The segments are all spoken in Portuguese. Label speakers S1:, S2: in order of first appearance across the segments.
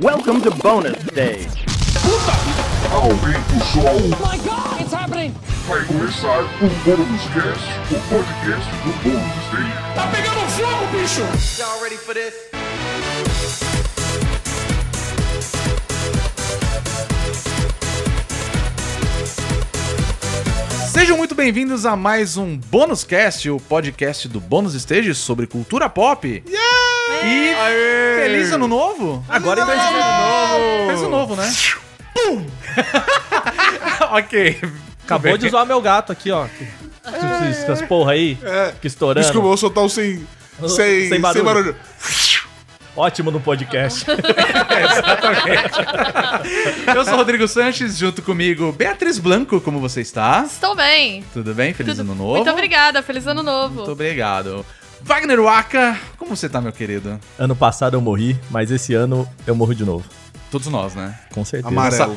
S1: Welcome to bonus stage.
S2: Aumenta o som,
S3: my god, it's happening!
S2: vai começar o Bônus Cast, o podcast do Bônus Day.
S3: Tá pegando fogo, bicho!
S4: Y'all ready for this?
S5: Sejam muito bem-vindos a mais um Bônus Cast, o podcast do Bônus Stage sobre cultura pop. E feliz ano então novo! Agora em feliz ano novo! Feliz ano novo, né? Pum! ok.
S6: Acabou de zoar meu gato aqui, ó. Que- tipo
S5: É.
S6: Essas porra aí, que estourando.
S7: Desculpa, eu vou soltar o sem. Sem,
S6: Sem
S7: sem
S6: barulho.
S7: barulho.
S6: Ótimo no podcast.
S5: Eu sou o Rodrigo Sanches, junto comigo Beatriz Blanco, como você está?
S8: Estou bem.
S5: Tudo bem? Feliz
S8: Tudo-
S5: ano novo?
S8: Muito obrigada, feliz ano novo.
S5: Muito obrigado. Wagner Waka, como você tá, meu querido?
S6: Ano passado eu morri, mas esse ano eu morro de novo.
S5: Todos nós, né?
S6: Com certeza.
S7: Amarelo.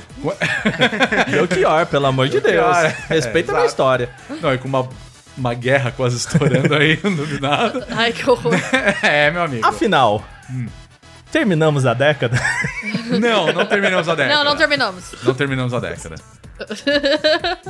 S6: Belchior, pelo amor de Deus.
S5: Belchior.
S6: Respeita a
S5: Exato.
S6: minha história.
S5: Não, e com uma, uma guerra quase estourando aí, do nada.
S8: Ai, que horror.
S5: É, meu amigo.
S6: Afinal,
S5: Hum.
S6: terminamos a década.
S5: Não, não terminamos a década.
S8: não, não terminamos.
S5: Não terminamos a década.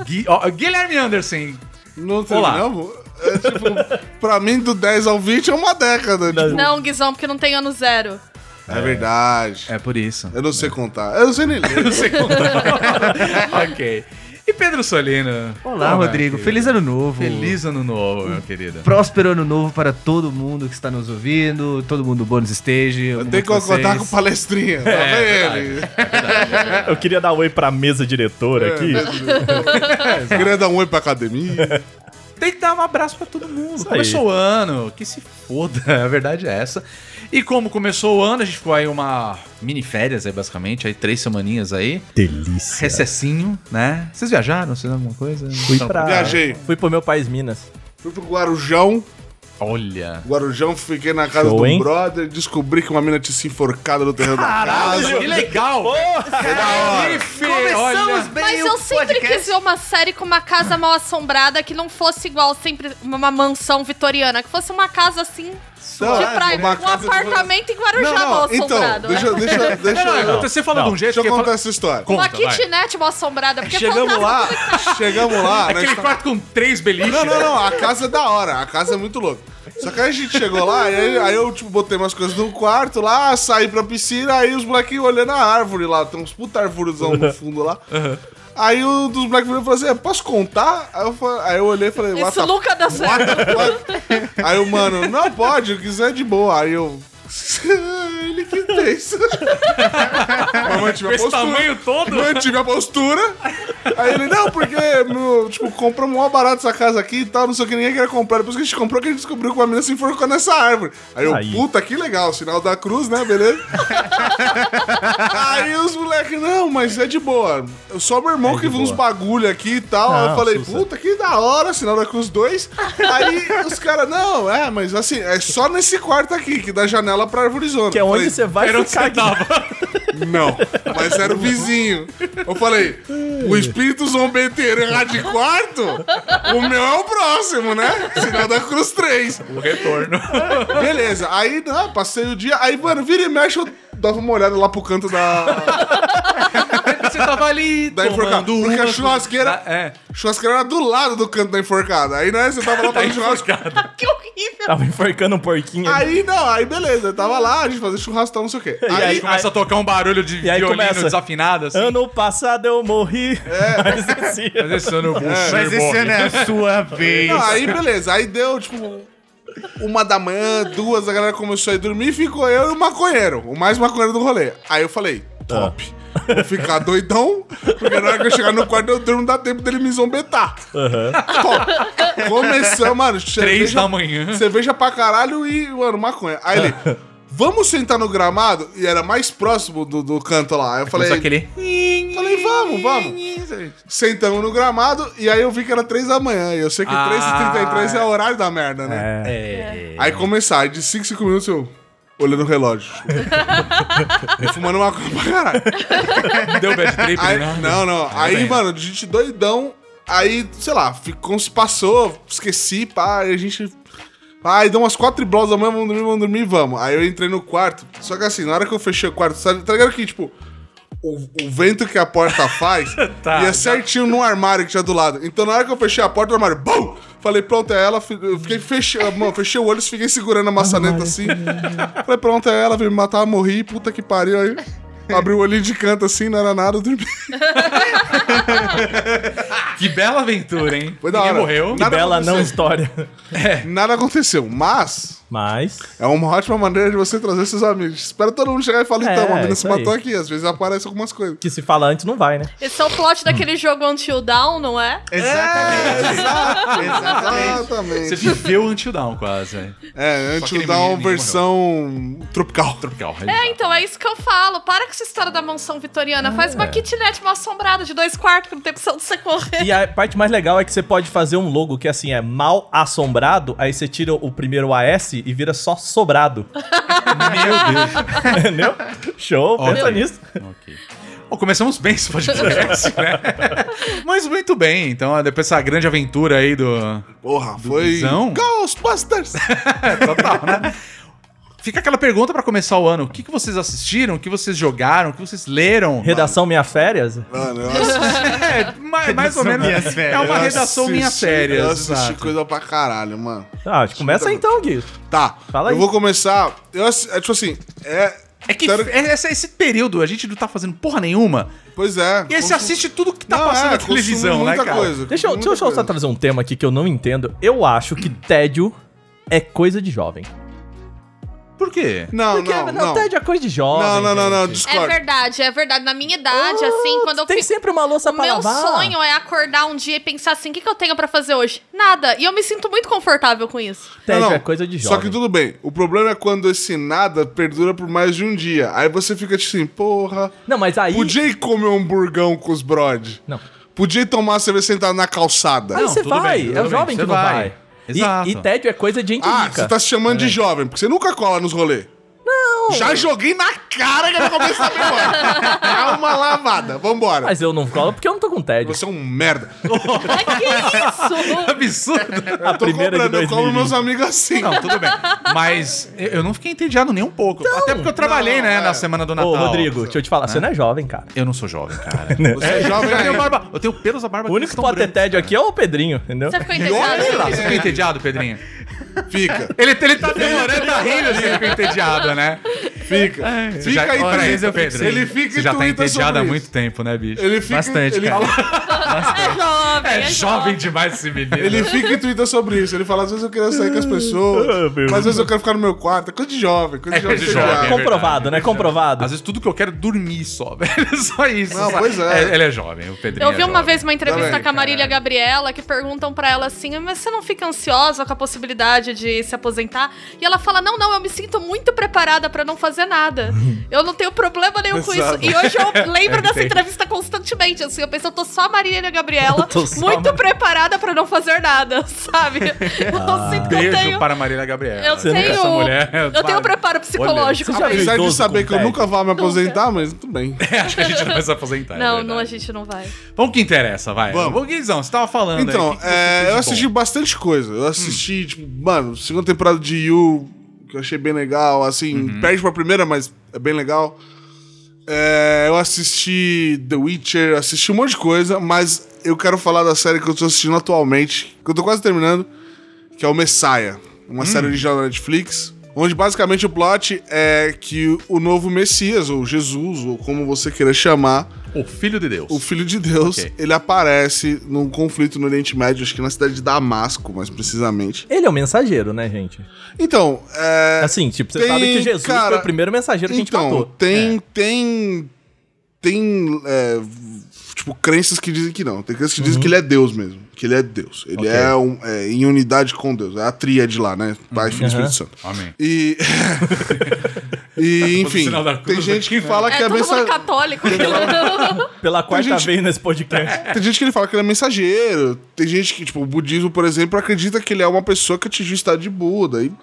S5: Gui- ó, Guilherme Anderson.
S7: Não
S5: Olá.
S7: terminamos? É, tipo, pra mim, do 10 ao 20 é uma década. tipo,
S8: Não, Guizão, porque não tem ano zero.
S7: é verdade.
S5: É por isso.
S7: Eu não sei contar. Eu não sei nem ler.
S5: É. ok. E Pedro Solino.
S9: Olá,
S5: Como é, querido?
S9: Rodrigo. Feliz ano novo.
S5: Feliz ano novo, meu querido.
S9: Próspero ano novo para todo mundo que está nos ouvindo, todo mundo do bônus stage. amo
S7: Eu
S9: muito
S7: tenho que concordar com
S9: um vocês.
S7: palestrinha. Tá vendo ele?
S5: É.
S6: Eu queria dar um oi pra mesa diretora aqui.
S7: Queria dar um oi pra academia.
S5: Tem que dar um abraço pra todo mundo.
S6: aí.
S5: Começou o ano, que se foda, a verdade é essa. E como começou o ano, a gente ficou aí uma mini férias aí, basicamente, aí três semaninhas aí.
S6: Delícia.
S5: Recessinho, né? Vocês viajaram? Vocês alguma coisa?
S6: Fui pra...
S7: Viajei.
S6: Fui pro meu país Minas.
S7: Fui pro Guarujão.
S5: Olha.
S7: Guarujão, fiquei na casa
S6: Show,
S7: do
S6: hein?
S7: brother. Descobri que uma mina tinha se enforcado no terreno da casa.
S5: Que legal! Que fe- olha.
S9: Começamos bem
S8: Mas
S9: o
S8: eu sempre
S9: podcast.
S8: quis ver uma série com uma casa mal assombrada que não fosse igual sempre uma mansão vitoriana, que fosse uma casa assim
S7: Não,
S8: de
S7: Então,
S8: praia,
S7: é, uma
S8: um
S7: casa-
S8: apartamento em Guarujá mal
S7: Não, não, então,
S8: assombrado. né?
S7: deixa, eu- deixa, eu- deixa,
S5: Não,
S7: eu-
S5: não, você fala
S6: Não.
S5: de um jeito
S7: deixa
S5: que
S7: eu
S5: fala-
S7: contar essa história.
S8: uma
S5: vai.
S8: kitnet mal assombrada, porque
S7: Chegamos
S8: fantasma
S7: lá, chegamos lá.
S5: Aquele
S7: nós tá-
S5: quarto com três beliches.
S7: Não, não, não, a casa é da hora, a casa é muito louca. Só que aí a gente chegou lá, e aí, aí eu tipo, botei umas coisas no quarto lá, saí pra piscina, aí os molequinhos olhando a árvore lá, tem uns puta arvorezão no fundo lá. Aí um dos moleques virou e falou assim: "É, posso contar? Aí eu, fa- aí eu olhei e falei: "What
S8: Isso
S7: the
S8: nunca dá certo.
S7: Pode? Aí o mano, não pode, o que quiser é de boa. Aí eu. Ele que tem isso. Mas mantive a
S5: Esse
S7: postura.
S5: tamanho todo.
S7: Mantive a postura. Aí ele, não, porque, meu, tipo, compramos mó barato essa casa aqui e tal, não sei o que, ninguém queria comprar. Depois que a gente comprou, que a gente descobriu que uma menina se enforcou nessa árvore. Aí eu,
S6: Aí.
S7: puta, que legal, sinal da cruz, né, beleza? Aí os moleques, não, mas é de boa. Só meu irmão que viu uns bagulho aqui e tal. Aí eu
S6: É Não,
S7: falei,
S6: sussa.
S7: puta que da hora, sinal da cruz 2. Aí os caras, não, é, mas assim, é só nesse quarto aqui, que da janela pra arvorizona.
S6: Que é
S7: Eu
S6: onde
S7: falei,
S6: você vai
S5: Era onde
S6: ficar
S5: você
S6: aqui.
S5: tava.
S7: Não, mas era o vizinho. Eu falei, o espírito zombeteiro é lá de quarto, o meu é o próximo, né? Sinal da cruz 3.
S5: O retorno.
S7: Beleza, aí não, passei o dia, aí, mano, vira e mexe, eu dava uma olhada lá pro canto da.
S5: Você tava ali
S7: Da enforcada.
S5: tomando
S7: Porque a
S5: uma-
S7: churrasqueira-
S5: Ah, É.
S7: churrasqueira era do lado do canto da enforcada. Aí, né, você tava lá
S5: Tá
S7: fazendo churrasco.
S8: que horrível.
S6: Tava enforcando um porquinho. ali.
S7: Aí, não, aí beleza, tava lá, a gente fazia churrasco, tal, não sei o quê.
S5: Aí,
S6: aí-
S5: começa a tocar um barulho de
S6: E aí
S5: violino
S6: começa.
S5: desafinado, assim.
S6: Ano passado eu morri. Mas esse ano-
S5: É. Mas esse ano eu vou ser
S9: Mas
S5: bom.
S9: esse ano é a sua vez.
S7: Não, aí beleza, aí deu, tipo, uma da manhã, duas, a galera começou a ir dormir, ficou eu e o maconheiro, o mais maconheiro do rolê. Aí eu falei, top.
S5: Ah.
S7: Vou ficar doidão, porque na hora que eu chegar no quarto eu durmo, dá tempo dele me zombetar. Top. Começamos, mano.
S5: Três
S7: cerveja-
S5: da manhã.
S7: Cerveja pra caralho e, mano, maconha. Aí ele, vamos sentar no gramado? E era mais próximo do, do canto lá. Aí eu falei,
S5: Começou aquele...
S7: falei, vamos, vamos. Sentamos no gramado e aí eu vi que era 3 da manhã. E eu sei que
S5: Ah.
S7: 3h33 é o horário da merda, né?
S6: É.
S7: Aí começar, aí de 5, 5 minutos eu olhando o relógio. e fumando uma coisa pra caralho.
S5: Deu bad trip,
S7: Aí,
S5: né?
S7: não, não. Aí,
S5: bem.
S7: mano, a gente doidão. Aí, sei lá, ficou, se passou, esqueci, pá, aí a gente Aí deu umas quatro e blows da manhã, vamos dormir, vamos dormir, vamos. Aí eu entrei no quarto. Só que assim, na hora que eu fechei o quarto, sabe, tá ligado que, tipo, o, o vento que a porta faz
S6: Tá,
S7: ia
S6: tá.
S7: certinho no armário que tinha do lado. Então na hora que eu fechei a porta, o armário, BUM! Falei, pronto, é ela. Fi- Eu fiquei fechei, mano, fechei o olho, fiquei segurando a maçaneta assim. Falei, pronto, é ela, veio me matar, morri, puta que pariu. Aí abri o olhinho de canto assim, não era nada, eu dormi.
S5: Que bela aventura, hein?
S7: Foi da
S5: Ninguém
S7: hora.
S5: morreu.
S7: Nada
S6: Bela não
S7: aconteceu.
S6: história.
S7: Nada aconteceu, mas
S6: Mas.
S7: é uma ótima maneira de você trazer seus amigos. Espera todo mundo chegar e falar,
S6: É,
S7: então, a mina
S6: isso
S7: se matou
S6: aí.
S7: aqui. Às vezes aparecem algumas coisas.
S6: Que se fala antes não vai, né?
S8: Esse é o plot daquele jogo Until Down, não é?
S10: Exatamente.
S6: Ah,
S7: Exatamente.
S5: Você viveu o Until Down quase, né?
S7: É, antes
S5: aquele
S7: de dar uma
S5: menino
S7: versão tropical.
S5: Tropical.
S8: É, então é isso que eu falo. Para com essa história da mansão vitoriana. Faz uma kitnet mal assombrada de dois quartos que não tem opção de você correr.
S6: E a parte mais legal é que você pode fazer um logo que assim é mal assombrado, aí você tira o primeiro AS e vira só sobrado. Meu Deus. Entendeu? Show, pensa
S5: Ok.
S6: nisso.
S5: Ok. Bom, começamos bem esse podcast, né? Mas muito bem, então, depois dessa grande aventura aí do,
S7: Porra, foi.
S5: Visão?
S7: Ghostbusters!
S5: Total, né? Fica aquela pergunta pra começar o ano. O que, que vocês assistiram? O que vocês jogaram? O que vocês leram?
S6: Redação Minha Férias?
S7: Mano, eu assisti,
S5: É, mais, mais ou menos.
S10: Minhas Férias.
S5: É uma
S7: eu
S5: redação
S7: assisti-
S5: minha séria.
S7: Eu assisti coisa pra caralho, mano.
S6: Ah, começa então, Gui.
S7: Tá,
S6: Fala
S7: eu
S6: aí.
S7: vou começar. Eu, assi- é tipo assim, é.
S5: É que
S7: Quero-
S5: é- esse, esse período a gente não tá fazendo porra nenhuma.
S7: Pois é.
S5: E aí você
S7: consumo-
S5: assiste tudo que tá
S7: Não,
S5: passando
S7: é,
S5: na televisão,
S7: consumo
S5: né,
S7: muita
S5: cara?
S7: Coisa,
S6: Deixa eu,
S7: muita
S6: deixa eu só
S7: coisa.
S6: trazer um tema aqui que eu não entendo. Eu acho que tédio é coisa de jovem.
S5: Por quê?
S7: Não,
S6: Porque
S7: não, não.
S6: tédio é coisa de jovem.
S7: Não, não, não, não,
S6: gente.
S8: É
S7: discordo.
S8: verdade, é verdade. Na minha idade, assim, quando eu
S6: Tem
S8: fico.
S6: sempre uma louça
S8: O
S6: pra
S8: meu
S6: lavar.
S8: sonho é acordar um dia e pensar assim: o que, que eu tenho pra fazer hoje? Nada. E eu me sinto muito confortável com isso.
S6: Tédio
S7: Não, não.
S6: é coisa de
S7: Só
S6: jovem.
S7: que tudo bem. O problema é quando esse nada perdura por mais de um dia. Aí você fica tipo assim, porra.
S6: Não, mas aí...
S7: Podia ir comer um hamburgão com os brod.
S6: Não.
S7: Podia ir tomar cerveja sentado na calçada.
S6: Aí
S5: Não,
S6: você
S5: tudo
S6: vai.
S5: bem,
S6: é o
S5: tudo
S6: jovem
S5: bem,
S6: que
S5: você
S6: não vai.
S5: vai.
S6: E-
S5: Exato.
S6: E, tédio é coisa de gente
S7: Ah,
S6: rica.
S7: você tá se chamando de jovem, porque você nunca cola nos rolês. Não! Já joguei na cara que eu não comecei a memória. Dá uma lavada. Vambora.
S6: Mas eu não colo porque eu não tô com tédio.
S7: Você é um merda.
S8: Ai, É que isso?
S5: Absurdo.
S6: A primeira de
S7: eu como
S6: 2020.
S7: meus amigos assim.
S5: Não, tudo bem. Mas eu- eu não fiquei entediado nem um pouco. Até porque eu trabalhei, né,
S7: Então, é.
S5: na semana do Natal.
S6: Ô, Rodrigo, deixa eu te falar,
S7: né?
S6: você não é jovem, cara.
S5: Eu não sou jovem, cara.
S7: Você é jovem
S5: Eu tenho,
S7: ainda.
S5: barba, eu tenho pelos da barba
S6: O único que
S5: estão
S6: pode ter
S5: brancos.
S6: tédio aqui é o Pedrinho, entendeu?
S8: Você ficou
S5: Sei
S7: É.
S5: lá,
S8: entediado?
S5: você ficou entediado, Pedrinho?
S7: Fica.
S5: Ele, ele tá demorando, ele
S7: né?
S5: tá rindo assim, ficou entediado, né?
S7: Fica.
S5: Você
S7: Fica
S5: já-
S7: aí,
S5: Olha
S7: Thalita.
S5: aí, Pedro.
S7: Ele fica
S5: Você já tá
S7: tuita sobre
S5: entediado há
S7: isso.
S5: muito tempo, né, bicho?
S7: Ele fica,
S10: Bastante,
S7: ele,
S10: cara.
S8: É jovem.
S5: É jovem demais esse menino.
S7: tá." Ele fica e tuita sobre isso. Ele fala, às vezes eu quero sair com as pessoas,
S6: Ah, meu
S7: mas às vezes eu quero ficar no meu quarto. É coisa de jovem, coisa de
S5: É
S7: jovem.
S5: coisa de jovem,
S7: entediado.
S5: é verdade.
S6: Comprovado, né? Comprovado.
S5: Às vezes tudo que eu quero é dormir só, velho. Só isso.
S7: Não,
S5: sabe?
S7: pois é.
S5: Ele é jovem, o Pedrinho.
S8: Eu
S5: é
S8: vi uma
S5: jovem.
S8: vez uma entrevista
S7: Também,
S8: com a Marília Gabriela que perguntam pra ela assim: mas você não fica ansiosa com a possibilidade de se aposentar? E ela fala: não, não, eu me sinto muito preparada pra não fazer nada. Eu não tenho problema nenhum com isso.
S7: Exato.
S8: E hoje eu lembro dessa
S5: Entendi.
S8: entrevista constantemente. Assim, eu penso, eu tô só a Marília Gabriela,
S6: tô só a
S8: muito
S6: Mar-
S8: preparada pra não fazer nada, sabe? eu sinto que eu
S5: Beijo
S8: tenho.
S5: para Marília Gabriela.
S8: Eu
S5: Você
S8: tenho.
S5: nunca- Essa mulher.
S8: Eu tenho um preparo psicológico.
S6: Você já
S8: pra isso.
S6: viu?
S7: Apesar de
S6: Idoso
S7: saber
S6: com
S7: que eu
S6: tédio.
S7: nunca vá me aposentar, mas tudo bem.
S5: Acho que a gente não vai se aposentar. é
S8: Não,
S5: verdade.
S8: não, a gente não vai.
S5: Vamos que interessa, vai.
S7: Vamos.
S5: Ô, Guizão, você tava falando. aí, o
S7: Então,
S5: né? que que você
S7: é,
S5: fez de
S7: eu assisti
S5: bom? Hum.
S7: bastante coisa. Eu assisti, tipo, mano, segunda temporada de You, que eu achei bem legal. Assim,
S5: Uhum.
S7: perde pra primeira, mas é bem legal. É, eu assisti The Witcher, assisti um monte de coisa, mas eu quero falar da série que eu tô assistindo atualmente, que eu tô quase terminando, que é o Messiah,
S5: Hum.
S7: uma série original da Netflix. Onde basicamente o plot é que o novo Messias, ou Jesus, ou como você queira chamar,
S5: O Filho de Deus.
S7: o Filho de Deus,
S5: Ok.
S7: ele aparece num conflito no Oriente Médio, acho que na cidade de Damasco, mais precisamente.
S6: Ele é o mensageiro, né, gente?
S7: Então, é.
S6: Assim, tipo, você
S7: Tem,
S6: sabe que Jesus
S7: cara,
S6: foi o primeiro mensageiro que a gente
S7: então,
S6: matou. É.
S7: tem. Tem. Tem. é, tipo, crenças que dizem que não. Tem crenças que dizem que ele é Deus mesmo. Que ele é Deus. Ele
S6: Uhum. Ok.
S7: é, um- é em unidade com Deus. É a tríade lá, né? Pai,
S6: Uhum.
S7: Filho e Espírito Santo.
S5: Amém.
S7: E. e, enfim.
S5: Tá sinal da cruz
S7: Tem gente que
S5: aqui, né?
S7: fala
S8: É
S7: que é
S8: todo mundo
S7: mensagem.
S8: católico. né?
S6: Pela quarta
S7: gente-
S6: vez nesse podcast.
S7: Tem gente que ele fala que ele é mensageiro. Tem gente que, tipo, o budismo, por exemplo, acredita que ele é uma pessoa que atingiu o estado de Buda. E Por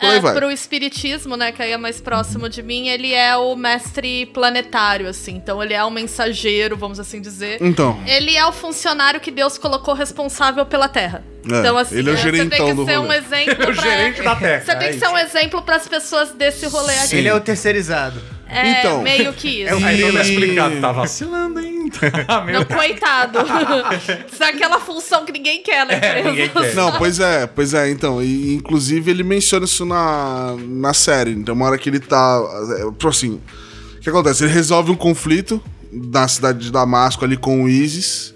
S7: aí
S8: É,
S7: vai.
S8: pro espiritismo, né, que aí é mais próximo de mim, ele é o mestre planetário, assim. Então ele é o mensageiro, vamos assim dizer.
S7: Então.
S8: Ele é o funcionário que Deus colocou responsável pela Terra.
S7: É,
S8: então, assim,
S7: ele é o
S8: você tem
S7: gerentão
S8: que
S7: do
S8: ser
S7: rolê.
S8: um exemplo.
S5: É
S11: o
S8: pra-
S11: gerente da Terra,
S8: Você tem
S11: é
S8: que ser um exemplo pras pessoas desse rolê aqui.
S9: Ele é o terceirizado.
S8: É,
S7: Então.
S8: meio que isso.
S11: Aí não tá
S7: E-
S11: explicado, tá vacilando, hein?
S8: Não, coitado. Isso é aquela função que ninguém quer, né?
S11: É, ninguém quer.
S7: Não, pois é, pois é, então. E, inclusive, ele menciona isso na, na série. Então, uma hora que ele tá. é, tipo Assim, o que acontece? Ele resolve um conflito na cidade de Damasco ali com o Isis.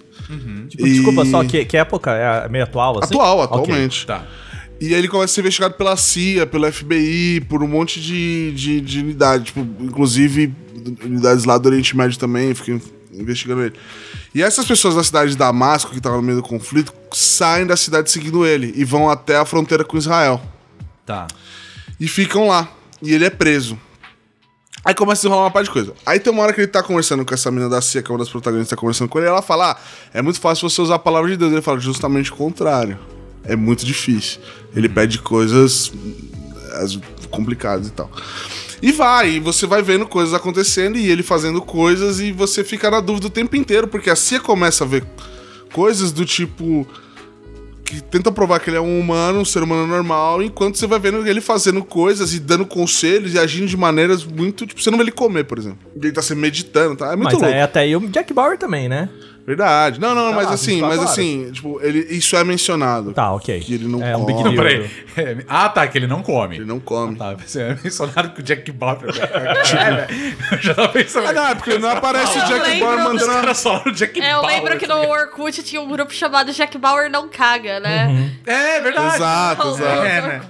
S6: Tipo, Desculpa só, que, que época? É a- meio atual, assim?
S7: Atual,
S6: Ok.
S7: atualmente.
S11: Tá.
S7: E aí ele começa a ser investigado pela CIA, pelo FBI, por um monte de, de, de unidade, tipo, inclusive unidades lá do Oriente Médio também, ficam investigando ele. E essas pessoas da cidade de Damasco, que estavam no meio do conflito, saem da cidade seguindo ele e vão até a fronteira com Israel.
S11: Tá.
S7: E ficam lá. E ele é preso. Aí começa a rolar uma parte de coisa. Aí tem uma hora que ele tá conversando com essa menina da CIA, que é uma das protagonistas, tá conversando com ele, e ela fala: ah, é muito fácil você usar a palavra de Deus. Ele fala justamente o contrário. É muito difícil. Ele pede coisas eh, as- complicadas e tal. E vai, e você vai vendo coisas acontecendo e ele fazendo coisas e você fica na dúvida o tempo inteiro, porque a CIA começa a ver coisas do tipo que tenta provar que ele é um humano, um ser humano normal, enquanto você vai vendo ele fazendo coisas e dando conselhos e agindo de maneiras muito. Tipo, você não vê ele comer, por exemplo. Ele tá se meditando, tá? É muito
S6: Mas
S7: louco.
S6: é até aí o Jack Bauer também, né?
S7: Verdade. Não, não,
S6: Tá
S7: mas
S6: lá,
S7: assim, mas
S6: 24
S7: assim, tipo, ele, isso é mencionado.
S6: Tá, ok.
S7: Que ele não
S6: é um
S7: come.
S6: big
S7: Não,
S6: deal.
S11: Peraí. É, ah, tá, que ele não come.
S7: Ele não come.
S11: Tá, eu pensei, é mencionado que o Jack Bauer. É, velho. Eu já tava pensando.
S7: Ah, não, é porque não aparece o
S8: Eu
S7: Jack
S8: lembro
S7: Bauer
S8: dos
S11: Os
S7: mandando.
S11: caras só o Jack
S8: É, eu
S11: Bauer.
S8: lembro que no Orkut tinha um grupo chamado Jack Bauer Não Caga, né?
S11: É verdade.
S7: Exato, exato.
S11: É,
S8: né?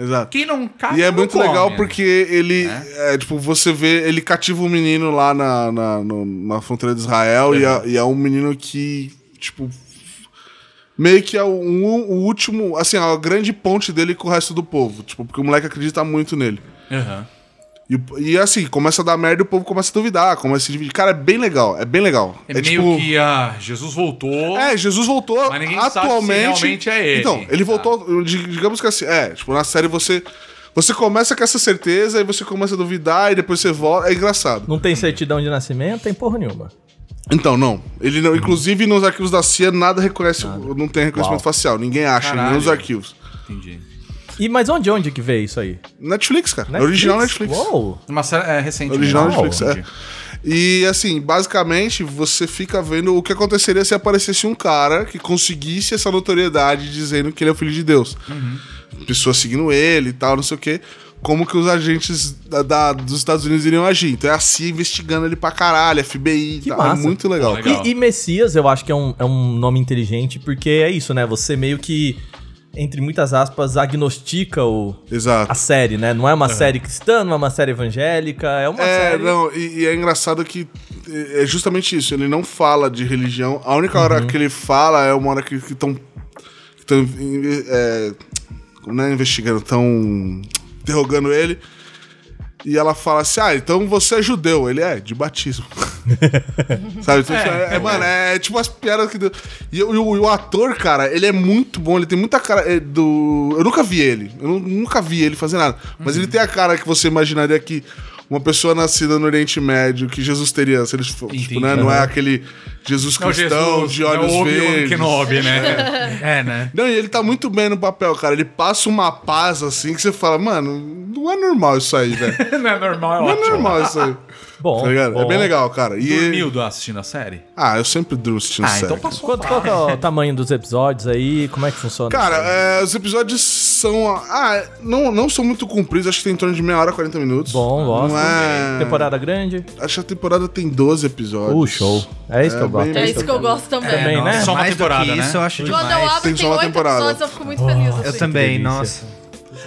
S7: Exato.
S11: Quem não caga.
S7: E é
S11: não
S7: muito
S11: Ah, come.
S7: legal porque ele, é, tipo, você vê, ele cativa um menino lá na, na, no- na fronteira de Israel e,
S11: Uhum.
S7: é, e é um menino que, tipo, meio que é o, o último, assim, a grande ponte dele com o resto do povo, tipo, porque o moleque acredita muito nele.
S11: Aham.
S7: E, o- e, assim, começa a dar merda e o povo começa a duvidar, começa a se dividir. Cara, é bem legal, é bem legal.
S11: É, meio que ah, Jesus voltou.
S7: É, Jesus voltou
S11: Mas ninguém sabe se
S7: atualmente.
S11: realmente é ele.
S7: Então, ele
S11: Tá.
S7: voltou, di- digamos que assim, é, tipo, na série você você começa com essa certeza, aí você começa a duvidar e depois você volta, é engraçado.
S6: Não tem certidão de nascimento, tem porra nenhuma.
S7: Então, não. Ele não, inclusive nos arquivos da CIA nada reconhece, não tem reconhecimento
S6: Uau.
S7: facial, ninguém acha
S11: Caralho.
S7: nos arquivos.
S11: Entendi.
S6: E mas onde, onde que vê isso aí?
S7: Netflix, cara. é Original Netflix.
S6: Uou!
S11: Uma série é, recente.
S7: Original
S11: né?
S7: Netflix, é. E assim, basicamente, você fica vendo o que aconteceria se aparecesse um cara que conseguisse essa notoriedade dizendo que ele é o filho de Deus. Pessoas seguindo ele e tal, não sei o quê. Como que os agentes da- da- dos Estados Unidos iriam agir? Então é a CIA investigando ele pra caralho, FBI e
S6: Que
S7: tal. É
S6: massa.
S7: muito legal.
S11: Legal.
S6: E, e Messias, eu acho que é um, é um nome inteligente, porque é isso, né? Você meio que, entre muitas aspas, agnostica o,
S7: Exato.
S6: a série, né? Não é uma série cristã, não é uma série evangélica, é uma
S7: É,
S6: série.
S7: não, e, e é engraçado que é justamente isso. Ele não fala de religião. A única hora que ele fala é uma hora que estão. Que tão, é, não é investigando, estão interrogando ele. E ela fala assim: Ah, então você é judeu. Ele é, de batismo. Sabe? Então, tipo, é, é, mano, é tipo as piadas que. deu- E, o- e o, e o ator, cara, ele é muito bom, ele tem muita cara é, do. Eu nunca vi ele. Eu nu- nunca vi ele fazer nada. Mas
S11: Uhum.
S7: ele tem a cara que você imaginaria que uma pessoa nascida no Oriente Médio, que Jesus teria. Se eles, fo- tipo,
S11: Entendi.
S7: né? Não é aquele Jesus
S11: Não,
S7: cristão
S11: É Jesus,
S7: de olhos
S11: não, Obi-Wan
S7: verdes.
S11: Kenobi, né? é, né?
S7: Não, e ele tá muito bem no papel, cara. Ele passa uma paz assim que você fala, mano, não é normal isso aí, velho.
S11: Não é normal, é
S7: Não
S11: ótimo.
S7: é normal isso aí.
S6: Bom,
S7: Tá ligado?
S6: bom.
S7: É bem legal, cara. E
S11: Dormiu do- assistindo a série?
S7: Ah, eu sempre durmo assistindo
S11: Ah,
S7: série.
S11: então passou.
S6: Quanto, qual que é o tamanho dos episódios aí? Como é que funciona?
S7: Cara, é, os episódios são. Ah, não, não são muito compridos, acho que tem em torno de meia hora, 40 minutos.
S6: Bom, gosto.
S7: Não é-
S6: Temporada grande.
S7: Acho que a temporada tem 12 episódios.
S6: Uh, show. É isso que eu
S7: É,
S6: gosto.
S7: bem-
S8: É isso que eu gosto também.
S6: Também,
S11: nossa,
S6: né?
S11: Só uma
S9: Mais do que
S11: temporada, né?
S9: Isso eu acho
S8: Quando eu
S9: demais.
S8: abro
S7: Tem
S8: tem,
S7: só uma
S8: oito
S7: temporada.
S8: episódios, eu fico muito feliz.
S9: Eu
S8: assim.
S9: também,
S6: delícia.
S9: nossa.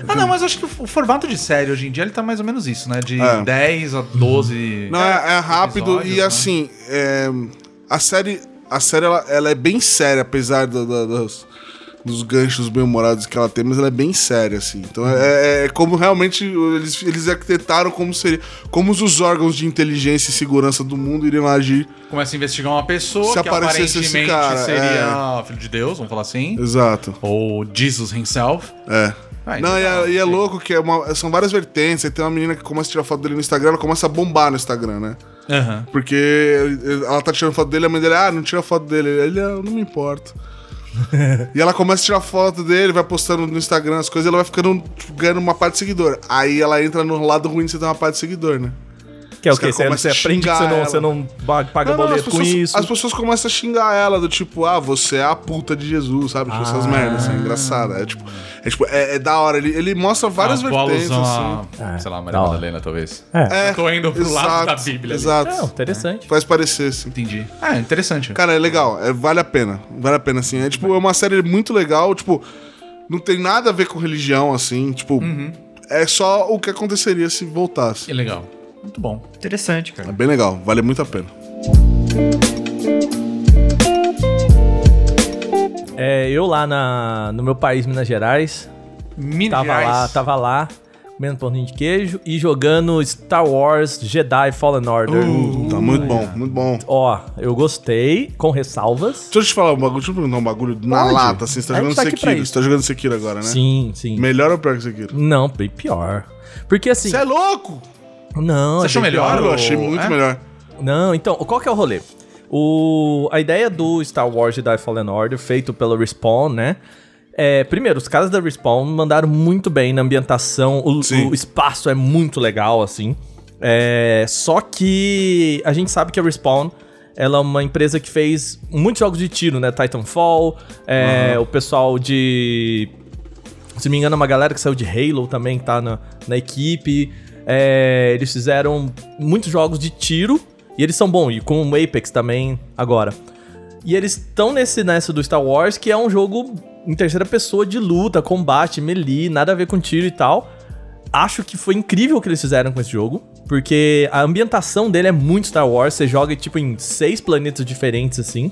S11: Ah, não, mas acho que o formato de série hoje em dia ele tá mais ou menos isso, né? De
S7: É.
S11: 10 a 12.
S7: Não, é, é rápido
S11: episódios,
S7: e
S11: né?
S7: assim. é, a série, a série ela, ela é bem séria, apesar do- do- dos, dos ganchos bem-humorados que ela tem, mas ela é bem séria, assim. Então
S11: Uhum.
S7: é, é como realmente eles, eles arquitetaram como seria. Como os órgãos de inteligência e segurança do mundo iriam agir.
S11: Começa a investigar uma pessoa
S7: Se
S11: que
S7: aparecesse
S11: aparentemente
S7: esse cara,
S11: seria
S7: é.
S11: ah, filho de Deus, vamos falar assim.
S7: Exato.
S11: Ou Jesus himself.
S7: É.
S11: Ah, então
S7: Não, e é, e é louco que é uma- são várias vertentes. Aí tem uma menina que começa a tirar foto dele no Instagram, ela começa a bombar no Instagram, né?
S11: Aham.
S7: Porque ela tá tirando foto dele, a mãe dele, ah, não tira foto dele. Ele, ah, eu não me importo. e ela começa a tirar foto dele, vai postando no Instagram as coisas, e ela vai ficando tipo, ganhando uma parte de seguidor. Aí ela entra no lado ruim de você ter uma parte de seguidor, né?
S6: Que é o
S7: Os
S6: que?
S7: caras
S6: Você, você
S7: começam a
S6: aprende que você
S7: xingar
S6: não,
S7: ela.
S6: você Ah, não ba- paga
S7: Não, não,
S6: boleto
S7: as, pessoas,
S6: com isso.
S7: as pessoas começam a xingar ela, do tipo, ah, você é a puta de Jesus, sabe? Tipo, essas merdas, assim, engraçada. É tipo, é, tipo, é- é da hora. Ele, ele mostra várias
S11: Ah, boa
S7: vertentes,
S11: alusão
S7: assim.
S11: a,
S6: assim.
S11: Sei lá,
S6: Da
S11: Maria
S6: hora.
S11: Madalena, talvez.
S7: É,
S11: Tô indo pro lado da Bíblia ali.
S7: Exato.
S6: Não, interessante.
S7: Faz parecer, assim.
S11: Entendi. Ah, interessante.
S7: Cara, é legal, é, vale a pena. Vale a pena, assim. É tipo, é uma série muito legal, tipo, não tem nada a ver com religião, assim, tipo.
S6: Uhum.
S7: É só o que aconteceria se voltasse.
S11: Que legal. Muito bom.
S9: Interessante, cara.
S7: É bem legal, vale muito a pena.
S6: É, eu lá na, no meu país, Minas Gerais,
S11: Minas
S6: tava
S11: Gerais.
S6: lá, tava lá, comendo pãozinho de queijo e jogando Star Wars Jedi Fallen Order.
S11: Uh.
S7: tá muito bom, muito bom.
S6: Ó, eu gostei, com ressalvas.
S7: Deixa eu te falar um bagulho, deixa eu perguntar um bagulho na
S6: Pode.
S7: lata, assim, você tá
S6: A gente
S7: jogando
S6: tá aqui pra
S7: Sekiro.
S6: isso.
S7: Você tá jogando Sekiro agora, né?
S6: Sim, sim.
S7: Melhor ou pior que Sekiro?
S6: Não, bem pior. Porque assim.
S7: Você é louco!
S6: Não,
S11: Você
S6: é
S11: achou
S6: bem
S11: melhor?
S6: pior.
S7: eu achei
S11: ou-
S7: muito
S11: é?
S7: melhor.
S6: Não, então, qual que é o rolê? O, a ideia do Star Wars Jedi Fallen Order, feito pela Respawn, né? É, primeiro, os caras da Respawn mandaram muito bem na ambientação, o,
S7: Sim.
S6: o espaço é muito legal, assim. É, só que a gente sabe que a Respawn ela é uma empresa que fez muitos jogos de tiro, né? Titanfall, é, o pessoal de se não me engano, é uma galera que saiu de Halo também, que tá na, na equipe. É, eles fizeram muitos jogos de tiro e eles são bons, e com o Apex também agora. E eles estão nesse nessa do Star Wars, que é um jogo em terceira pessoa de luta, combate, melee, nada a ver com tiro e tal. Acho que foi incrível o que eles fizeram com esse jogo, porque a ambientação dele é muito Star Wars. Você joga tipo em seis planetas diferentes, assim,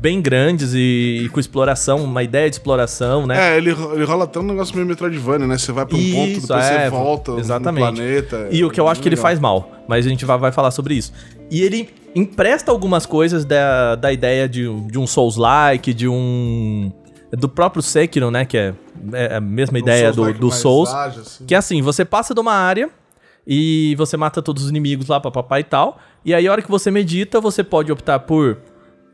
S6: bem grandes e, e com exploração, uma ideia de exploração, né?
S7: É, ele, ro- ele rola até um negócio meio Metroidvania, né? Você vai pra um ponto,
S6: Isso,
S7: depois
S6: é,
S7: você volta
S6: exatamente.
S7: no planeta.
S6: E o que eu
S7: É
S6: acho que ele
S7: legal.
S6: faz mal, mas a gente vai, vai falar sobre isso. E ele empresta algumas coisas da, da ideia de, um- de um Souls-like, de um. Do próprio Sekiro, né? Que é, é a mesma ideia do,
S7: Souls-like
S6: do
S7: mais
S6: Souls.
S7: ágil, assim.
S6: Que é assim, você passa de uma área e você mata todos os inimigos lá, papapá e tal. E aí, a hora que você medita, você pode optar por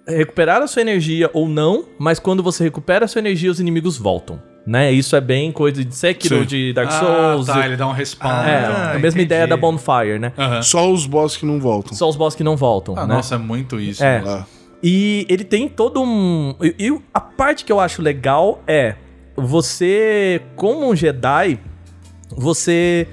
S6: recuperar a sua energia ou não, mas quando você recupera a sua energia, os inimigos voltam. Né? Isso é bem coisa de Sekiro,
S7: Sim.
S6: de Dark
S11: Ah,
S6: Souls.
S11: tá,
S6: e-
S11: ele dá um respawn.
S6: é,
S11: então.
S5: Ah,
S6: a mesma
S9: entendi.
S6: ideia da Bonfire, né?
S11: Aham.
S7: É. Só os boss que não voltam.
S6: Só os boss que não voltam,
S11: Ah,
S6: né?
S11: Nossa, é muito isso.
S6: É.
S7: Ah.
S6: E ele tem todo um. E, e a parte que eu acho legal é você, como um Jedi, você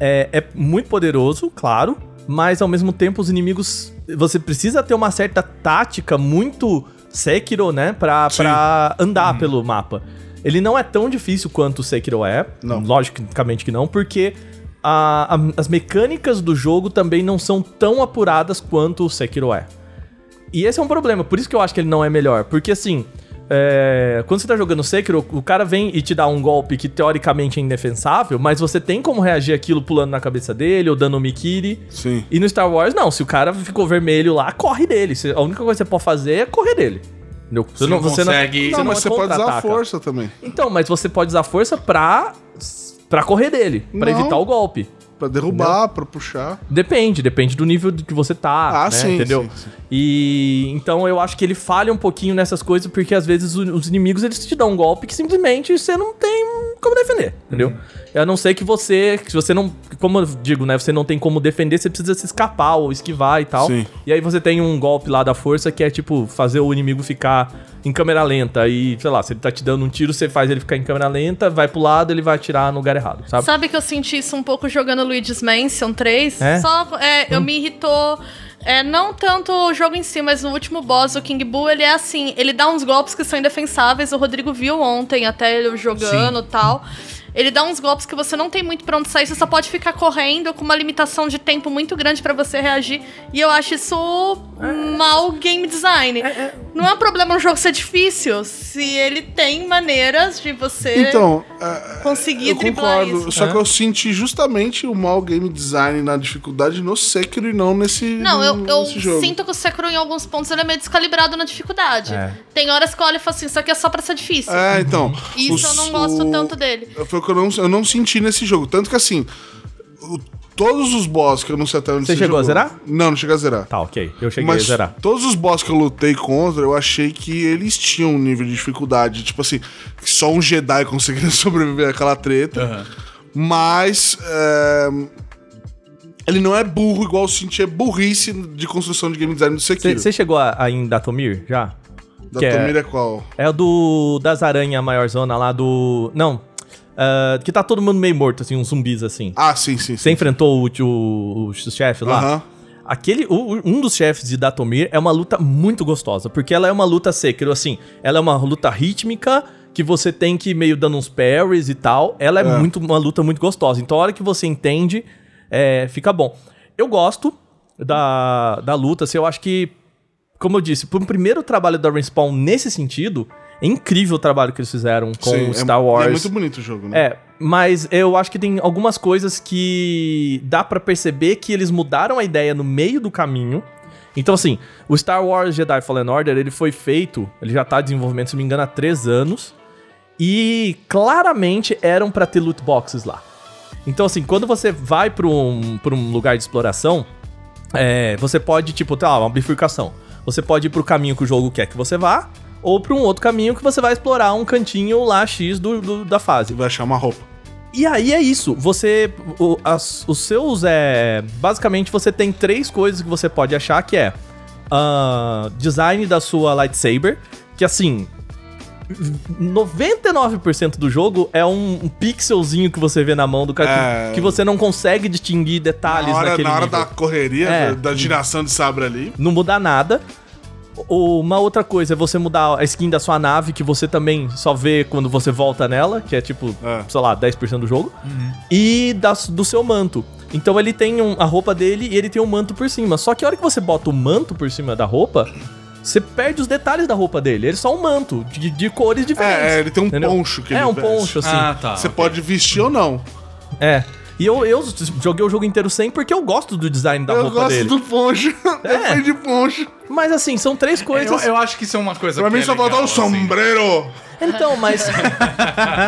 S6: é, é muito poderoso, claro, mas ao mesmo tempo os inimigos. Você precisa ter uma certa tática muito Sekiro, né? Pra,
S7: Sim. Uhum.
S6: pra andar pelo mapa. Ele não é tão difícil quanto o Sekiro é.
S7: Não.
S6: Logicamente que não, porque. a- a- as mecânicas do jogo também não são tão apuradas quanto o Sekiro é. E esse é um problema, por isso que eu acho que ele não é melhor. Porque assim, é, quando você tá jogando Sekiro, o cara vem e te dá um golpe que teoricamente é indefensável, mas você tem como reagir aquilo pulando na cabeça dele ou dando um Mikiri.
S7: Sim.
S6: E no Star Wars, não. Se o cara ficou vermelho lá, corre dele. Você- A única coisa que você pode fazer é correr dele. Entendeu? Você,
S11: não consegue-
S7: Não, mas você pode usar a
S6: contra-ataca.
S7: força também.
S6: Então, mas você pode usar força pra, pra correr dele, pra
S7: Não.
S6: evitar o golpe.
S7: Pra derrubar, pra puxar.
S6: Depende, depende do nível de que você tá.
S7: Ah,
S6: né,
S7: sim.
S6: Entendeu?
S7: sim, sim.
S6: E então eu acho que ele falha um pouquinho nessas coisas, porque às vezes o- os inimigos eles te dão um golpe que simplesmente você não tem como defender, entendeu? A não ser que você, que você não, como eu digo, né, você não tem como defender, você precisa se escapar ou esquivar e tal.
S7: Sim.
S6: E aí você tem um golpe lá da força que é tipo fazer o inimigo ficar em câmera lenta e, sei lá, se ele tá te dando um tiro, você faz ele ficar em câmera lenta, vai pro lado, ele vai atirar no lugar errado, sabe?
S8: Sabe que eu senti isso um pouco jogando Luigi's Mansion 3?
S6: É?
S8: Só é, eu me irritou. É, não tanto o jogo em si, mas no último boss, o King Boo, ele é assim, ele dá uns golpes que são indefensáveis. O Rodrigo viu ontem até ele jogando e tal. Ele dá uns golpes que você não tem muito pra onde sair, você só pode ficar correndo com uma limitação de tempo muito grande pra você reagir. E eu acho isso mau game design. Não é um problema um jogo ser difícil, se ele tem maneiras de você
S7: Então, é,
S8: conseguir
S7: eu
S8: driblar
S7: concordo.
S8: isso. né?
S7: Só
S6: É.
S7: que eu senti justamente o mau game design na dificuldade no Sekiro e não nesse,
S8: Não, eu, eu
S7: nesse jogo.
S8: sinto que o Sekiro em alguns pontos ele é meio descalibrado na dificuldade.
S6: É.
S8: Tem horas que eu olho e falo assim, isso aqui é só pra ser difícil.
S7: É, então.
S8: Isso
S7: os-
S8: eu não gosto
S7: o-
S8: tanto dele.
S7: Foi o que que eu não, eu não senti nesse jogo. Tanto que assim, o- todos os boss que eu não sei até onde
S6: Você chegou a
S7: jogou-
S6: zerar?
S7: Não, não cheguei a zerar.
S6: Tá, ok. Eu cheguei
S7: Mas
S6: a zerar.
S7: todos os boss que eu lutei contra, eu achei que eles tinham um nível de dificuldade. Tipo assim, que só um Jedi conseguiria sobreviver àquela treta. Mas. é, Ele não é burro igual eu senti é burrice de construção de game design do Sekiro.
S6: Você chegou a, a em Datomir já?
S7: da
S6: que é-
S7: Tomira é qual?
S6: É o do. Das aranhas maior zona lá do. Não. Ah, que tá todo mundo meio morto, assim, uns zumbis assim.
S7: Ah, sim, sim.
S6: Você
S7: sim.
S6: enfrentou o, o, o chefe lá?
S7: Aham.
S6: Aquele, o- o- um dos chefes de Datomir é uma luta muito gostosa, porque ela é uma luta Sekiro, assim, ela é uma luta rítmica que você tem que ir meio dando uns parries e tal. Ela é, muito uma luta muito gostosa. Então, a hora que você entende, é, fica bom. Eu gosto da, da luta, assim, eu acho que, como eu disse, pro primeiro trabalho da Respawn nesse sentido, é incrível o trabalho que eles fizeram com
S7: Sim,
S6: o
S7: é-
S6: Star
S7: e
S6: Wars.
S7: É muito bonito o jogo, né?
S6: É, mas eu acho que tem algumas coisas que dá pra perceber que eles mudaram a ideia no meio do caminho. Então, assim, o Star Wars Jedi Fallen Order, ele foi feito, ele já tá em desenvolvimento, se não me engano, há três anos. E claramente eram pra ter loot boxes lá. Então, assim, quando você vai pra um, pra um lugar de exploração, é, você pode, tipo, tá, uma bifurcação. Você pode ir pro caminho que o jogo quer que você vá, ou pra um outro caminho que você vai explorar um cantinho lá X do- do- da fase.
S7: Você vai achar uma roupa.
S6: E aí é isso. Você. o- as- os seus. É, basicamente, você tem três coisas que você pode achar que é. ah, design da sua lightsaber. Que assim. 99% do jogo é um, um pixelzinho que você vê na mão do cara
S7: É.
S6: que, que você não consegue distinguir detalhes
S7: na hora,
S6: naquele
S7: na hora
S6: nível.
S7: da correria,
S6: É.
S7: da da giração de sabre ali.
S6: Não muda nada. O- Uma outra coisa é você mudar a skin da sua nave, que você também só vê quando você volta nela, que é tipo,
S7: É. Uhum.
S6: sei lá, 10% do jogo. E da, s- do seu manto. Então ele tem um- a roupa dele e ele tem um manto por cima. Só que a hora que você bota o manto por cima da roupa, você perde os detalhes da roupa dele. Ele é só um manto, de, de cores diferentes.
S7: É, é, ele tem um
S6: entendeu?
S7: poncho que
S6: É
S7: ele
S6: um
S7: veste.
S6: poncho, assim.
S11: Ah,
S5: Ah,
S9: tá.
S7: Você pode vestir ou não.
S6: É. E eu, eu joguei o jogo inteiro sem porque eu gosto do design da
S7: eu
S6: roupa
S7: gosto
S6: dele. É.
S7: do poncho. Eu fui de poncho.
S6: Mas assim, são três
S11: Eu,
S6: coisas.
S11: eu acho que isso é uma coisa
S7: Pra
S11: que
S7: mim
S11: é
S7: só
S11: legal,
S7: falta um
S11: assim.
S7: sombreiro.
S6: Então, mas.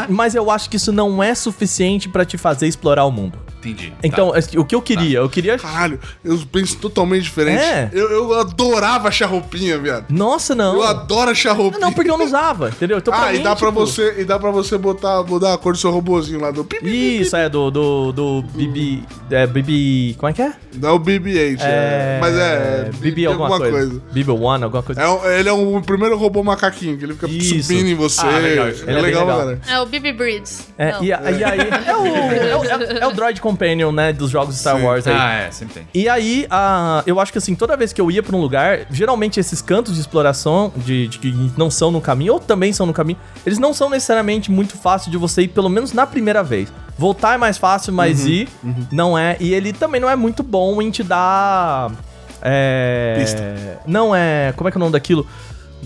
S6: mas eu acho que isso não é suficiente pra te fazer explorar o mundo.
S11: Entendi. Tá.
S6: Então, assim, o que eu queria? Eu queria.
S7: Caralho, eu penso totalmente diferente.
S6: É.
S7: Eu, eu adorava achar roupinha, viado.
S6: Nossa, não.
S7: Eu adoro achar roupinha.
S6: Ah, Não, porque eu não usava, entendeu? Então,
S7: Ah,
S6: mim,
S7: e dá, pra
S6: tipo,
S7: você, e dá pra você botar, mudar a cor do seu robozinho lá do pipi.
S6: Isso, é do. Do. Do. BB. É, BB. Como é que é?
S7: Não é o BB-8, é... mas é...
S6: BB alguma, coisa. BB1, alguma coisa.
S7: É um- ele é o primeiro robô macaquinho, que ele fica
S6: Isso.
S7: subindo em você.
S11: Ah, legal,
S7: é
S11: isso.
S6: Ele é bem
S7: legal,
S6: legal.
S7: galera.
S8: É o BB Breeds.
S6: É,
S8: Não.
S6: e, a- e aí. É o, é, o, é o- é o Droid Companion, né? Dos jogos Star
S7: Sim.
S6: Wars aí.
S11: Ah, é, sempre tem.
S6: E aí, a, eu acho que assim, toda vez que eu ia pra um lugar, geralmente esses cantos de exploração, de, de que não são no caminho, ou também são no caminho, eles não são necessariamente muito fáceil de você ir, pelo menos na primeira vez. Voltar é mais fácil, mas
S7: Uhum,
S6: ir não é. E ele também não é muito bom em te dar. É.
S7: Pista.
S6: Não é. Como é que é o nome daquilo?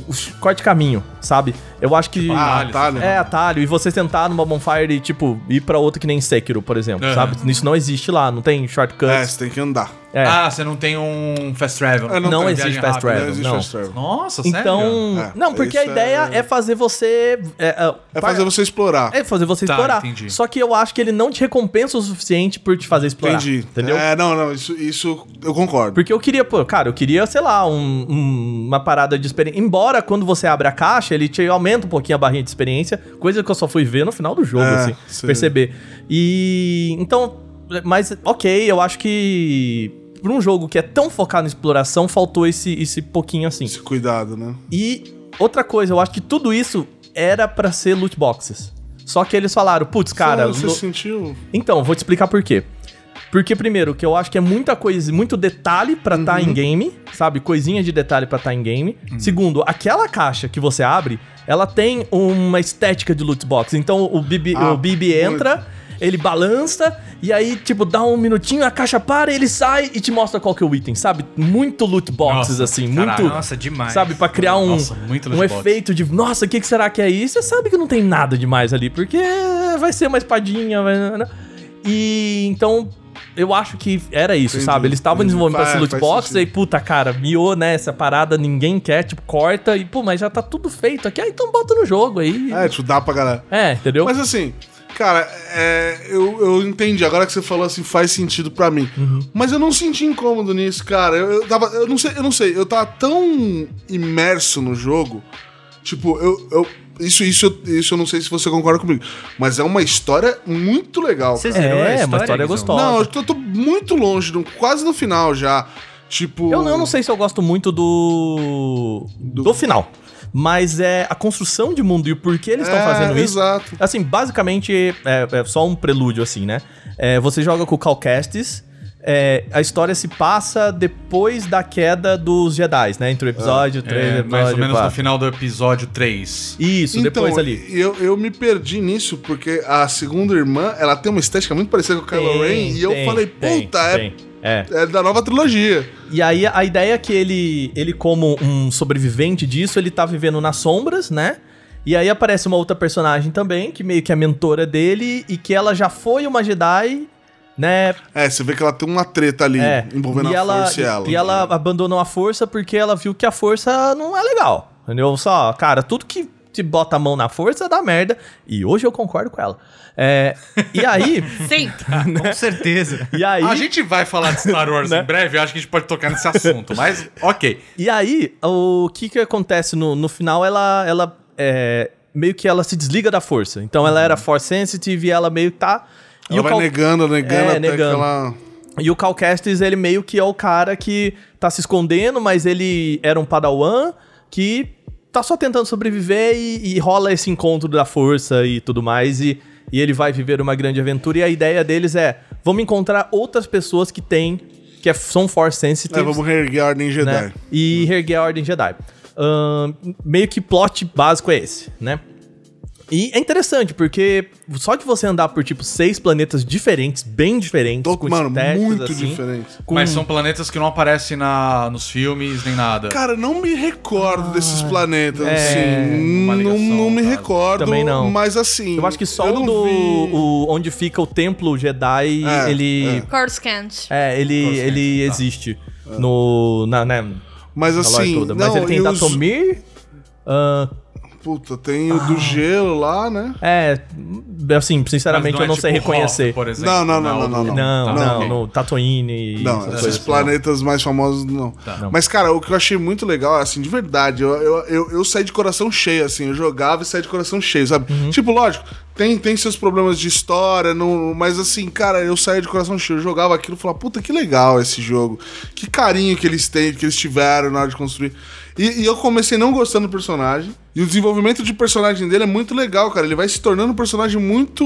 S6: Os- Corte caminho, sabe? Eu acho que.
S7: Ah, tá, né?
S6: É, atalho. E você tentar numa bonfire e, tipo, ir pra outra que nem Sekiro, por exemplo,
S11: Aham.
S6: sabe? Isso não existe lá, não tem shortcuts.
S7: É, você tem que andar.
S6: É.
S11: Ah, você não tem um fast travel.
S7: Eu
S6: Não,
S7: tem
S11: viagem
S6: existe fast
S11: rápida,
S6: travel,
S7: Não existe
S6: não.
S7: fast travel.
S11: Nossa, sério?
S6: Então,
S7: É,
S6: não, porque a
S7: isso
S6: ideia é...
S7: é-
S6: fazer você é, é,
S7: É fazer você explorar.
S6: é fazer você
S11: Tá,
S6: explorar.
S11: entendi.
S6: Só que eu acho que ele não te recompensa o suficiente por te fazer explorar.
S7: Entendi.
S6: Entendeu?
S7: É, não, não, isso, isso eu concordo.
S6: Porque eu queria, pô, cara, eu queria, sei lá, um- um- uma parada de experiência. Embora quando você abre a caixa, ele te aumenta um pouquinho a barrinha de experiência, coisa que eu só fui ver no final do jogo,
S7: É,
S6: assim,
S7: sim.
S6: perceber. E então, mas ok, eu acho que pra um jogo que é tão focado em exploração, faltou esse esse pouquinho assim.
S7: Esse cuidado, né?
S6: E outra coisa, eu acho que tudo isso era pra ser loot boxes. Só que eles falaram, putz, cara.
S7: Você,
S6: no-
S7: você sentiu?
S6: Então, vou te explicar por quê. Porque, primeiro, que eu acho que é muita coisa, muito detalhe pra estar em game, sabe? Coisinha de detalhe pra estar em game. Segundo, aquela caixa que você abre, ela tem uma estética de loot box. Então, o BB,
S7: Ah,
S6: o BB
S7: muito.
S6: entra, ele balança, e aí, tipo, dá um minutinho, a caixa para, ele sai e te mostra qual que é o item, sabe? Muito loot boxes,
S11: Nossa,
S6: assim,
S11: caralho.
S6: muito...
S9: Nossa, demais.
S6: Sabe, pra criar um,
S11: Nossa, muito
S6: um
S11: loot box.
S6: efeito de, nossa, o que, que será que é isso? Você sabe que não tem nada demais ali, porque vai ser uma espadinha. vai- né? E então, eu acho que era isso,
S7: Entendi,
S6: sabe? Eles estavam
S7: entendi.
S6: desenvolvendo pra
S7: Faz-
S6: esse loot
S7: faz
S6: box,
S7: sentido.
S6: aí, puta, cara, miou, né? Essa parada, ninguém quer, tipo, corta, e, pô, mas já tá tudo feito aqui, ah, então bota no jogo aí.
S7: É, tipo, dá é pra galera.
S6: É, entendeu?
S7: Mas assim, Cara, é, eu, eu entendi. Agora que você falou assim, faz sentido pra mim. Mas eu não senti incômodo nisso, cara. Eu, eu tava. Eu não sei, eu não sei. Eu tava tão imerso no jogo. Tipo, eu. eu- isso, isso, isso eu não sei se você concorda comigo. Mas é uma história muito legal.
S9: Você
S7: cara.
S9: zerou a
S6: É,
S9: história,
S6: uma história
S9: Guizão?
S6: gostosa.
S7: Não, eu tô, eu tô muito longe, no- quase no final já. Tipo.
S6: Eu, eu não sei se eu gosto muito do. do, final. Mas é a construção de mundo e o porquê eles estão
S7: É,
S6: fazendo isso.
S7: Exato.
S6: Assim, basicamente, é, é só um prelúdio, assim, né? É, você joga com o Cal Kestis, é, a história se passa depois da queda dos Jedi, né? Entre o episódio 3 e o
S11: É,
S6: episódio
S11: mais ou menos no
S6: 4.
S11: final do episódio 3.
S6: Isso,
S7: Então,
S6: depois ali.
S7: Eu, eu me perdi nisso, porque a segunda irmã, ela tem uma estética muito parecida com o Kylo Ren, e eu
S6: tem,
S7: falei,
S6: tem,
S7: puta, é-
S6: tem. É.
S7: é, da nova trilogia.
S6: E aí a ideia é que ele, ele como um sobrevivente disso, ele tá vivendo nas sombras, né? E aí aparece uma outra personagem também, que meio que é a mentora dele, e que ela já foi uma Jedi, né?
S7: É, você vê que ela tem uma treta ali,
S6: É.
S7: envolvendo
S6: e
S7: a
S6: ela,
S7: força e ela.
S6: E ela abandonou a força porque ela viu que a força não é legal. Entendeu? Só, cara, tudo que te bota a mão na força dá merda. E hoje eu concordo com ela. É, e aí.
S8: Sim.
S9: Com certeza.
S6: e aí Né?
S11: A gente vai falar de Star Wars em breve, eu acho que a gente pode tocar nesse assunto, mas ok.
S6: E aí, o que que acontece no, no final? Ela, ela é, meio que ela se desliga da força. Então ela era force sensitive e ela meio que tá. E
S7: Uhum. Ela
S6: o
S7: vai
S6: Cal-
S7: negando, negando
S6: É,
S7: até
S6: negando.
S7: que ela...
S6: e o Cal Kestis, ele meio que é o cara que tá se escondendo, mas ele era um padawan que tá só tentando sobreviver e, e rola esse encontro da força e tudo mais. E, e ele vai viver uma grande aventura. E a ideia deles é: vamos encontrar outras pessoas que têm, que é- são force
S7: É,
S6: sensitive
S7: vamos reerguer a Ordem Jedi.
S6: né? E reerguer a Ordem Jedi. Ahn, meio que plot básico é esse, né? E é interessante, porque só de você andar por, tipo, seis planetas diferentes, bem diferentes,
S7: Tô- mano,
S6: estéticas,
S7: muito
S6: assim,
S7: diferente.
S6: com-
S11: Mas são planetas que não aparecem na, nos filmes nem nada.
S7: Cara, não me
S6: Ah,
S7: recordo desses planetas,
S6: é,
S7: assim.
S11: uma
S7: Não,
S11: ligação,
S7: não me
S11: sabe?
S7: recordo.
S6: tá. Também não.
S7: Mas assim.
S6: Eu acho que só
S7: eu
S6: o
S7: não
S6: do...
S7: vi-
S6: o- onde fica o templo
S7: É,
S6: Jedi,
S7: tá.
S6: ele...
S8: Coruscant.
S6: É, ele, ele existe no... Na, né, na
S7: Mas
S6: lore
S7: É. assim.
S6: toda.
S7: Não,
S6: Mas ele tem
S7: e os-
S6: Datomir... ahn,
S7: Puta, tem o do gelo lá, né?
S6: é, assim, sinceramente eu não sei reconhecer.
S11: é tipo por exemplo. né?
S7: Não, não, não, não, não.
S6: Não,
S11: Tá,
S6: não,
S11: ok.
S6: no Tatooine. e
S7: Não, é
S6: essas
S7: esses
S6: coisas,
S7: planetas mais famosos não.
S6: Não.
S7: Mas, cara, o que eu achei muito legal, assim, de verdade, eu, eu, eu, eu saí de coração cheio, assim, eu jogava e saí de coração cheio, sabe? Tipo, lógico, tem, tem seus problemas de história, não, mas assim, cara, eu saía de coração cheio, eu jogava aquilo e falava, puta, que legal esse jogo. Que carinho que eles têm, que eles tiveram na hora de construir. E, e eu comecei não gostando do personagem. E o desenvolvimento de personagem dele é muito legal, cara. Ele vai se tornando um personagem muito.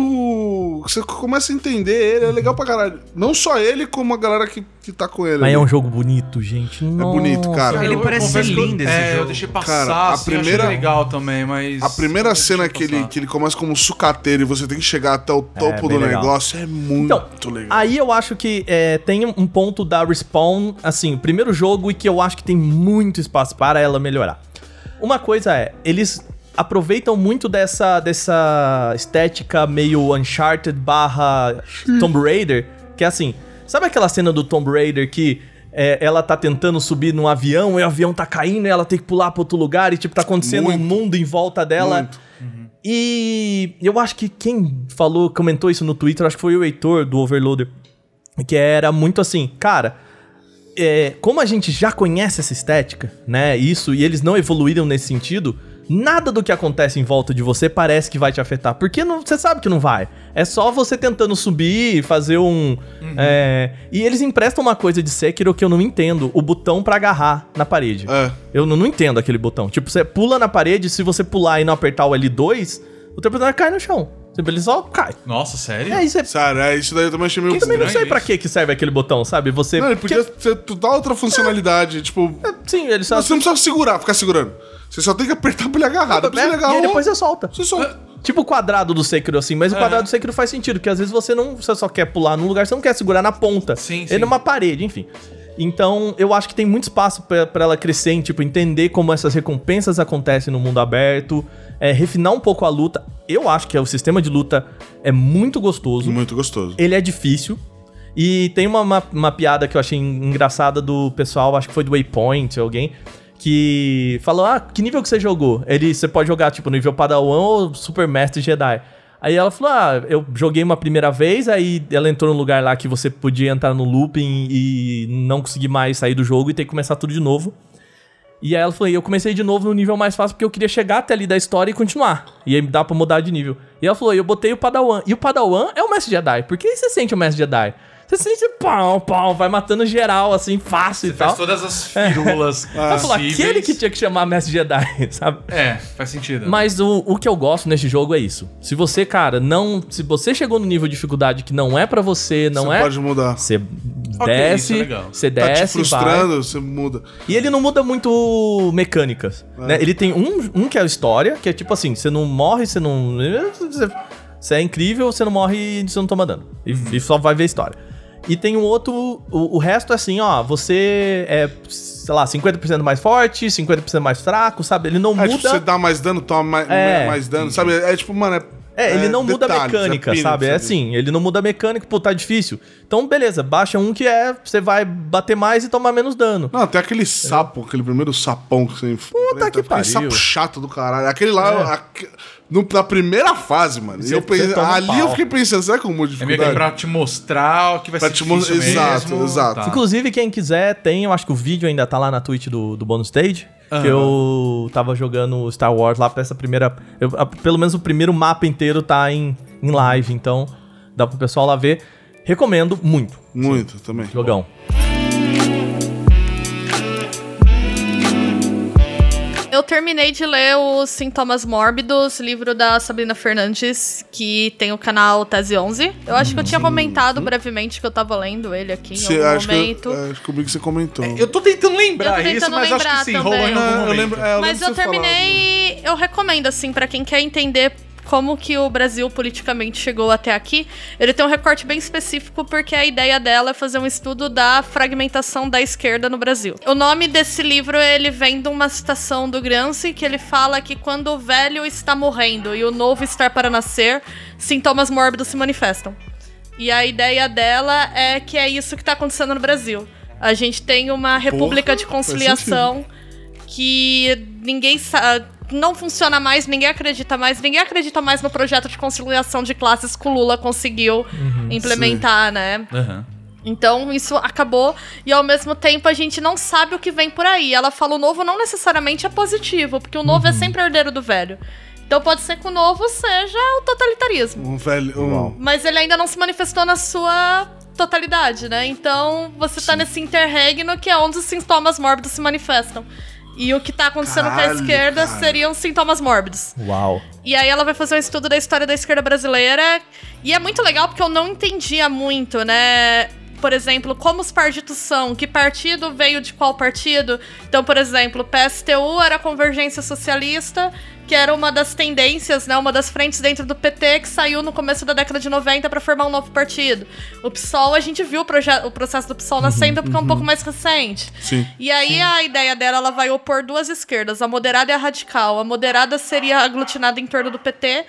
S7: Você começa a entender ele, é legal pra caralho. Não só ele, como a galera que, que tá com ele.
S6: Mas
S7: ali.
S6: é um jogo bonito, gente.
S7: É bonito, cara.
S9: Ele parece
S11: confesso
S9: ser
S11: que eu-
S9: lindo esse
S11: é,
S9: jogo.
S11: eu deixei passar,
S7: Cara, a
S11: assim, achei
S7: primeira-
S11: legal também, mas...
S6: é
S7: A primeira
S11: Deixei
S7: cena que ele,
S11: passar.
S7: que ele começa como um sucateiro e você tem que chegar até o topo
S6: É bem
S7: do
S6: legal.
S7: negócio é muito
S6: Então,
S7: legal.
S6: Aí eu acho que é, tem um ponto da Respawn, assim, o primeiro jogo e que eu acho que tem muito espaço para ela melhorar. Uma coisa é, eles aproveitam muito dessa, dessa estética meio Uncharted barra Tomb Raider, que é assim, sabe aquela cena do Tomb Raider que é, ela tá tentando subir num avião e o avião tá caindo e ela tem que pular pra outro lugar e tipo, tá acontecendo um
S7: Muito.
S6: mundo em volta dela. E eu acho que quem falou, comentou isso no Twitter, acho que foi o Heitor do Overloader, que era muito assim, cara. é, como a gente já conhece essa estética, né? Isso, e eles não evoluíram nesse sentido, nada do que acontece em volta de você parece que vai te afetar. Porque não- você sabe que não vai. É só você tentando subir, fazer um. é, e eles emprestam uma coisa de Sekiro que eu não entendo: o botão pra agarrar na parede.
S7: É.
S6: Eu não, não entendo aquele botão. Tipo, você pula na parede, se você pular e não apertar o L2, o teu personagem cai no chão. Tipo, ele só cai.
S11: Nossa, sério?
S6: É isso. É...
S7: Sério, é, isso daí eu também achei meio
S6: Eu também não
S7: estranho.
S6: sei pra que que serve aquele botão, sabe? Você.
S7: Não, ele podia ter, tu dá outra funcionalidade, tipo...
S6: Porque- Sim, ele só.
S7: Você não precisa segurar, ficar segurando. Você só tem que apertar pra ele agarrar. Depois
S6: É,
S7: ele agarra
S6: e aí
S7: o-
S6: depois você solta.
S7: Você solta.
S6: Tipo o quadrado do Sekiro, assim,
S11: É.
S6: mas o quadrado do Sekiro faz sentido, porque às vezes você não você só quer pular num lugar, você não quer segurar na ponta.
S11: Sim,
S6: Ele
S11: sim.
S6: é uma parede, enfim. Então, eu acho que tem muito espaço pra pra ela crescer, em, tipo, entender como essas recompensas acontecem no mundo aberto, é, refinar um pouco a luta. Eu acho que é, o sistema de luta é muito gostoso.
S7: Muito gostoso.
S6: Ele é difícil. E tem uma, uma, uma piada que eu achei en- engraçada do pessoal, acho que foi do Waypoint, alguém, que falou: Ah, que nível que você jogou? Ele, você pode jogar, tipo, nível Padawan ou Super Mestre Jedi. Aí ela falou: Ah, eu joguei uma primeira vez, aí ela entrou num lugar lá que você podia entrar no looping e não conseguir mais sair do jogo e ter que começar tudo de novo. E aí ela falou, e eu comecei de novo no nível mais fácil porque eu queria chegar até ali da história e continuar. E aí me dá pra mudar de nível. E ela falou, e eu botei o Padawan. E o Padawan é o Mestre Jedi. Por que você sente o Mestre Jedi? Você sente pau, pau, vai matando geral, assim, fácil e tal.
S5: Faz todas as firulas.
S6: Ela falou,
S5: possíveis.
S6: aquele que tinha que chamar Mestre Jedi, sabe?
S11: É, faz sentido.
S6: Mas o, o que eu gosto neste jogo é isso. Se você, cara, não. Se você chegou no nível de dificuldade que não é pra você, não
S7: você
S6: é.
S7: pode mudar.
S6: Você
S11: isso é
S6: desce,
S11: legal.
S6: você
S7: Tá te
S6: desce, vai.
S7: frustrando, você muda.
S6: E ele não muda muito mecânicas.
S7: É.
S6: né? Ele tem um, um que é a história, que é tipo assim, você não morre, você não. Você, você é incrível, você não morre e você não toma dano. E,
S7: Uhum.
S6: e só vai ver a história. E tem um outro. O, o resto é assim, ó, você é, sei lá, 50% mais forte, 50% mais fraco, sabe? Ele não
S7: É
S6: muda.
S7: tipo, você dá mais dano, toma mais,
S6: É.
S7: mais dano, sabe? É tipo, mano, é.
S6: É, ele não muda a
S7: detalhes,
S6: mecânica,
S7: peanuts,
S6: sabe? É assim, ele não muda a mecânica, pô, tá difícil. Então, beleza, baixa um que é, você vai bater mais e tomar menos dano.
S7: Não, tem aquele sapo, aquele primeiro sapão que você enfrenta.
S6: que
S7: aquele
S6: pariu. É.
S7: sapo chato do caralho. Aquele lá, aque- no, na primeira fase, mano.
S6: Você
S7: eu pensei,
S6: toma um
S7: ali
S6: pau.
S7: eu fiquei pensando, será que eu mudo de
S5: É meio que
S7: dificuldade?
S5: pra te mostrar o que vai
S7: Pra
S5: ser
S7: te mostrar-
S5: difícil mesmo.
S7: exato, exato.
S5: Tá.
S6: Inclusive, quem quiser, tem, eu acho que o vídeo ainda tá lá na Twitch do, do Bonus Stage. Que eu tava jogando Star Wars lá pra essa primeira. eu- a- pelo menos o primeiro mapa inteiro tá em, em live, então dá pro pessoal lá ver. Recomendo muito.
S7: Muito também.
S6: Jogão.
S8: Eu terminei de ler os Sintomas Mórbidos, livro da Sabrina Fernandes, que tem o canal Tese 11. Eu acho que eu tinha comentado brevemente que eu tava lendo ele aqui em
S7: Você-
S8: algum
S7: acho, que,
S8: momento.
S7: eu- é, acho que o Big você comentou.
S5: É, Eu tô tentando lembrar
S8: Eu tô
S5: isso,
S8: tentando
S5: mas acho
S8: lembrar
S5: que sim,
S8: também.
S5: rolou em algum
S7: Ah,
S5: momento.
S7: é,
S8: Mas
S7: lembro
S8: eu
S7: de você falar
S8: terminei, eu recomendo, assim, pra quem quer entender como que o Brasil politicamente chegou até aqui. Ele tem um recorte bem específico, porque a ideia dela é fazer um estudo da fragmentação da esquerda no Brasil. O nome desse livro, ele vem de uma citação do Gramsci, que ele fala que quando o velho está morrendo e o novo está para nascer, sintomas mórbidos se manifestam. E a ideia dela é que é isso que tá acontecendo no Brasil. A gente tem uma república de conciliação que ninguém sabe. Não funciona mais, ninguém acredita mais, ninguém acredita mais no projeto de conciliação de classes que o Lula conseguiu implementar, né?
S5: Aham.
S8: Então isso acabou e ao mesmo tempo a gente não sabe o que vem por aí. Ela fala o novo não necessariamente é positivo, porque o novo é sempre herdeiro do velho. Então pode ser que o novo seja o totalitarismo
S7: Um velho. Um...
S8: mas ele ainda não se manifestou na sua totalidade, né? Então você tá nesse interregno que é onde os sintomas mórbidos se manifestam. E o que tá acontecendo com
S7: Caralho,
S8: a esquerda
S7: cara.
S8: seriam sintomas mórbidos.
S6: Uau.
S8: E aí ela vai fazer um estudo da história da esquerda brasileira. E é muito legal porque eu não entendia muito, né? Por exemplo, como os partidos são, que partido veio de qual partido. Então, por exemplo, PSTU era a convergência socialista, que era uma das tendências, né? Uma das frentes dentro do PT que saiu no começo da década de 90 para formar um novo partido. O PSOL, a gente viu o, proje- o processo do PSOL nascendo porque é um pouco mais recente.
S7: Sim.
S8: E aí a ideia dela, ela vai opor duas esquerdas, a moderada e a radical. A moderada seria aglutinada em torno do PT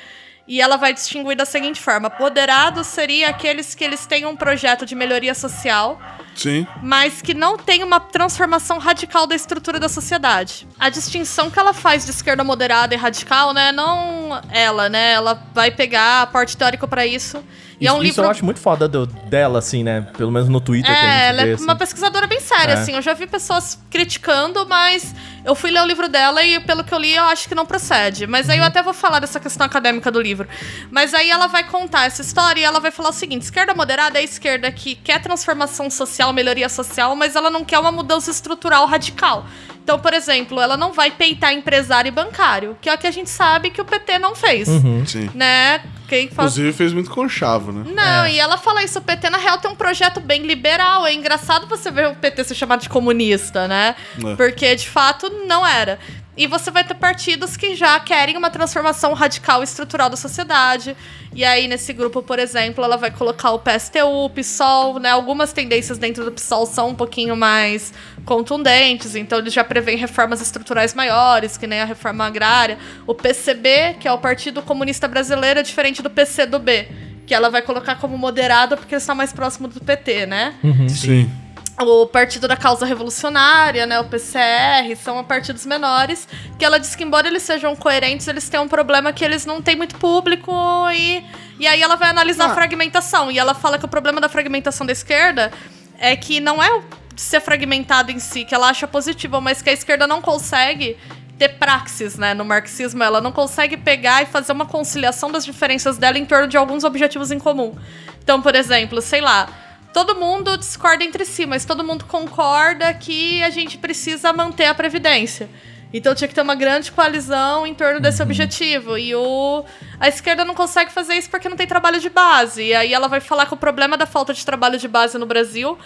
S8: e ela vai distinguir da seguinte forma: moderado seria aqueles que eles têm um projeto de melhoria social,
S7: Sim.
S8: mas que não tem uma transformação radical da estrutura da sociedade. A distinção que ela faz de esquerda moderada e radical, né, não ela, né, ela vai pegar a parte teórica pra isso. E é um
S6: isso, isso
S8: livro
S6: eu acho muito foda do- dela, assim, né? Pelo menos no Twitter que a gente
S8: é, ela
S6: vê,
S8: é
S6: assim.
S8: uma pesquisadora bem séria,
S6: É.
S8: assim. Eu já vi pessoas criticando, mas eu fui ler o livro dela e, pelo que eu li, eu acho que não procede. Mas
S6: Uhum.
S8: aí eu até vou falar dessa questão acadêmica do livro. Mas aí ela vai contar essa história e ela vai falar o seguinte: esquerda moderada é a esquerda que quer transformação social, melhoria social, mas ela não quer uma mudança estrutural radical. Então, por exemplo, ela não vai peitar empresário e bancário, que é o que a gente sabe que o PT não fez.
S6: Uhum. Hum?
S7: Sim.
S8: Né? Quem faz
S7: Inclusive fez muito conchavo, né?
S8: não, e ela fala isso, o PT na real tem um projeto bem liberal. É engraçado você ver o PT ser chamado de comunista, né?
S7: É.
S8: Porque de fato não era. E você vai ter partidos que já querem uma transformação radical e estrutural da sociedade. E aí, nesse grupo, por exemplo, ela vai colocar o PSTU, o PSOL, né? Algumas tendências dentro do PSOL são um pouquinho mais contundentes, então ele já prevê reformas estruturais maiores, que nem a reforma agrária. O PCB, que é o Partido Comunista Brasileiro, é diferente do PCdoB, que ela vai colocar como moderado porque ele está mais próximo do PT, né?
S7: Sim.
S8: o Partido da Causa Revolucionária, né, o PCR, são partidos menores, que ela diz que embora eles sejam coerentes, eles têm um problema que eles não têm muito público e e aí ela vai analisar a fragmentação e ela fala que o problema da fragmentação da esquerda é que não é o ser fragmentado em si, que ela acha positivo, mas que a esquerda não consegue ter praxis, né? No marxismo, ela não consegue pegar e fazer uma conciliação das diferenças dela em torno de alguns objetivos em comum. Então, por exemplo, sei lá, Todo mundo discorda entre si, mas todo mundo concorda que a gente precisa manter a Previdência. Então tinha que ter uma grande coalizão em torno desse objetivo. E o... a esquerda não consegue fazer isso porque não tem trabalho de base. E aí ela vai falar que o problema da falta de trabalho de base no Brasil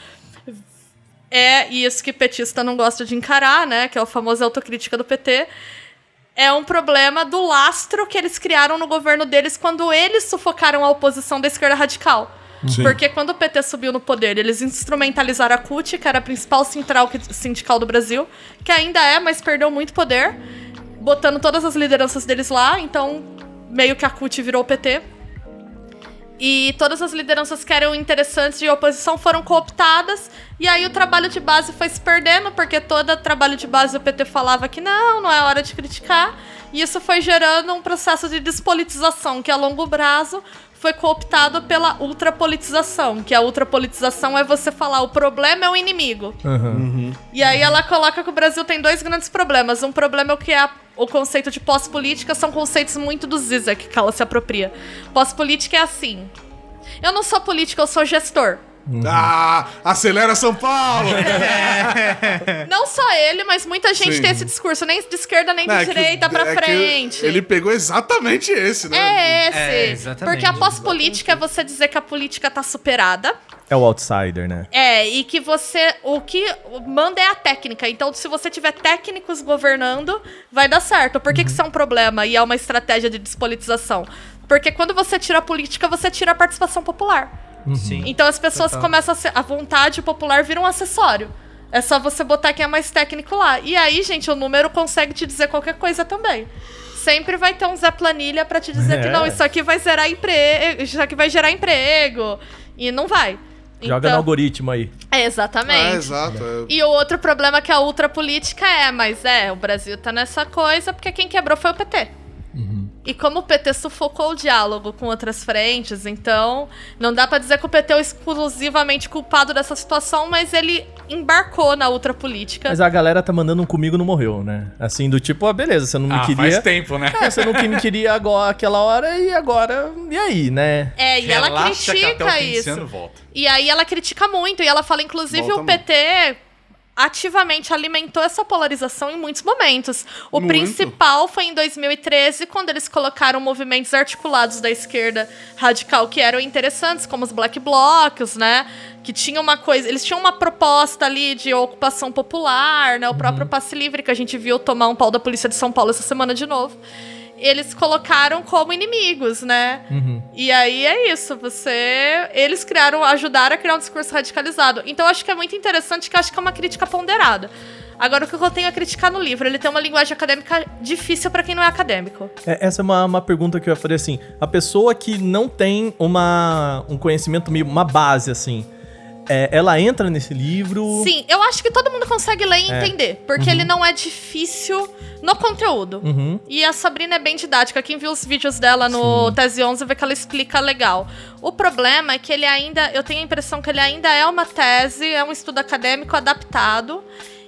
S8: é isso que petista não gosta de encarar, né? Que é o famoso autocrítica do PT é um problema do lastro que eles criaram no governo deles quando eles sufocaram a oposição da esquerda radical. Porque quando o PT subiu no poder, eles instrumentalizaram a CUT, que era a principal central que- sindical do Brasil, que ainda é, mas perdeu muito poder, botando todas as lideranças deles lá, então meio que a CUT virou o PT. E todas as lideranças que eram interessantes de oposição foram cooptadas. E aí o trabalho de base foi se perdendo, porque todo trabalho de base do PT falava que não, não é hora de criticar. E isso foi gerando um processo de despolitização, que a longo prazo foi cooptado pela ultrapolitização. Que a ultrapolitização é você falar o problema é o inimigo. E aí ela coloca que o Brasil tem dois grandes problemas. Um problema é o que é a- o conceito de pós-política, são conceitos muito do Zizek que ela se apropria. Pós-política é assim. Eu não sou político, eu sou gestor.
S7: Ah, acelera São Paulo!
S8: Não só ele, mas muita gente
S7: É. Sim.
S8: tem esse discurso, nem de esquerda nem de
S7: Não, é que o-
S8: direita pra
S7: é que
S8: frente.
S7: Ele pegou exatamente esse, né?
S8: É esse.
S9: É, exatamente.
S8: Porque a pós-política é você dizer que a política tá superada.
S6: É o outsider, né?
S8: É, e que você. O que manda é a técnica. Então, se você tiver técnicos governando, vai dar certo. Por que, que isso é um problema e é uma estratégia de despolitização? Porque quando você tira a política, você tira a participação popular.
S6: Uhum.
S9: Sim.
S8: Então as pessoas começam a ser. A vontade popular vira um acessório. É só você botar quem é mais técnico lá. E aí, gente, o número consegue te dizer qualquer coisa também. Sempre vai ter um Zé Planilha pra te dizer que
S6: É.
S8: não, isso aqui vai zerar emprego. Isso aqui vai gerar emprego. E não vai. Então,
S6: Joga no algoritmo aí.
S8: É, exatamente.
S7: É, exato. é.
S8: E o outro problema que a ultrapolítica é, mas é, o Brasil tá nessa coisa porque quem quebrou foi o PT.
S6: Uhum.
S8: E como o PT sufocou o diálogo com outras frentes, então não dá pra dizer que o PT é exclusivamente culpado dessa situação, mas ele embarcou na ultrapolítica.
S6: Mas a galera tá mandando um comigo não morreu, né? Assim, do tipo, ah, beleza, você não me
S5: Ah,
S6: queria.
S5: faz tempo, né?
S6: É, você não que me queria agora, aquela hora e agora. E aí, né?
S8: É, e ela
S5: Relaxa que até o
S8: critica
S5: fim desse
S8: isso.
S5: ano volta.
S8: E aí ela critica muito, e ela fala, inclusive,
S7: Volta
S8: o PT ativamente alimentou essa polarização em muitos momentos. O
S7: Muito.
S8: principal foi em 2013, quando eles colocaram movimentos articulados da esquerda radical que eram interessantes, como os Black Blocs, né? Que tinha uma coisa. Eles tinham uma proposta ali de ocupação popular,
S7: Uhum.
S8: né? O próprio passe livre, que a gente viu tomar um pau da polícia de São Paulo essa semana de novo. Eles colocaram como inimigos, né?
S7: Uhum.
S8: E aí é isso, você. Eles criaram, ajudaram a criar um discurso radicalizado. Então eu acho que é muito interessante, que eu acho que é uma crítica ponderada. Agora, o que eu tenho a criticar no livro? Ele tem uma linguagem acadêmica difícil pra quem não é acadêmico.
S6: É, essa é uma, uma pergunta que eu ia fazer assim. A pessoa que não tem uma, um conhecimento meio, uma base, assim, é, ela entra nesse livro.
S8: Sim, eu acho que todo mundo consegue ler e entender, porque ele não é difícil no conteúdo.
S6: Uhum.
S8: E a Sabrina é bem didática. Quem viu os vídeos dela no Tese 11 vê que ela explica legal. O problema é que ele ainda. Eu tenho a impressão que ele ainda é uma tese, é um estudo acadêmico adaptado.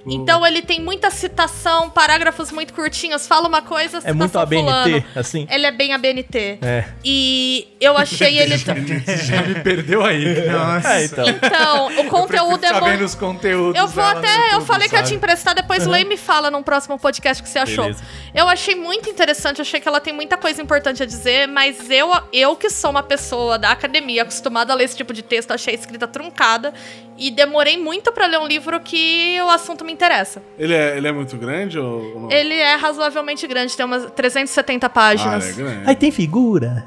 S6: Hum.
S8: Então ele tem muita citação, parágrafos muito curtinhos, fala uma coisa,
S6: É muito
S8: citação
S6: ABNT,
S8: fulano.
S6: assim.
S8: Ele tá é bem ABNT.
S6: É.
S8: E eu achei ele.
S5: Já me perdeu aí.
S6: É, então.
S8: Então, o conteúdo é
S5: Sabendo
S8: bom.
S5: os conteúdos.
S8: Eu vou
S5: dela no
S8: até. Eu
S5: YouTube,
S8: falei que ia te
S5: sabe?
S8: emprestar, depois lê e me fala num próximo podcast que você achou.
S6: Beleza.
S8: Eu achei muito interessante, achei que ela tem muita coisa importante a dizer, mas eu, eu que sou uma pessoa da academia acostumada a ler esse tipo de texto, achei a escrita truncada e demorei muito pra ler um livro que o assunto me interessa.
S7: Ele, é, ele é muito grande ou ou não?
S8: Ele é razoavelmente grande, tem umas 370
S7: Ah,
S8: páginas.
S7: ele é grande.
S6: Aí tem figura.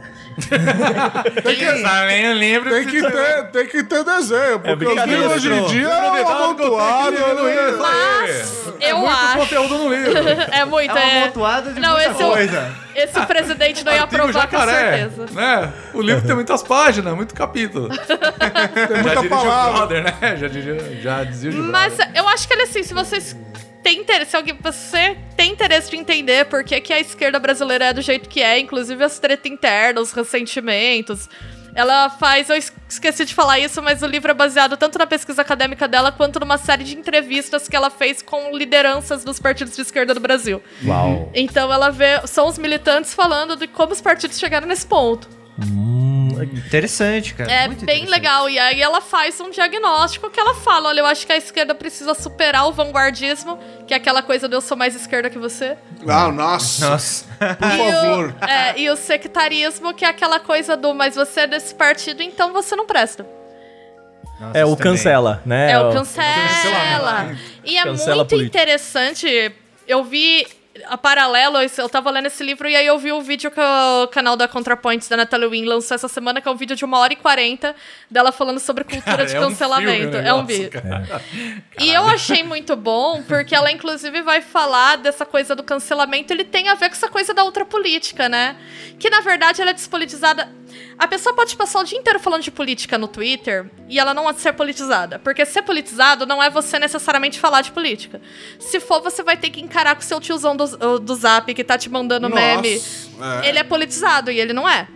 S5: Também eu lembro
S7: Tem que ter, tem que É ter desenho, porque os um
S6: brincadeira,
S7: livros hoje em
S6: Bruno.
S5: Ah,
S7: dia é amaldiçoado. né?
S8: Mas eu eu acho.
S11: conteúdo no livro.
S8: É muito,
S9: É uma
S8: é.
S9: amontoada de
S8: Não,
S9: muita
S8: esse eu-
S9: coisa.
S7: é.
S8: Esse o presidente não ia
S11: Artigo
S8: aprovar, com
S11: jacaré,
S8: certeza.
S11: Né? O livro tem muitas páginas, muito capítulo.
S7: Tem
S5: Já
S7: muita
S5: dirigiu o
S7: palavra.
S5: brother, né? Já dirigiu.
S11: Já dizia o
S8: Mas eu acho que ele assim, se vocês têm interesse, se alguém, você tem interesse de entender por que, que a esquerda brasileira é do jeito que é, inclusive as treta internas, os ressentimentos. Ela faz, eu es- esqueci de falar isso, mas o livro é baseado tanto na pesquisa acadêmica dela quanto numa série de entrevistas que ela fez com lideranças dos partidos de esquerda do Brasil.
S6: Uau.
S8: Então ela vê, são os militantes falando de como os partidos chegaram nesse ponto.
S9: É Interessante, cara.
S8: É
S9: muito
S8: bem
S9: interessante.
S8: legal. E aí ela faz um diagnóstico que ela fala: olha, eu acho que a esquerda precisa superar o vanguardismo, que é aquela coisa de eu sou mais esquerda que você.
S7: Não, nossa.
S9: Nossa.
S7: Por
S8: e,
S7: favor.
S8: O, é, e o sectarismo, que é aquela coisa do mas você é desse partido, então você não presta.
S9: Nossa,
S6: É
S9: isso
S6: o
S9: também.
S6: cancela, né?
S8: É, o cancela. E é
S6: Cancela
S8: muito
S6: política.
S8: interessante. Eu vi a paralelo, eu tava lendo esse livro e aí eu vi o vídeo que o canal da ContraPoints da Natalie Wynn lançou essa semana, que é um vídeo de uma hora e quarenta dela falando sobre cultura
S5: Cara,
S8: de
S5: é um filme o
S8: cancelamento. é um
S5: negócio,
S8: vídeo. E eu achei muito bom, porque ela inclusive vai falar dessa coisa do cancelamento, ele tem a ver com essa coisa da outra política, né? Que na verdade ela é despolitizada. A pessoa pode passar o dia inteiro falando de política no Twitter e ela não ser politizada. Porque ser politizado não é você necessariamente falar de política. Se for, você vai ter que encarar com o seu tiozão do, do zap que tá te mandando
S7: Nossa,
S8: meme.
S7: é.
S8: Ele é politizado e ele não é.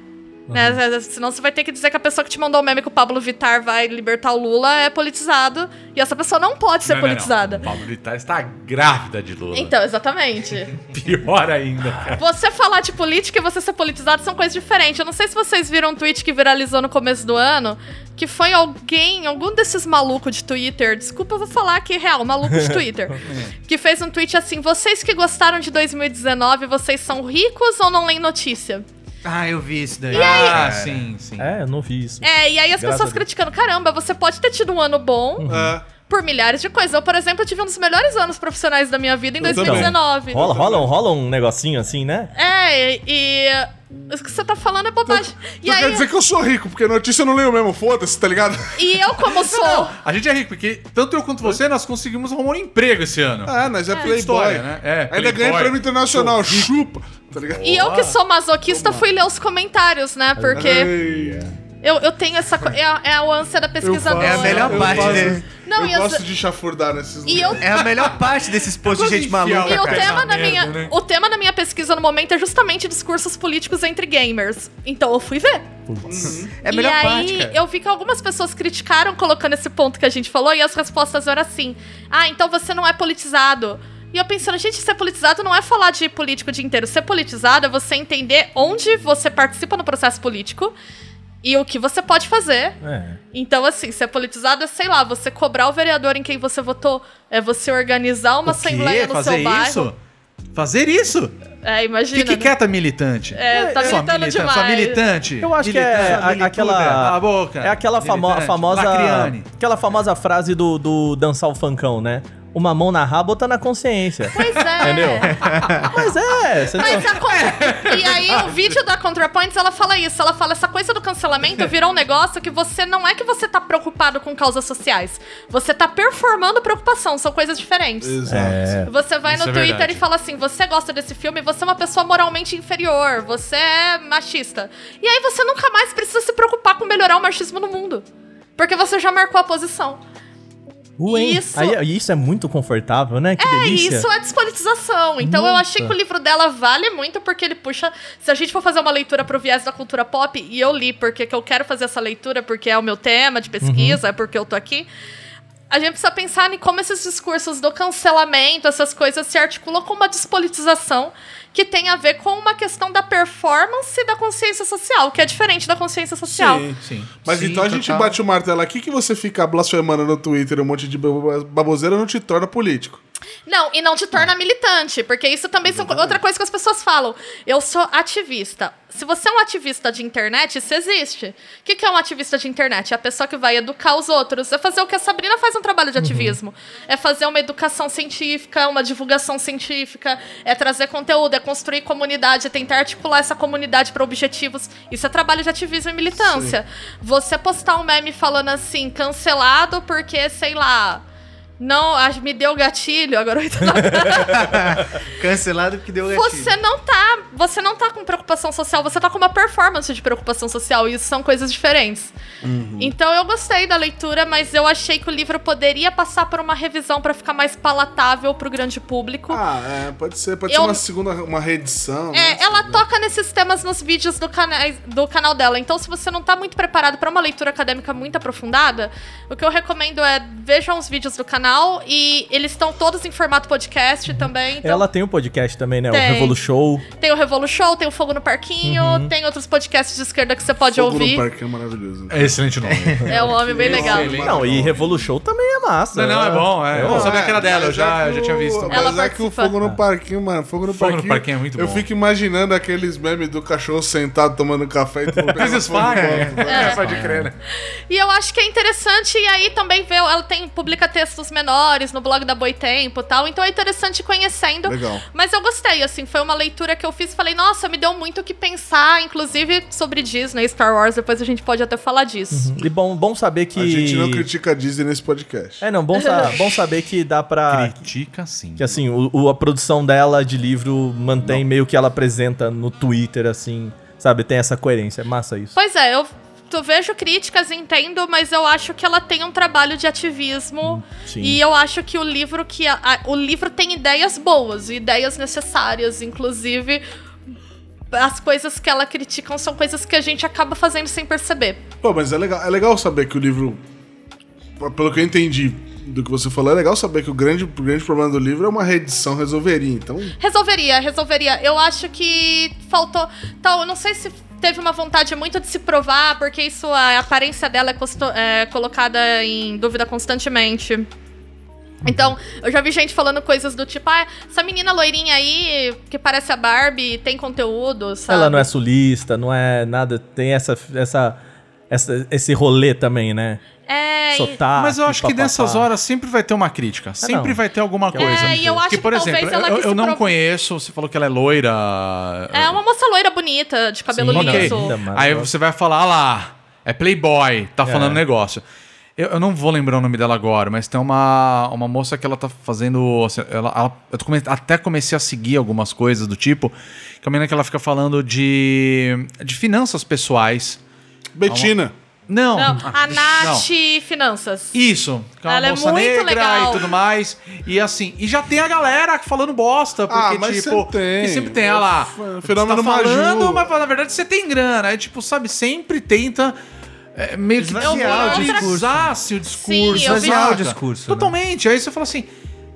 S8: Né? Senão você vai ter que dizer que a pessoa que te mandou o meme que o Pablo Vittar vai libertar o Lula é politizado. E essa pessoa não pode ser
S5: Não, não, não.
S8: politizada.
S5: O Pablo Vittar está grávida de Lula.
S8: Então, exatamente.
S5: Pior ainda, cara.
S8: Você falar de política e você ser politizado são coisas diferentes. Eu não sei se vocês viram um tweet que viralizou no começo do ano, que foi alguém, algum desses malucos de Twitter, desculpa, eu vou falar aqui real, maluco de Twitter,
S5: É.
S8: que fez um tweet assim: vocês que gostaram de 2019, vocês são ricos ou não leem notícia?
S9: Ah, eu vi isso daí.
S5: Ah, sim, sim.
S6: É, eu não vi isso.
S8: É, e aí as
S6: Graças a
S8: pessoas
S6: Deus. Uhum.
S8: criticando: caramba, você pode ter tido um ano bom.
S7: É.
S8: Por milhares de coisas. Eu, por exemplo, tive um dos melhores anos profissionais da minha vida em
S7: Eu também.
S8: 2019.
S6: Rola, rola, um- rola um negocinho assim, né?
S8: É, e- e. Isso que você tá falando é bobagem. E,
S7: Não quer
S8: aí,
S7: dizer que eu sou rico, porque notícia eu não leio mesmo, foda-se, tá ligado?
S8: e eu, como sou.
S11: A gente é rico, porque tanto eu quanto você, nós conseguimos arrumar um emprego esse ano.
S7: Ah, nós é, playboy.
S11: história, né? É,
S7: Ainda
S11: playboy.
S7: ganha prêmio internacional, chupa, tá ligado?
S8: E eu que sou masoquista fui ler os comentários,
S6: É
S8: né? Porque
S7: Ei,
S8: eu, eu tenho essa coisa. É, a- é a ânsia da pesquisadora.
S9: É a melhor
S7: eu
S9: parte
S7: faço-
S9: dele.
S8: Não, e
S7: eu
S8: as-
S7: gosto de chafurdar nesses
S8: E eu
S9: É a melhor parte desses posts de gente maluca,
S8: E o
S9: cara.
S8: tema, da
S5: merda,
S8: minha,
S5: né?
S8: o tema da minha pesquisa no momento é justamente discursos políticos entre gamers. Então eu fui ver.
S9: É a melhor
S8: e aí
S9: parte, cara.
S8: eu vi que algumas pessoas criticaram colocando esse ponto que a gente falou e as respostas eram assim: ah, então você não é politizado. E eu pensando, gente, ser politizado não é falar de político o dia inteiro. Ser politizado é você entender onde você participa no processo político e o que você pode fazer
S6: É.
S8: então, assim, ser politizado é, sei lá, você cobrar o vereador em quem você votou, é você organizar uma
S11: O quê?
S8: assembleia no
S11: Fazer
S8: seu bairro.
S11: isso? Fazer isso?
S8: É, imagina.
S11: Fique
S8: né?
S11: quieta, tá militante.
S8: É, tá
S11: Só
S8: gritando
S11: militante, só
S8: demais.
S11: militante.
S6: Eu acho que é
S11: Militante,
S6: a-
S11: milituda,
S6: aquela-
S11: cala a boca.
S6: É aquela famo-
S11: Militante,
S6: famosa.
S11: Lacriane.
S6: Aquela famosa frase do, do dançar o funkão, né? Uma mão na raba, outra na consciência.
S8: Pois é.
S6: Entendeu? Mas é, você
S8: Mas a con- E aí, o vídeo da ContraPoints, ela fala isso. Ela fala, essa coisa do cancelamento virou um negócio que você não é que você tá preocupado com causas sociais. Você tá performando preocupação, são coisas diferentes.
S7: Exato.
S8: Você vai
S5: Isso
S8: no
S5: é
S8: Twitter
S5: verdade.
S8: e fala assim: você gosta desse filme, você é uma pessoa moralmente inferior, você é machista. E aí você nunca mais precisa se preocupar com melhorar o machismo no mundo. Porque você já marcou a posição.
S6: Ué, hein?
S8: Isso.
S6: Aí- aí isso é muito confortável, né? Que
S8: É,
S6: delícia.
S8: isso é despolitização. Então eu achei que o livro dela vale muito porque ele puxa. Se a gente for fazer uma leitura pro viés da cultura pop, e eu li porque que eu quero fazer essa leitura, porque é o meu tema de pesquisa, é porque eu tô aqui. A gente precisa pensar em como esses discursos do cancelamento, essas coisas, se articulam com uma despolitização que tem a ver com uma questão da performance e da consciência social, que é diferente da consciência social.
S7: Sim.
S11: Sim.
S7: Mas
S9: Sim,
S7: então a gente
S9: total.
S7: bate o martelo aqui que você ficar blasfemando no Twitter um monte de babo- baboseira não te torna político.
S8: Não, e não te torna militante, porque isso também são co- outra coisa que as pessoas falam. Eu sou ativista. Se você é um ativista de internet, isso existe. O que, que é um ativista de internet? É a pessoa que vai educar os outros. É fazer o que a Sabrina faz um trabalho de ativismo. É fazer uma educação científica, uma divulgação científica, é trazer conteúdo, é construir comunidade, é tentar articular essa comunidade para objetivos. Isso é trabalho de ativismo e militância. Você postar um meme falando assim, cancelado porque, sei lá Não, ah, me deu gatilho, agora eu tô na
S9: Cancelado porque deu gatilho.
S8: Você não tá. Você não tá com preocupação social, você tá com uma performance de preocupação social, e isso são coisas diferentes. Então eu gostei da leitura, mas eu achei que o livro poderia passar por uma revisão pra ficar mais palatável pro grande público.
S7: Ah, é, pode ser. Pode
S8: Eu-
S7: ser uma segunda, uma reedição. né?
S8: É, ela toca nesses temas nos vídeos do, cana do canal dela. Então, se você não tá muito preparado pra uma leitura acadêmica muito aprofundada, o que eu recomendo é vejam os vídeos do canal e eles estão todos em formato podcast também. Então,
S6: Ela tem um podcast também, né?
S8: Tem.
S6: O Revolu Show.
S8: tem o Revolu Show, tem o Fogo no Parquinho, tem outros podcasts de esquerda que você pode
S7: Uhum. Fogo
S8: ouvir.
S7: no parque é maravilhoso.
S5: É excelente nome.
S8: É um homem bem legal.
S6: Não, e Revolu Show também é massa.
S5: Não, não, é bom, é. Eu
S7: Não,
S5: sabia
S7: é,
S5: que era dela, eu
S7: mas é
S5: já,
S7: que
S5: eu já
S7: o-
S5: tinha visto.
S7: Mas
S8: Ela tá
S7: é que o
S8: participa.
S7: fogo no parquinho, mano. Fogo no
S5: Fogo no
S7: parquinho.
S5: parquinho é muito
S7: Eu
S5: bom.
S7: fico imaginando aqueles memes do cachorro sentado tomando café e tudo.
S5: Mas isso faz,
S8: É.
S5: pode crer, né?
S8: E eu acho que é interessante, e aí também vê, ela tem, publica textos menores no blog da Boitempo e tal, então é interessante ir conhecendo.
S7: Legal.
S8: Mas eu gostei, assim, foi uma leitura que eu fiz e falei, nossa, me deu muito o que pensar, inclusive sobre Disney, Star Wars, depois a gente pode até falar
S7: Uhum.
S8: disso.
S6: E bom, bom saber que.
S7: A gente não critica a Disney nesse podcast.
S6: É, não, bom, sa- bom saber que dá pra.
S5: Critica sim.
S6: Que assim, o, o- a produção dela de livro mantém meio que ela apresenta no Twitter, assim, sabe? Tem essa coerência. É massa isso.
S8: Pois é, eu tu vejo críticas, entendo, mas eu acho que ela tem um trabalho de
S7: Uhum.
S8: ativismo
S6: Sim.
S8: E eu acho que o livro que a- a- o livro tem ideias boas, ideias necessárias, inclusive as coisas que ela critica são coisas que a gente acaba fazendo sem perceber.
S7: Pô, mas é legal, é legal saber que o livro. Pelo que eu entendi do que você falou, é legal saber que o grande, o grande problema do livro é uma reedição resolveria.
S5: É
S7: Então,
S8: Resolveria, resolveria. Eu acho que faltou, tal, eu não sei se teve uma vontade muito de se provar, porque isso a aparência dela é, costo- é colocada em dúvida
S6: Uhum.
S8: constantemente. Então, eu já vi gente falando coisas do tipo, ah, essa menina loirinha aí, que parece a Barbie, tem conteúdo, sabe?
S6: Ela não é sulista, não é nada. Tem essa. essa, essa- esse rolê também, né?
S8: É, e-
S6: Sotaque,
S11: Mas eu acho que
S6: Ah, papapá.
S11: nessas horas sempre vai ter uma crítica. Sempre
S6: não.
S11: vai ter alguma
S6: É,
S11: coisa.
S8: e eu acho
S11: que, por
S8: que talvez
S11: exemplo,
S8: ela
S11: eu,
S8: quis
S11: eu
S8: se
S11: não
S8: provar.
S11: conheço, você falou que ela é loira.
S8: É uma moça loira bonita, de cabelo
S11: Sim, ok.
S8: liso.
S6: Ainda mais.
S11: Aí você vai falar, ah lá, é Playboy, tá falando negócio. Eu, eu não vou lembrar o nome dela agora, mas tem uma, uma moça que ela tá fazendo. assim, ela, ela- eu come- até comecei a seguir algumas coisas do tipo. Que é uma menina que ela fica falando de, de finanças pessoais.
S7: Betina.
S11: Não,
S8: Não,
S11: ah,
S8: a Nath
S11: não.
S8: Finanças.
S11: Isso, que é uma
S8: Ela é
S11: moça
S8: muito
S11: negra
S8: legal.
S11: e tudo mais. E assim, e já tem a galera falando bosta, porque,
S7: Ah, mas
S11: tipo,
S7: sempre tem.
S11: que sempre tem, olha lá.
S7: F- fenômeno
S11: você tá
S7: Maju.
S11: falando, mas na verdade você tem grana. Aí, tipo, sabe, sempre tenta. é, meio que
S9: Esvaziar
S8: o
S11: desviar,
S8: discurso.
S11: desviar-se o discurso.
S8: eu vi.
S11: saca?
S9: o discurso, né?
S11: Totalmente. Aí você fala assim: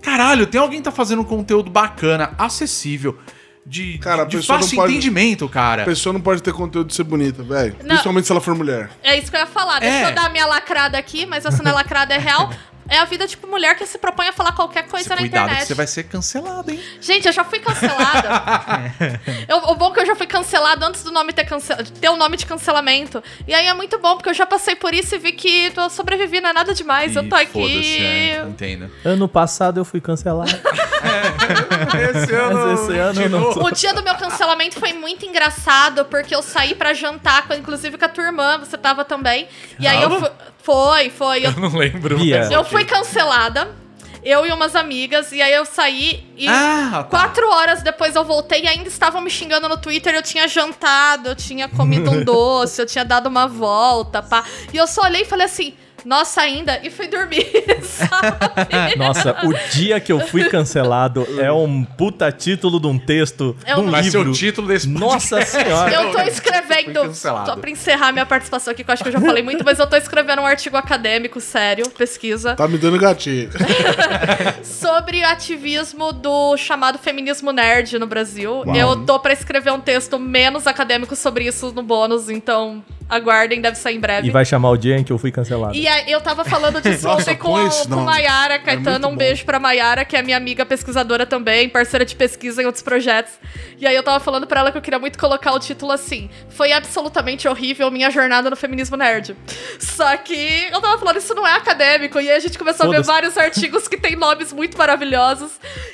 S11: caralho, tem alguém que tá fazendo um conteúdo bacana, acessível, de,
S7: Cara, a
S11: de
S7: pessoa
S11: fácil
S7: não pode-
S11: entendimento,
S5: É.
S11: cara.
S7: A pessoa não pode ter conteúdo de ser bonita, velho.
S8: Não.
S7: Principalmente se ela for mulher.
S8: É isso que eu ia falar.
S11: É.
S8: Deixa eu dar minha lacrada aqui, mas essa não é lacrada, é real. É a vida, tipo, mulher que se propõe a falar qualquer coisa na
S11: Cuidado
S8: internet.
S11: que você vai ser cancelado, hein?
S8: Gente, eu já fui cancelada. eu, o bom é que eu já fui cancelada antes do nome ter, cance... ter o nome de cancelamento. E aí é muito bom, porque eu já passei por isso e vi que eu sobrevivi, não é nada demais. eu tô
S11: Ih, foda-se,
S8: aqui.
S11: é, entendo.
S6: Ano passado eu fui cancelado.
S11: Esse
S6: Mas esse ano eu não tô.
S8: O dia do meu cancelamento foi muito engraçado, porque eu saí pra jantar, com- inclusive com a tua irmã, você tava também. E aí eu fui. Foi, foi. Eu,
S5: Eu não lembro.
S6: Bia.
S8: eu fui cancelada. Eu e umas amigas, e aí eu saí e.
S11: Ah, tá.
S8: Quatro horas depois eu voltei e ainda estavam me xingando no Twitter. Eu tinha jantado, eu tinha comido um doce, eu tinha dado uma volta, pá. E eu só olhei e falei assim, nossa, ainda, e fui dormir, sabe?
S6: É, Nossa, o dia que eu fui cancelado é um puta título de um texto,
S8: É
S6: de
S8: um-
S6: um
S8: Vai
S5: Vai ser o
S6: livro.
S5: título desse
S6: Nossa senhora.
S8: Eu tô escrevendo.
S11: Fui cancelado.
S8: Só pra encerrar minha participação aqui, que eu acho que eu já falei muito, mas eu tô escrevendo um artigo acadêmico, sério, pesquisa,
S7: Tá me dando gatilho.
S8: sobre o ativismo do chamado feminismo nerd no Brasil. Eu tô pra escrever um texto menos acadêmico sobre isso no bônus, então aguardem, deve sair em breve.
S6: E vai chamar o dia em que eu fui cancelado.
S8: E aí, eu tava falando disso
S7: Nossa,
S8: ontem com,
S7: põe
S8: a-
S7: esse
S8: com
S7: nome. É
S8: Maiara Caetano.
S7: muito
S8: um
S7: bom.
S8: beijo pra Maiara, que é minha amiga pesquisadora também, parceira de pesquisa em outros projetos. E aí eu tava falando pra ela que eu queria muito colocar o título assim: Foi absolutamente horrível minha jornada no feminismo nerd. Só que eu tava falando, isso não é acadêmico. E aí a gente começou a ver
S6: Foda-se.
S8: vários artigos que tem nomes muito maravilhosos.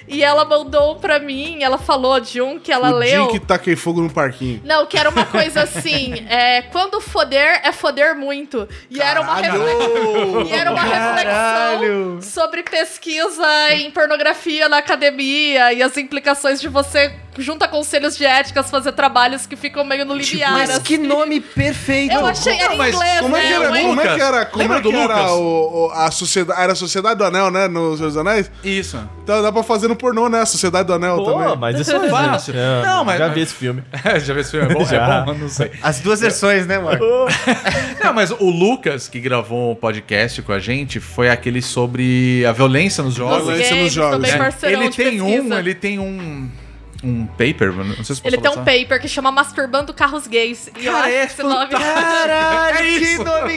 S8: E ela mandou um pra mim, ela falou de um que ela
S7: o
S8: leu.
S7: dia que taquei fogo no parquinho.
S8: Não, que era uma coisa assim. é, quando foder é foder muito. E era uma,
S7: Caralho!
S8: refle- e era uma reflexão
S9: Caralho!
S8: sobre pesquisa em pornografia na academia e as implicações de você, junta conselhos de éticas, fazer trabalhos que ficam meio no limiar.
S9: Mas
S8: assim.
S9: que nome perfeito!
S8: Eu achei, era
S11: Não,
S8: em
S11: mas
S8: inglês,
S7: Como é que
S8: né?
S7: era?
S8: Mas-
S7: Como é que era?
S5: Lucas?
S7: Como é
S5: Lembra
S7: que
S5: do
S7: era
S5: Lucas?
S7: o, o- a sociedade. Era a Sociedade do Anel, né? Nos Seus Anéis?
S11: Isso.
S7: Então dá pra fazer no pornô, né? A Sociedade do Anel
S6: Pô,
S7: também.
S6: mas isso é
S11: Fácil.
S6: É,
S11: Não, mas-
S6: Já vi esse filme.
S5: Já vê se filme é bom?
S6: Já.
S5: É bom, não sei.
S9: As duas versões, né, Marco?
S5: Não, mas o Lucas, que gravou um podcast com a gente, foi aquele sobre a violência
S8: Nos
S5: nos jogos.
S7: Violência
S8: games,
S7: nos jogos,
S8: também
S7: né?
S8: parceirão
S5: Ele
S8: de
S5: tem um,
S8: pesquisa.
S5: ele tem um. Um paper? Não sei se posso
S8: Ele tem um
S5: falar
S8: paper que chama Masturbando Carros Gays. E eu
S11: Cara,
S8: acho
S11: é
S8: que esse nome-
S9: Caralho,
S5: É
S9: que
S5: isso.
S9: nome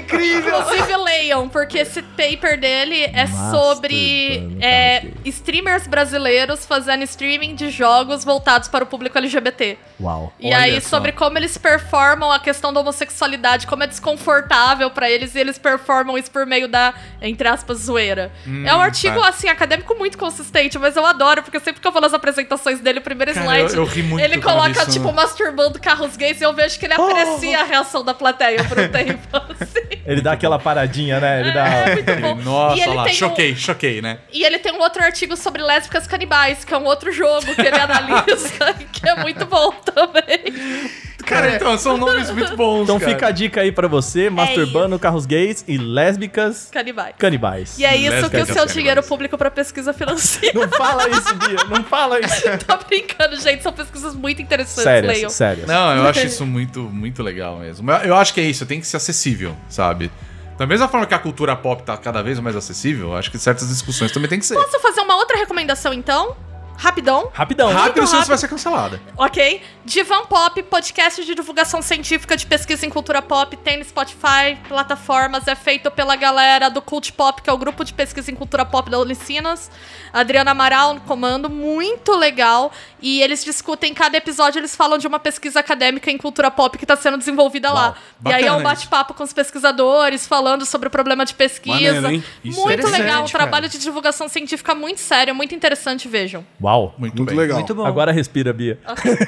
S9: incrível!
S8: Inclusive leiam, porque esse paper dele é sobre é, streamers brasileiros fazendo streaming de jogos voltados para o público LGBT.
S6: Uau.
S8: E aí, sobre como eles performam a questão da homossexualidade, como é desconfortável pra eles, e eles performam isso por meio da, entre aspas, zoeira.
S5: Hum,
S8: é um artigo,
S5: tá.
S8: assim, acadêmico muito consistente, mas eu adoro, porque sempre que eu vou nas apresentações dele, o primeiro
S5: Cara,
S8: slide,
S5: eu- eu ri muito
S8: ele
S5: quando eu vi
S8: coloca,
S5: isso, Oh!
S8: tipo,
S5: né?
S8: masturbando carros gays, e eu vejo que ele aprecia a reação da plateia por um tempo, assim.
S6: Ele dá aquela paradinha, né? Ele dá.
S8: É muito bom. e
S5: Ah, Nossa,
S8: ele
S5: lá,
S8: tem um-
S5: choquei, choquei, né?
S8: e ele tem um outro artigo sobre lésbicas canibais, que é um outro jogo que ele analisa, que é muito bom também.
S5: Cara, então, são nomes muito bons,
S6: Então
S5: cara.
S6: fica a dica aí pra você,
S8: É
S6: masturbando carros gays e lésbicas
S8: Canibais.
S6: canibais.
S8: E é isso que o
S5: Lésbicas
S8: seu
S5: canibais.
S8: dinheiro público pra pesquisa financeira.
S6: Não fala isso, Bia, não fala isso.
S8: Tô brincando, gente. São pesquisas muito interessantes, leiam.
S6: Sério, sério.
S5: Não, eu acho isso muito, muito legal mesmo. Eu, eu acho que é isso, tem que ser acessível, sabe? Da mesma forma que a cultura pop tá cada vez mais acessível, eu acho que certas discussões também tem que ser.
S8: Posso fazer uma outra recomendação, então? Rapidão,
S6: Rapidão.
S5: Rápido, senão
S8: rápido.
S5: você vai ser cancelada.
S8: ok? Divan Pop, podcast de divulgação científica de pesquisa em cultura pop, tem no Spotify, plataformas, é feito pela galera do Cult Pop, que é o grupo de pesquisa em cultura pop da Unicinas. Adriana Amaral no comando, muito legal. E eles discutem, cada episódio eles falam de uma pesquisa acadêmica em cultura pop que tá sendo desenvolvida lá. E aí é
S5: Bacana
S8: um
S5: isso.
S8: bate-papo com os pesquisadores, falando sobre o problema de pesquisa.
S7: Maneiro, hein? Isso é
S8: muito
S9: interessante,
S8: legal, um
S9: cara.
S8: trabalho de divulgação científica muito sério, muito interessante, vejam.
S6: Uau.
S5: Muito,
S7: Muito
S5: bem.
S7: legal.
S9: Muito bom.
S6: Agora respira, Bia.
S7: Tem um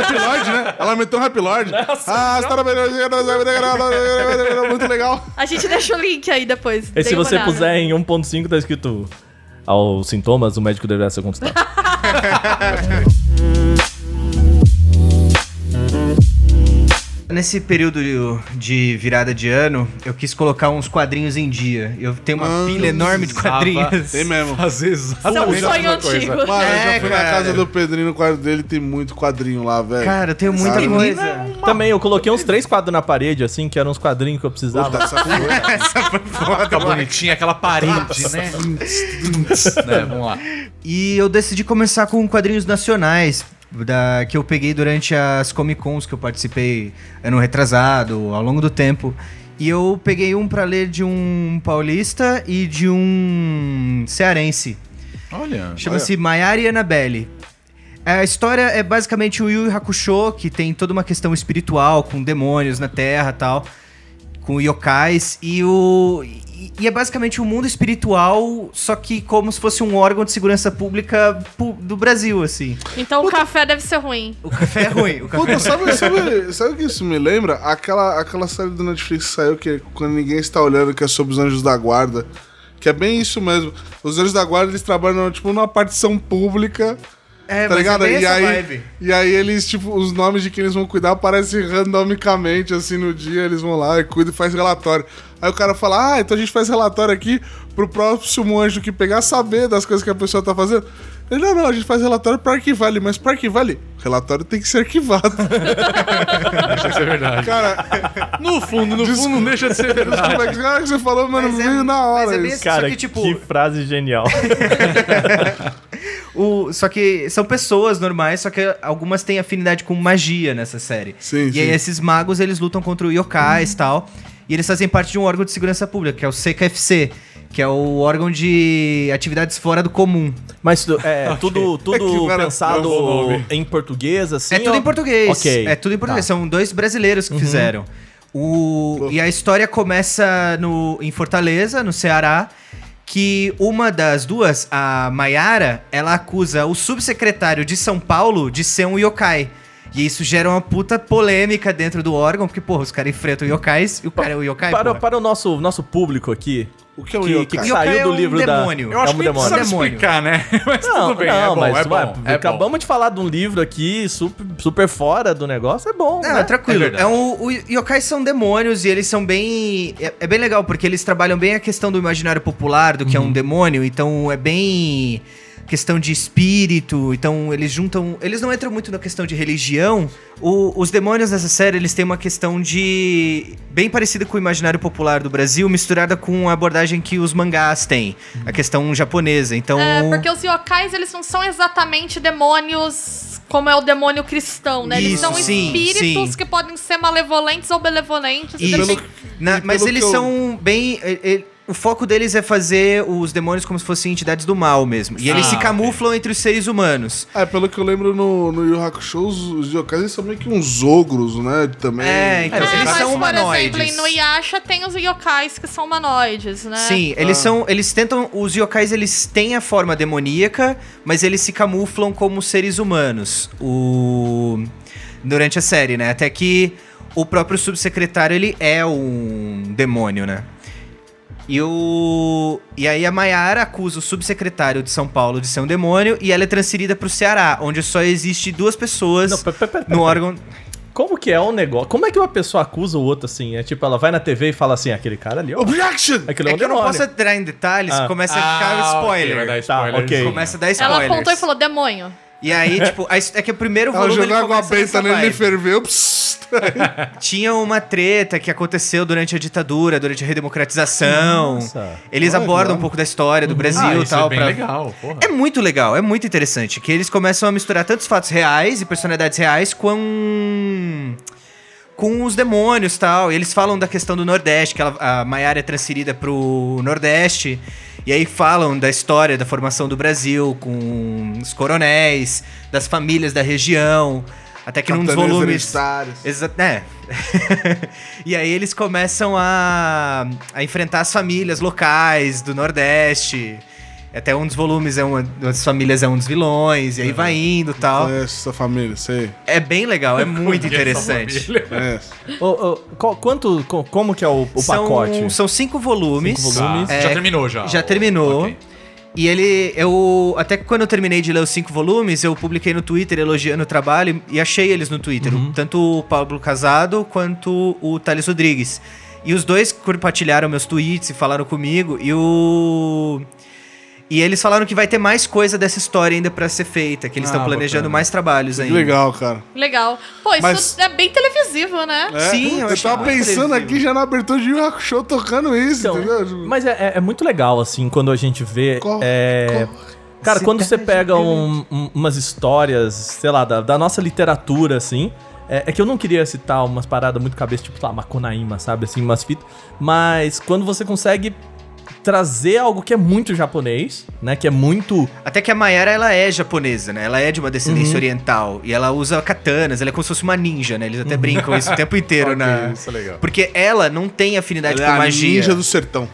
S7: Happy Lord, né? Ela meteu um Happy Lord. Ah, está Muito legal.
S8: A gente deixa o link aí depois.
S6: E se
S8: Deem uma
S6: você
S8: olhada.
S6: puser em 1.5, tá escrito aos sintomas, o médico deverá ser consultado.
S9: Nesse período de- de virada de ano, eu quis colocar uns quadrinhos em dia. Eu tenho uma pilha enorme de quadrinhos.
S7: Ah, Tem mesmo.
S5: Fazer
S8: Isso é um
S5: exatamente a
S8: sonho
S5: mesma
S8: antigo.
S5: coisa.
S7: Mano, eu já
S9: É,
S7: fui na
S9: cara.
S7: casa do Pedrinho, no quarto dele tem muito quadrinho lá, velho.
S9: Cara, eu tenho muita
S7: Sabe?
S9: coisa.
S6: Também, eu coloquei uns três quadros na parede, assim, que eram uns quadrinhos que eu
S7: Puta,
S6: precisava.
S7: essa foi-
S5: Fica bonitinha aquela parede, né? né? Vamos lá.
S9: E eu decidi começar com quadrinhos nacionais. Da, que eu peguei durante as Comic Cons que eu participei ano retrasado, ao longo do tempo. E eu peguei um pra ler de um paulista e de um cearense.
S5: Olha.
S9: Chama-se Maiara e Annabelle. A história é basicamente o Yu Yu Hakusho, que tem toda uma questão espiritual, com demônios na Terra e tal, com yokais, e o... E, e é basicamente o mundo espiritual, só que como se fosse um órgão de segurança pública pu- do Brasil, assim.
S8: Então o café deve ser ruim.
S9: O café é ruim, o café
S7: Puta, sabe, sabe, sabe o que isso me lembra? Aquela, aquela série do Netflix que saiu que é quando ninguém está olhando, que é sobre os anjos da guarda. Que é bem isso mesmo. Os anjos da guarda, eles trabalham, tipo, numa partição pública.
S9: é,
S7: tá
S9: mas
S7: ligado?
S9: é bem
S7: e,
S9: essa
S7: aí,
S9: vibe.
S7: e aí eles, tipo, os nomes de quem eles vão cuidar aparecem randomicamente, assim, no dia. Eles vão lá e cuidam e faz relatório. Aí o cara fala, ah, então a gente faz relatório aqui pro próximo anjo que pegar saber das coisas que a pessoa tá fazendo. Ele, não, não, a gente faz relatório pra arquivar ele, mas pra arquivar ele, relatório tem que ser arquivado.
S5: Isso é verdade.
S7: Cara,
S5: No fundo, no fundo, não deixa de ser verdade.
S7: como é que cara, que você falou, mano,
S9: Mas é-
S7: veio na hora
S9: mas é bem
S7: isso.
S6: Cara,
S9: Só que, tipo-
S6: que frase genial.
S9: O- só que são pessoas normais, só que algumas têm afinidade com magia nessa série.
S7: Sim,
S9: e
S7: sim. Uhum.
S9: aí esses magos, eles lutam contra o yokais e tal. E eles fazem parte de um órgão de segurança pública, que é o CKFC. Que é o órgão de atividades fora do comum.
S6: Mas é tudo,
S7: que
S6: tudo
S7: maravilha.
S6: pensado
S7: Eu vou nome.
S6: em português, assim?
S9: é tudo
S6: ou-
S9: em português.
S6: Ok. Tá. Uhum.
S9: É tudo em português. São dois brasileiros que fizeram. O, e a história começa no, em Fortaleza, no Ceará, que uma das duas, a Maiara, ela acusa o subsecretário de São Paulo de ser um yokai. E isso gera uma puta polêmica dentro do órgão, porque, porra, os caras enfrentam yokais e o cara é o yokai.
S6: para,
S9: porra.
S6: para o nosso, nosso público aqui,
S7: O que é o
S6: que, que
S7: Yokai?
S9: Yokai
S6: saiu
S9: é
S6: do
S9: um
S6: livro
S9: demônio.
S6: da...
S5: Eu acho
S6: é um
S5: que
S6: demônio.
S5: não precisa
S9: demônio.
S5: explicar, né? Mas
S6: Não,
S5: tudo bem, é
S6: não,
S5: bom,
S6: mas
S5: é bom.
S6: vai,
S5: é bom.
S6: acabamos de falar de um livro aqui super, super fora do negócio, é bom,
S9: Não,
S6: né?
S9: tranquilo.
S5: É
S9: É
S5: verdade.
S9: um- o yokais são demônios e eles são bem. É, é bem legal, porque eles trabalham bem a questão do imaginário popular, do que é um demônio, então é bem. Questão de espírito, então eles juntam. Eles não entram muito na questão de religião. O- os demônios nessa série, eles têm uma questão de. bem parecida com o imaginário popular do Brasil, misturada com a abordagem que os mangás têm, a questão japonesa. Então.
S8: É, porque os yokais, eles não são exatamente demônios como é o demônio cristão, né? Eles
S9: Isso,
S8: são
S9: sim,
S8: espíritos
S9: sim.
S8: que podem ser malevolentes ou benevolentes. Então,
S9: Isso.
S8: depende-
S9: Na-
S7: E
S9: mas
S7: pelo
S9: eles
S7: que eu-
S9: são bem. e- e- o foco deles é fazer os demônios como se fossem entidades do mal mesmo. E eles
S5: Ah,
S9: se
S5: ok.
S9: camuflam entre os seres humanos.
S7: É, pelo que eu lembro no, no Yu Hakusho, os, os yokais eles são meio que uns ogros, né? Também.
S9: É, então,
S8: É,
S9: eles
S8: mas,
S9: são
S8: por
S9: humanoides.
S8: exemplo, em no Yasha tem os yokais que são humanoides, né?
S9: Sim,
S6: Ah.
S9: eles são. Eles tentam. Os yokais eles têm a forma demoníaca, mas eles se camuflam como seres humanos. O. Durante a série, né? Até que o próprio subsecretário ele é um demônio, né? E o. E aí a Maiara acusa o subsecretário de São Paulo de ser um demônio e ela é transferida pro Ceará, onde só existe duas pessoas
S6: Não, pera, pera, pera,
S9: no órgão.
S6: Como que é o negócio? Como é que uma pessoa acusa o outro assim? É tipo, ela vai na TV e fala assim, aquele cara ali, ó.
S7: Objection!
S6: Aquele é
S9: É
S6: um
S9: que eu não
S6: demônio.
S9: posso entrar em detalhes,
S6: Ah.
S9: começa a
S5: Ah,
S9: ficar
S5: ok,
S9: spoiler.
S5: vai dar
S6: Tá,
S5: spoiler.
S6: ok.
S9: Começa a dar
S8: Ela
S9: spoilers.
S8: apontou e falou, demônio.
S9: E aí, tipo, a his- é que o primeiro
S7: Ela
S9: volume ele
S7: jogou água
S9: começa
S7: benta
S9: nessa
S7: nele e
S9: vibe. É
S7: ferveu. psst.
S9: Tinha uma treta que aconteceu durante a ditadura, durante a redemocratização.
S6: Nossa.
S9: Eles
S7: Olha,
S9: abordam
S7: mano.
S9: um pouco da história do Brasil
S5: Ah,
S9: e
S5: isso
S9: tal.
S5: é bem
S9: pra-
S5: legal, porra.
S9: É muito legal, é muito interessante. Que eles começam a misturar tantos fatos reais e personalidades reais com. com os demônios e tal. E eles falam da questão do Nordeste, que ela- a Maiara é transferida pro Nordeste. E aí falam da história da formação do Brasil com os coronéis, das famílias da região. Até que num dos
S7: Capitanias
S9: volumes.
S7: hereditárias.
S9: Exato, é. e aí eles começam a, a enfrentar as famílias locais do Nordeste. Até um dos volumes é uma uma das famílias é um dos vilões, e aí vai indo e tal.
S7: Conhece essa família, sei. é.
S9: É bem legal, é muito
S5: Essa
S9: interessante.
S5: família.
S7: Conhece.
S6: Ô, ô, qual- quanto, co- como que é o, o
S9: são,
S6: pacote?
S9: São cinco volumes.
S6: Cinco volumes.
S9: É,
S5: já terminou, já.
S9: Já
S5: o-
S9: terminou.
S5: ok.
S9: E ele, eu. Até que quando eu terminei de ler os cinco volumes, eu publiquei no Twitter elogiando o trabalho e achei eles no Twitter. Tanto o Pablo Casado quanto o Thales Rodrigues. E os dois compartilharam meus tweets e falaram comigo. E o. E eles falaram que vai ter mais coisa dessa história ainda pra ser feita, que eles
S5: Ah,
S9: estão planejando
S5: bacana.
S9: mais trabalhos
S7: Que
S9: ainda.
S7: legal, cara.
S8: Legal. Pô, isso
S7: Mas-
S8: é bem televisivo, né?
S7: É,
S9: Sim, eu
S7: eu,
S9: achei
S7: tava
S9: muito
S7: pensando
S9: previsível.
S7: aqui já na abertura de Yu Hakusho tocando isso,
S6: Então,
S7: entendeu? Tipo,
S6: mas é, é- é muito legal, assim, quando a gente vê.
S7: Corre,
S6: é,
S9: tipo,
S6: Cara, quando você pega um- um- umas histórias, sei lá, da, da nossa literatura, assim. É, é que eu não queria citar umas paradas muito cabeça, tipo, lá, Makunaíma, sabe? Assim, umas fitas. Mas quando você consegue trazer algo que é muito japonês, né? Que é muito.
S9: Até que a Mayara, ela é japonesa, né? Ela é de uma descendência oriental. E ela usa katanas, ela é como se fosse uma ninja, né? Eles até brincam isso o tempo inteiro na...
S5: Isso é legal.
S9: Porque ela não tem afinidade
S7: Ela
S9: com
S7: é a
S9: magia.
S7: ninja do sertão.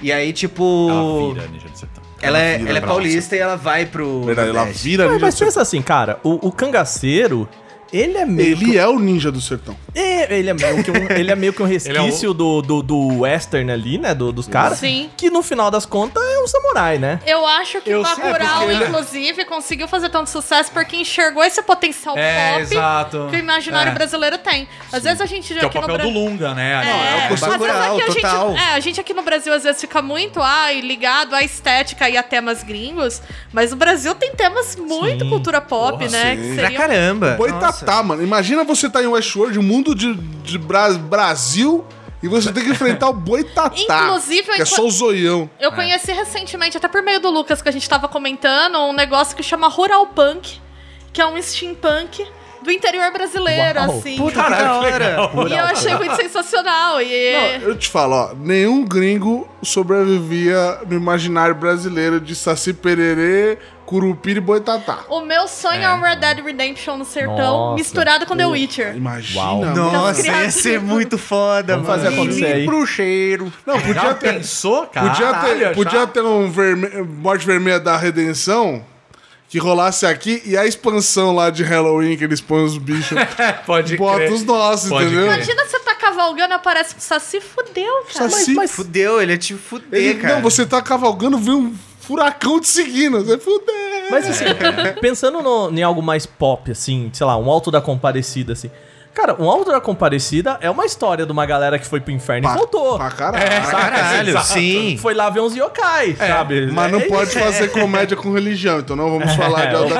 S9: E aí, tipo...
S5: Ela vira Ninja do Sertão.
S9: Ela, é,
S7: vira
S9: ela é
S7: braço.
S9: paulista e ela vai pro...
S7: Verdade, ela
S9: Nordeste.
S7: vira a
S6: Mas-
S7: ninja do
S6: mas
S7: sertão.
S6: pensa assim, cara, o, o cangaceiro, ele é meio.
S7: Ele é o ninja do sertão.
S6: É, ele, é meio que um, ele é meio que um resquício do, do, do western ali, né? do- dos caras.
S8: Sim.
S6: Que no final das contas é um samurai, né?
S8: Eu acho que
S7: Eu
S8: o
S7: sei,
S8: Bacurau,
S7: porque ele-
S8: inclusive, conseguiu fazer tanto sucesso porque enxergou esse potencial
S5: É,
S8: pop
S5: exato.
S8: que o imaginário
S5: É.
S8: brasileiro tem. Às vezes a gente
S5: Que é o
S8: aqui no
S5: papel do
S8: Brasil...
S5: Lunga, né? ali.
S8: É,
S9: o costume
S8: às vezes
S9: rural,
S8: aqui a gente-
S9: total.
S8: é, a gente aqui no Brasil às vezes fica muito ai, ligado à estética e a temas gringos, mas o Brasil tem temas muito cultura pop,
S5: Porra,
S8: né?
S7: sim.
S8: Que
S9: Pra
S8: seriam
S9: caramba. Nossa.
S7: Boitatá, mano. Imagina você tá em Westworld, um mundo de, de Bra- Brasil, e você tem que enfrentar o Boitatá.
S8: Inclusive, eu
S7: que é
S8: enco-
S7: só o zoião.
S8: Eu
S5: É.
S8: conheci recentemente, até por meio do Lucas que a gente tava comentando, um negócio que chama Rural Punk, que é um steampunk do interior brasileiro,
S6: Uau,
S8: assim.
S9: Puta que da hora.
S8: e eu achei muito sensacional. E...
S7: Eu te falo, ó, nenhum gringo sobrevivia no imaginário brasileiro de Saci Pererê, Curupira e Boitatá.
S8: O meu sonho é, um Red Dead Redemption no sertão,
S6: Nossa,
S8: misturado com The Witcher.
S7: Imagina.
S6: Uau.
S7: mano.
S9: Nossa,
S8: criado.
S9: ia ser muito foda,
S6: Vamos
S9: mano.
S6: fazer acontecer aí.
S7: bruxeiro. Não, podia
S5: Já
S7: ter,
S5: pensou, cara?
S7: podia ter, podia ter um verme- morte vermelha da redenção, que rolasse aqui e a expansão lá de Halloween que eles põem os bichos.
S5: Pode
S7: Bota os nossos,
S5: Pode
S7: entendeu?
S5: crer.
S8: Imagina você tá cavalgando, aparece um saci, fudeu, cara.
S7: Saci. Sim.
S9: Fudeu, ele ia te fuder,
S7: Ele-
S9: cara.
S7: não, você tá cavalgando, vê um furacão te seguindo. Você fudeu.
S6: Mas assim, pensando no- em algo mais pop, assim, sei lá, um Alto da Comparecida, assim. Cara, um Alto da Comparecida é uma história de uma galera que foi pro inferno
S7: Pra-
S6: e voltou.
S7: Pra caralho.
S5: É,
S9: Caralho, sim.
S6: Foi lá ver uns yokai, sabe?
S7: Mas não
S6: É
S7: pode fazer comédia com religião, então não
S5: É,
S7: vamos falar de Alda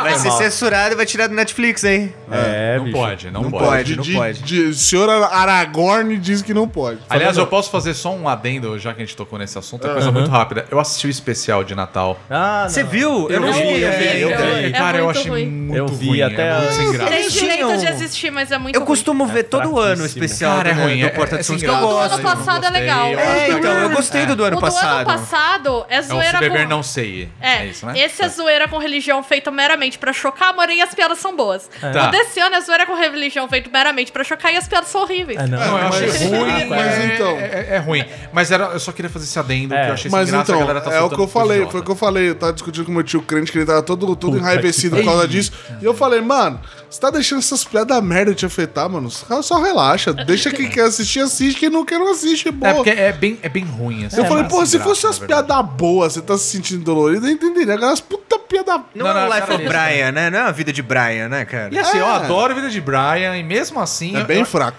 S9: Vai ser
S6: mal.
S9: censurado e vai tirar do Netflix, hein?
S6: É,
S5: não
S6: bicho.
S5: pode, não,
S9: Não
S5: pode.
S9: pode, não
S7: de,
S9: pode.
S7: de- senhor Aragorn diz que não pode.
S5: Aliás, eu posso fazer só um adendo, já que a gente tocou nesse assunto, é coisa muito rápida. Eu assisti o especial de Natal.
S6: Ah, não.
S9: Você viu? Eu não
S5: vi,
S9: vi.
S5: eu
S9: é.
S5: vi, eu
S8: É,
S5: vi.
S8: é
S5: Cara, eu
S8: muito
S5: achei
S8: ruim.
S5: muito
S6: Eu vi
S5: ruim,
S6: até
S5: é muito
S6: a-
S5: sem graça.
S8: Tem direito
S9: Bichinho.
S8: de existir, mas é muito
S9: Eu
S8: ruim.
S9: costumo ver todo
S6: fraquíssimo.
S9: ano o especial
S5: Cara, é
S9: do,
S5: ruim,
S9: né, do
S5: é-
S9: Porta
S5: é
S9: dos Fundos,
S5: sem
S9: que eu
S5: graça.
S8: O do ano
S9: gosto.
S8: passado é legal.
S5: eu
S9: É,
S5: acho
S9: então, eu gostei do do
S8: O
S9: ano
S8: do ano
S9: passado.
S8: passado é
S5: um É um
S8: zoeira
S5: se beber
S8: com...
S5: não sei.
S8: É,
S5: É, isso, né?
S8: esse é zoeira com religião feita meramente pra chocar, porém as piadas são boas.
S5: Tá.
S8: O desse ano é zoeira com religião feita meramente pra chocar e as piadas são horríveis.
S6: É, não.
S5: Não, eu achei
S7: Mas-
S5: ruim, mas
S7: mas
S5: é,
S7: então-
S5: é, é ruim. Mas era, eu só queria fazer esse adendo,
S6: É.
S5: que eu achei sem
S7: Mas
S5: graça, a
S7: então,
S5: galera tá
S7: é o
S5: soltando
S7: que eu
S5: coisa
S7: falei,
S5: idiota.
S7: foi o que eu falei. Eu tava discutindo com meu tio crente, que ele tava todo, todo
S6: Puta
S7: enraivecido
S6: que
S7: por causa
S6: pariu.
S7: disso. E eu falei, mano, você tá deixando essas piadas merda te afetar, mano? Só só relaxa. Deixa quem quer assistir, assiste. Quem não quer, não assiste, boa.
S5: É porque é bem, é bem ruim, assim.
S7: eu falei,
S5: mas
S7: pô,
S5: sem
S7: se
S5: graça,
S7: fosse
S5: na
S7: umas
S5: verdade.
S7: piadas boas, você tá se sentindo dolorido, eu entenderia. Agora as puta piada...
S9: Não,
S5: Não,
S9: é
S5: não,
S9: o Life
S5: cara,
S9: of
S5: isso-
S9: Brian, né? Não é a vida de Brian, né, cara?
S5: E assim, eu
S7: É.
S5: adoro a vida de Brian, e mesmo assim.
S7: É
S5: eu-
S7: bem
S5: eu-
S7: fraco.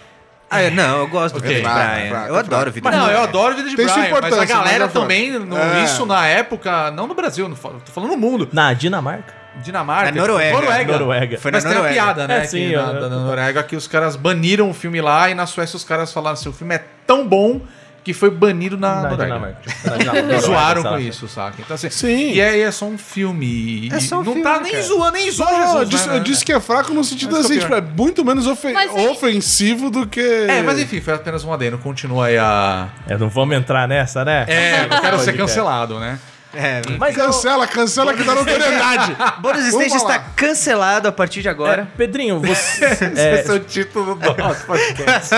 S9: Ah, eu- não, eu gosto do
S5: Ok.
S9: Vida de
S7: Fraca,
S9: Brian.
S7: fraca,
S9: eu adoro
S7: fraca.
S9: a Vida
S5: Mas
S9: de
S5: não,
S9: Brian.
S5: eu adoro a vida de
S7: Tem sua
S5: Brian, mas a
S7: importância,
S5: galera
S7: mas é fraco.
S5: também, no-
S7: É.
S5: isso na época, não no Brasil, não fa- tô falando no mundo,
S6: Na Dinamarca?
S5: Dinamarca,
S9: Na Noruega.
S5: Noruega.
S6: É Noruega.
S9: Foi na
S5: mas tem a
S9: Noruega.
S5: piada, né?
S6: É, sim,
S5: que na,
S6: eu-
S5: da- na Noruega que os caras baniram o filme lá e na Suécia os caras falaram assim, o filme é tão bom que foi banido na,
S6: na
S5: Noruega.
S6: Dinamarca. Tipo, na Dinamarca.
S5: Zoaram
S6: Sei lá.
S5: com isso, saca? Então, assim,
S7: Sim.
S5: E aí é só um filme. E
S9: É só um
S5: não
S9: filme,
S5: tá nem
S9: cara.
S5: zoando, nem zoando
S7: Não, eu
S5: Jesus.
S7: disse,
S5: né,
S7: eu
S5: né?
S7: disse que é fraco no sentido
S5: Mas
S7: assim,
S5: que é
S7: tipo, é muito menos ofe-
S8: Mas-
S7: ofensivo do que.
S5: É, mas enfim, foi apenas um adendo. Continua aí a.
S6: É, não vamos entrar nessa, né?
S5: É, eu quero ser
S6: Podcast.
S5: cancelado, né?
S9: É,
S6: Mas eu-
S7: Cancela, cancela que tá
S5: é
S7: na autoridade.
S9: Bonus
S7: Vamos
S9: Stage
S7: lá.
S9: está cancelado a partir de
S6: é,
S9: agora.
S6: Pedrinho, você. é,
S5: Esse é o título do nosso podcast.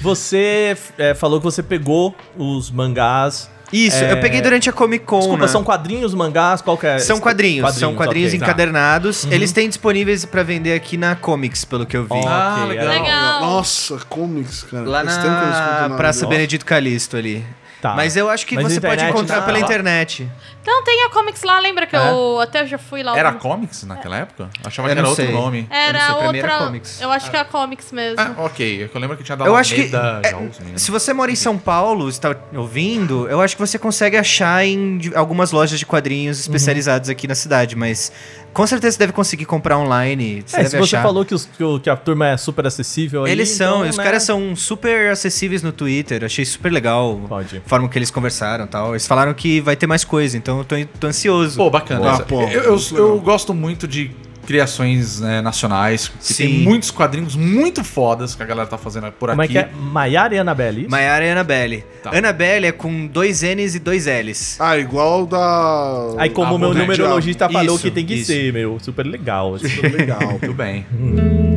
S6: você é, falou que você pegou os mangás.
S9: Isso,
S6: É.
S9: eu peguei durante a Comic Con.
S6: Desculpa,
S9: né?
S6: são quadrinhos, mangás, qual que é?
S9: São quadrinhos, são quadrinhos
S5: tá.
S6: ok. tá.
S5: Uhum.
S9: encadernados. Eles têm disponíveis pra vender aqui na Comics, pelo que eu vi.
S6: Ó,
S5: Ah,
S6: ok,
S5: legal.
S6: é.
S8: Legal.
S7: Nossa, comics, cara.
S9: Lá
S7: Faz tempo que eu não escuto
S9: na
S7: nada.
S9: Praça
S7: Nossa.
S9: Benedito Calixto ali.
S6: Tá.
S9: Mas eu acho que
S6: Mas
S9: você pode
S6: internet
S9: encontrar
S6: não,
S9: pela
S6: tá lá.
S9: internet.
S8: Então tem a Comics lá, lembra que eu até já fui lá.
S5: Era
S8: um-
S5: comics naquela época? Achava
S9: Eu
S5: que era
S9: não
S5: outro
S9: sei.
S5: nome.
S8: Era
S9: Eu não sei, pra mim era
S8: outra.
S9: Comics.
S8: Eu acho que é a Comics mesmo.
S5: Ah, ok. É que Eu lembro que tinha dado
S9: Eu acho que. é,
S5: Jaulson, né?
S9: se você mora em São Paulo, está ouvindo, eu acho que você consegue achar em de- algumas lojas de quadrinhos
S6: Uhum.
S9: especializadas aqui na cidade, mas com certeza você deve conseguir comprar online. Você
S6: É,
S9: deve
S6: se você
S9: achar.
S6: falou que, os- que o- que a turma é super acessível aí,
S9: Eles são,
S6: então,
S9: os
S6: né?
S9: caras são super acessíveis no Twitter, achei super legal
S6: Pode.
S9: a forma que eles conversaram e tal. Eles falaram que vai ter mais coisa, então eu tô, tô ansioso.
S5: Pô, bacana.
S7: Ah,
S5: Essa-
S7: pô,
S5: eu, eu,
S7: muito
S5: eu
S7: legal.
S5: gosto muito de criações né, nacionais. Que tem
S9: Sim.
S5: muitos quadrinhos muito fodas que a galera tá fazendo por
S6: Como é
S5: aqui.
S6: que é? Maiara e Annabelle. isso?
S9: Maiara e Annabelle.
S5: Tá.
S9: Annabelle é com dois N's e dois L's.
S7: Ah, igual da.
S6: Aí como
S5: Ah,
S6: o meu
S5: bom, né?
S6: numerologista
S9: Isso,
S6: falou que tem que
S9: isso.
S6: ser, meu, super legal. assim.
S7: Legal.
S5: Muito bem.
S7: Hum.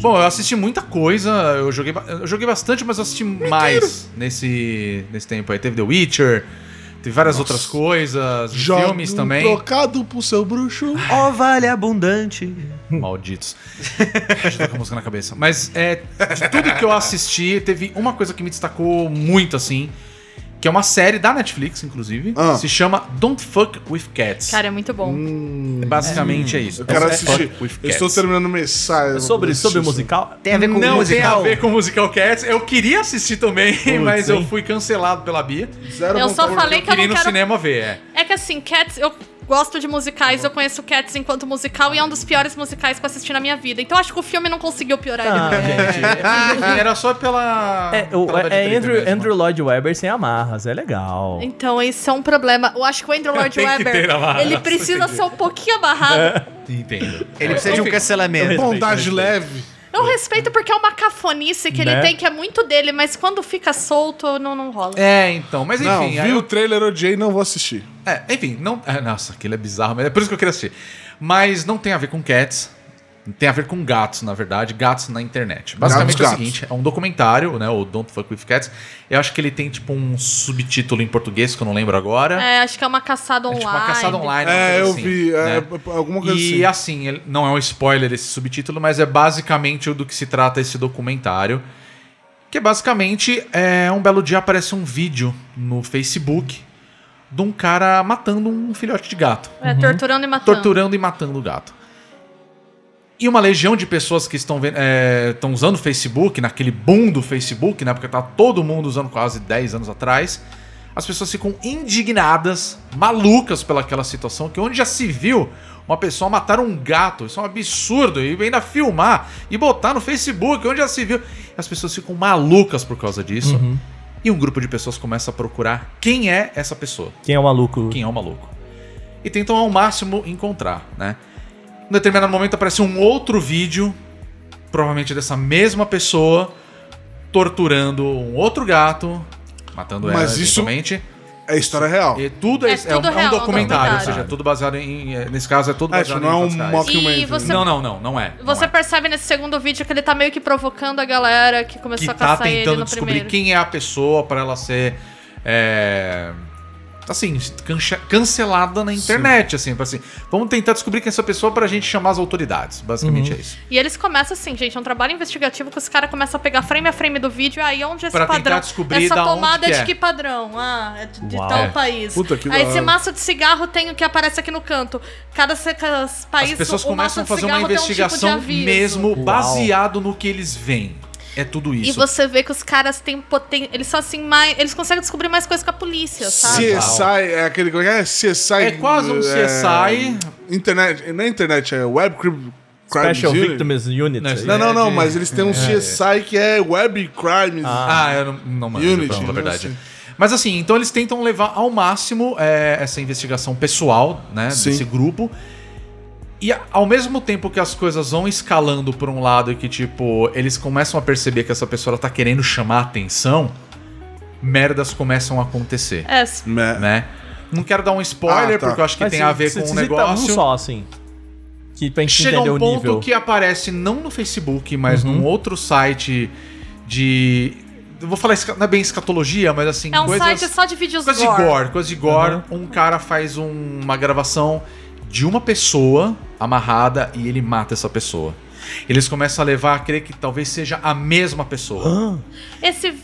S5: Bom, eu assisti muita coisa, eu joguei, ba- eu joguei bastante, mas eu assisti mais nesse, nesse tempo aí. Teve The Witcher, teve várias outras coisas,
S7: Joga
S5: filmes
S7: um
S5: também.
S7: Trocado pro seu bruxo.
S9: Ó, vale abundante.
S5: Malditos. Deixa eu tô com a música na cabeça. Mas é, de tudo que eu assisti, teve uma coisa que me destacou muito, assim, que é uma série da Netflix, inclusive,
S7: Ah.
S5: se chama Don't Fuck With Cats.
S8: Cara, é muito bom.
S5: Basicamente é, isso.
S7: Eu quero
S5: Don't
S7: assistir.
S5: Fuck With
S7: Eu estou
S5: Cats.
S7: terminando mensagem.
S6: É sobre, sobre o musical?
S9: Tem a ver com
S5: não
S9: musical?
S5: tem a ver com o musical Cats. Eu queria assistir também, mas eu
S6: hein?
S5: fui cancelado pela Bia.
S8: Eu só falei
S5: eu
S8: que eu
S5: queria ir
S8: não
S5: no
S8: quero.
S5: cinema ver, é.
S8: É que assim, Cats, eu gosto de
S5: Tá
S8: musicais, eu conheço Cats enquanto musical e é um dos piores musicais que eu assisti na minha vida. Então acho que o filme não conseguiu piorar
S6: Ah,
S8: ele.
S5: é
S6: gente.
S5: Enfim, Era só pela.
S6: É, o-
S5: pela
S6: é
S5: Bad Trip
S6: Andrew,
S5: mesmo.
S6: Andrew Lloyd Webber sem amarras, é legal.
S8: Então, esse é um problema. Eu acho que o Andrew Lloyd
S5: Tem que ter
S8: Webber,
S5: amarrado. É.
S8: ele precisa ser um pouquinho amarrado.
S5: Entendo.
S9: Ele precisa de um
S5: Enfim.
S9: cancelamento.
S7: Bondade leve.
S8: Eu respeito porque é uma cafonice que
S6: Né?
S8: ele tem, que é muito dele, mas quando fica solto, não, não rola.
S5: É, então. Mas enfim.
S7: não,
S5: aí
S7: vi
S5: eu-
S7: o trailer, odiei, não vou assistir.
S5: É, enfim, não. é, nossa, aquilo é bizarro, mas é por isso que eu queria assistir. Mas não tem a ver com Cats. Tem a ver com gatos, na verdade, gatos na internet. Basicamente
S7: Gatos,
S5: é o
S7: gatos.
S5: seguinte, é um documentário, né, o Don't Fuck With Cats. Eu acho que ele tem, tipo, um subtítulo em português que eu não lembro agora.
S8: É, acho que é uma caçada
S5: É
S8: online.
S5: tipo uma caçada online. uma
S7: É,
S5: coisa
S7: eu
S5: assim,
S7: vi. é,
S5: né?
S7: Alguma coisa assim.
S5: E assim, ele- não é um spoiler esse subtítulo, mas é basicamente o do que se trata esse documentário. Que é basicamente é, um belo dia aparece um vídeo no Facebook de um cara matando um filhote de gato.
S8: É, torturando e matando.
S5: Torturando e matando o gato. E uma legião de pessoas que estão vendo, é, estão usando o Facebook, naquele boom do Facebook, na época tá todo mundo usando quase 10 anos atrás. As pessoas ficam indignadas, malucas pelaquela situação, que onde já se viu uma pessoa matar um gato. Isso é um absurdo. E ainda filmar e botar no Facebook, onde já se viu. As pessoas ficam malucas por causa disso. E um grupo de pessoas começa a procurar quem é essa pessoa
S6: Quem é o maluco?
S5: quem é o maluco. E tentam ao máximo encontrar, né? Em determinado momento aparece um outro vídeo, provavelmente dessa mesma pessoa, torturando um outro gato, matando
S7: Mas
S5: ela
S7: isso-
S5: eventualmente.
S7: É história real.
S5: E tudo é,
S8: É
S5: é
S8: tudo
S5: um, é um
S8: real, é um
S5: documentário, ou seja,
S8: documentário.
S5: tudo baseado em. é, Nesse caso é tudo
S7: É,
S5: baseado
S7: tipo, não é
S5: em
S7: um
S5: fatos reais.
S7: mock
S8: E você,
S5: Não, não, não, não é. não
S8: você
S5: é.
S8: percebe nesse segundo vídeo que ele tá meio que provocando a galera que começou
S5: que
S8: a
S5: tá
S8: É caçar ele
S5: tentando
S8: no
S5: descobrir
S8: primeiro.
S5: quem é a pessoa pra ela ser é, assim cancha- cancelada na internet assim, pra assim vamos tentar descobrir quem é essa pessoa pra gente chamar as autoridades basicamente é isso
S8: E eles começam assim, gente, é um trabalho investigativo que os caras começam a pegar frame a frame do vídeo, aí onde é esse
S5: Pra tentar
S8: padrão?
S5: descobrir
S8: essa
S5: da onde
S8: tomada
S5: que
S8: de
S5: é.
S8: que padrão? Ah, é de, de
S6: Uau.
S8: tal
S5: É.
S8: país.
S7: Puta, que
S8: aí
S7: da
S8: esse
S7: hora.
S8: maço de cigarro tem o que aparece aqui no canto. Cada, se- cada país
S5: as pessoas
S8: Tá, o maço
S5: começam a
S8: de
S5: fazer uma
S8: cigarro tem um tipo de
S5: investigação
S8: aviso.
S5: mesmo baseado no que eles veem é tudo
S8: E
S5: isso
S8: você vê que os caras têm potência. Eles são assim, mais. Eles conseguem descobrir mais coisas que a polícia, sabe?
S7: CSI, é aquele. Como é que é? CSI.
S5: é quase um CSI
S7: É, internet. Não é internet, é Web Crime. Crime
S6: Special
S7: Unit.
S6: Victims Unit. é
S5: Não, é isso
S7: Não, não, não,
S5: de-
S7: mas eles têm um CSI que é Web Crimes.
S5: Ah, eu não, não manjo,
S7: Unity, né?
S5: pra
S7: não
S5: falar a verdade.
S7: sei.
S5: Mas assim, então eles tentam levar ao máximo é, essa investigação pessoal, né,
S7: Sim.
S5: desse grupo. E a- ao mesmo tempo que as coisas vão escalando por um lado e que, tipo, eles começam a perceber que essa pessoa ela tá querendo chamar a atenção, merdas começam a acontecer,
S8: É,
S7: Me-
S5: né? Não quero dar um spoiler,
S7: Ah, tá.
S5: porque eu acho que tem a ver com o negócio.
S6: um só, assim. Que pra gente
S5: Chega
S6: entender
S5: um
S6: o
S5: ponto
S6: nível. Uhum.
S5: que aparece não no Facebook, mas num outro site de. eu Vou falar, esca- não é bem escatologia, mas assim.
S8: é um
S5: coisas,
S8: site só de vídeos
S5: coisas de gore. Coisas de gore.
S6: Uhum.
S5: Um cara faz um- uma gravação de uma pessoa amarrada e ele mata essa pessoa. Eles começam a levar a crer que talvez seja a mesma pessoa.
S8: Esse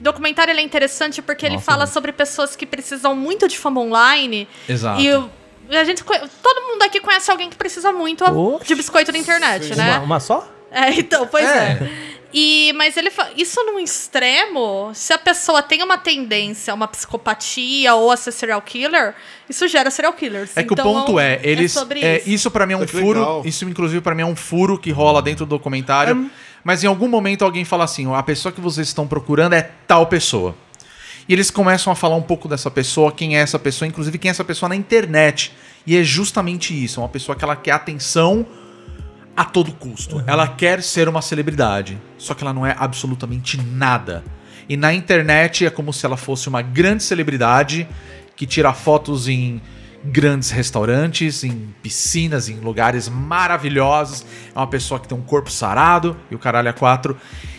S8: documentário ele é interessante porque ele
S6: Nossa,
S8: fala
S6: mano.
S8: sobre pessoas que precisam muito de fama online.
S5: Exato.
S8: E o- a gente. conhe- Todo mundo aqui conhece alguém que precisa muito
S6: Oxe.
S8: de biscoito na internet, né?
S6: uma, uma só?
S8: É, então, pois é.
S5: É.
S8: E, mas ele fa- isso num extremo, se a pessoa tem uma tendência, uma psicopatia ou a ser serial killer, isso gera serial killers.
S5: É que
S8: Então,
S5: o ponto é, eles.
S8: sobre
S5: é,
S8: isso.
S5: isso pra mim é um
S7: Tá que
S5: furo.
S7: legal.
S5: Isso, inclusive, pra mim é um furo que rola dentro do documentário. Mas em algum momento alguém fala assim: "Ó, a pessoa que vocês estão procurando é tal pessoa. E eles começam a falar um pouco dessa pessoa, quem é essa pessoa, inclusive quem é essa pessoa na internet. E é justamente isso: é uma pessoa que ela quer atenção a todo custo. Ela quer ser uma celebridade, só que ela não é absolutamente nada. E na internet é como se ela fosse uma grande celebridade que tira fotos em grandes restaurantes, em piscinas, em lugares maravilhosos. É uma pessoa que tem um corpo sarado e o caralho é quatro.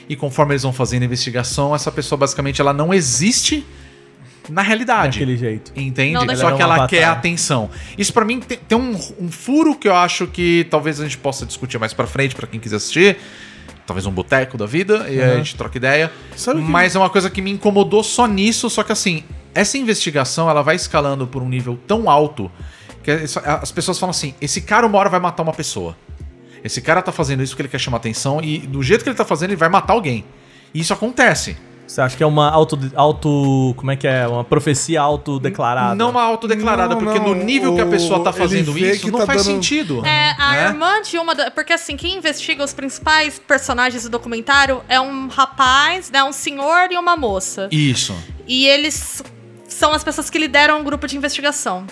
S5: E conforme eles vão fazendo a investigação, essa pessoa basicamente ela não existe na realidade.
S6: Daquele jeito.
S5: Entende?
S8: Não,
S5: Só
S8: daquele-
S5: que
S6: Ela é um
S5: ela
S6: avatar.
S5: quer atenção. Isso pra mim tem, tem um, um furo que eu acho que talvez a gente possa discutir mais pra frente pra quem quiser assistir. Talvez um boteco da vida e a gente troca ideia.
S7: Sabe que-
S5: Mas é uma coisa que me incomodou só nisso, só que assim, essa investigação ela vai escalando por um nível tão alto que as as pessoas falam assim: esse cara uma hora vai matar uma pessoa. Esse cara tá fazendo isso porque ele quer chamar atenção e do jeito que ele tá fazendo, ele vai matar alguém. E isso acontece.
S6: Você acha que é uma auto, auto. Como é que é? Uma profecia autodeclarada?
S5: Não uma autodeclarada,
S7: Não,
S5: porque
S7: não,
S5: no nível que a pessoa tá
S7: o-
S5: fazendo
S7: ele vê
S5: isso,
S7: que
S5: não
S7: tá
S5: faz
S7: dando-
S5: sentido.
S8: É, a
S5: né?
S8: irmã de uma. da- Porque assim, quem investiga os principais personagens do documentário é um rapaz, né? Um senhor e uma moça.
S5: Isso.
S8: E eles são as pessoas que lideram um grupo de investigação.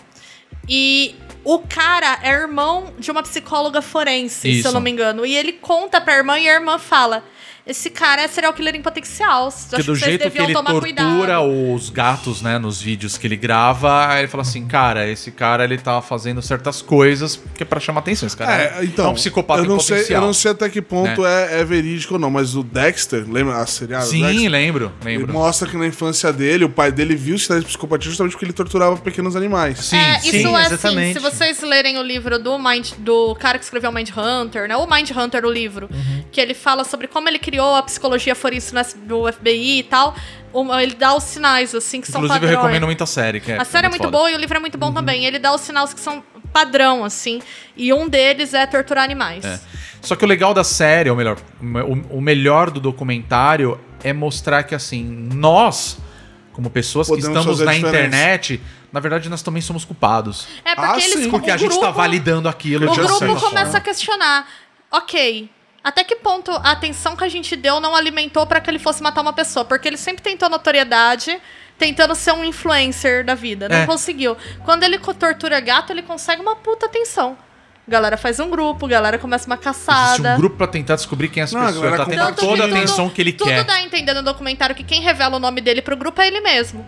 S8: E o cara é irmão de uma psicóloga forense, se
S5: Isso.
S8: eu não me engano. E ele conta pra irmã e a irmã fala: Esse cara é serial killer em potencial. Acho
S5: Porque do
S8: vocês
S5: jeito que
S8: deviam
S5: ele
S8: tomar
S5: tortura
S8: cuidado.
S5: os gatos, né, nos vídeos que ele grava, aí ele fala assim, cara, esse cara, ele tá fazendo certas coisas que é pra chamar atenção. Esse cara
S7: É, então,
S5: é um psicopata
S7: eu não
S5: em
S7: sei,
S5: potencial. né?
S7: Eu não sei até que ponto é, é verídico ou não, mas o Dexter, lembra a seriada
S5: Sim,
S7: Dexter?
S5: lembro,
S7: Ele
S5: lembro.
S7: mostra que na infância dele, o pai dele viu sinais de psicopatia justamente porque ele torturava pequenos animais.
S5: Sim,
S8: é,
S5: sim.
S8: isso é assim,
S9: exatamente.
S8: se vocês lerem o livro do Mind, do cara que escreveu Mind Hunter, né? O Mind Hunter, o livro,
S5: Uhum.
S8: que ele fala sobre como ele criou a psicologia forense no S- do FBI e tal. um- ele dá os sinais, assim, que são
S5: Inclusive, eu
S8: padrões.
S5: recomendo muito a série. Que é
S8: A série é muito
S5: foda.
S8: boa e o livro é muito bom também. Ele dá os sinais que são padrão, assim. E um deles é torturar animais.
S5: Só que o legal da série, ou melhor, o, o melhor do documentário é mostrar que, assim, nós, como pessoas
S7: Podemos
S5: que estamos
S7: fazer a
S5: na
S7: diferença.
S5: internet, na verdade, nós também somos culpados.
S8: É, porque
S7: Ah,
S8: eles
S7: sim,
S8: o
S5: Porque a gente
S8: grupo-
S5: tá validando aquilo.
S8: O
S5: de uma certa
S8: grupo começa
S5: forma.
S8: a questionar. Ok. Até que ponto a atenção que a gente deu não alimentou pra que ele fosse matar uma pessoa? Porque ele sempre tentou notoriedade, tentando ser um influencer da vida. Não
S5: É.
S8: conseguiu. Quando ele co- tortura gato, ele consegue uma puta atenção. Galera faz um grupo, galera começa uma
S5: Existe
S8: caçada.
S5: um grupo pra tentar descobrir quem é essa
S7: Não,
S5: pessoa.
S7: agora
S5: Tá
S7: com-
S5: tendo
S8: Tanto
S5: toda a
S8: tudo-
S5: atenção que ele
S8: tudo
S5: quer.
S8: dá a entender no documentário que quem revela o nome dele pro grupo é ele mesmo.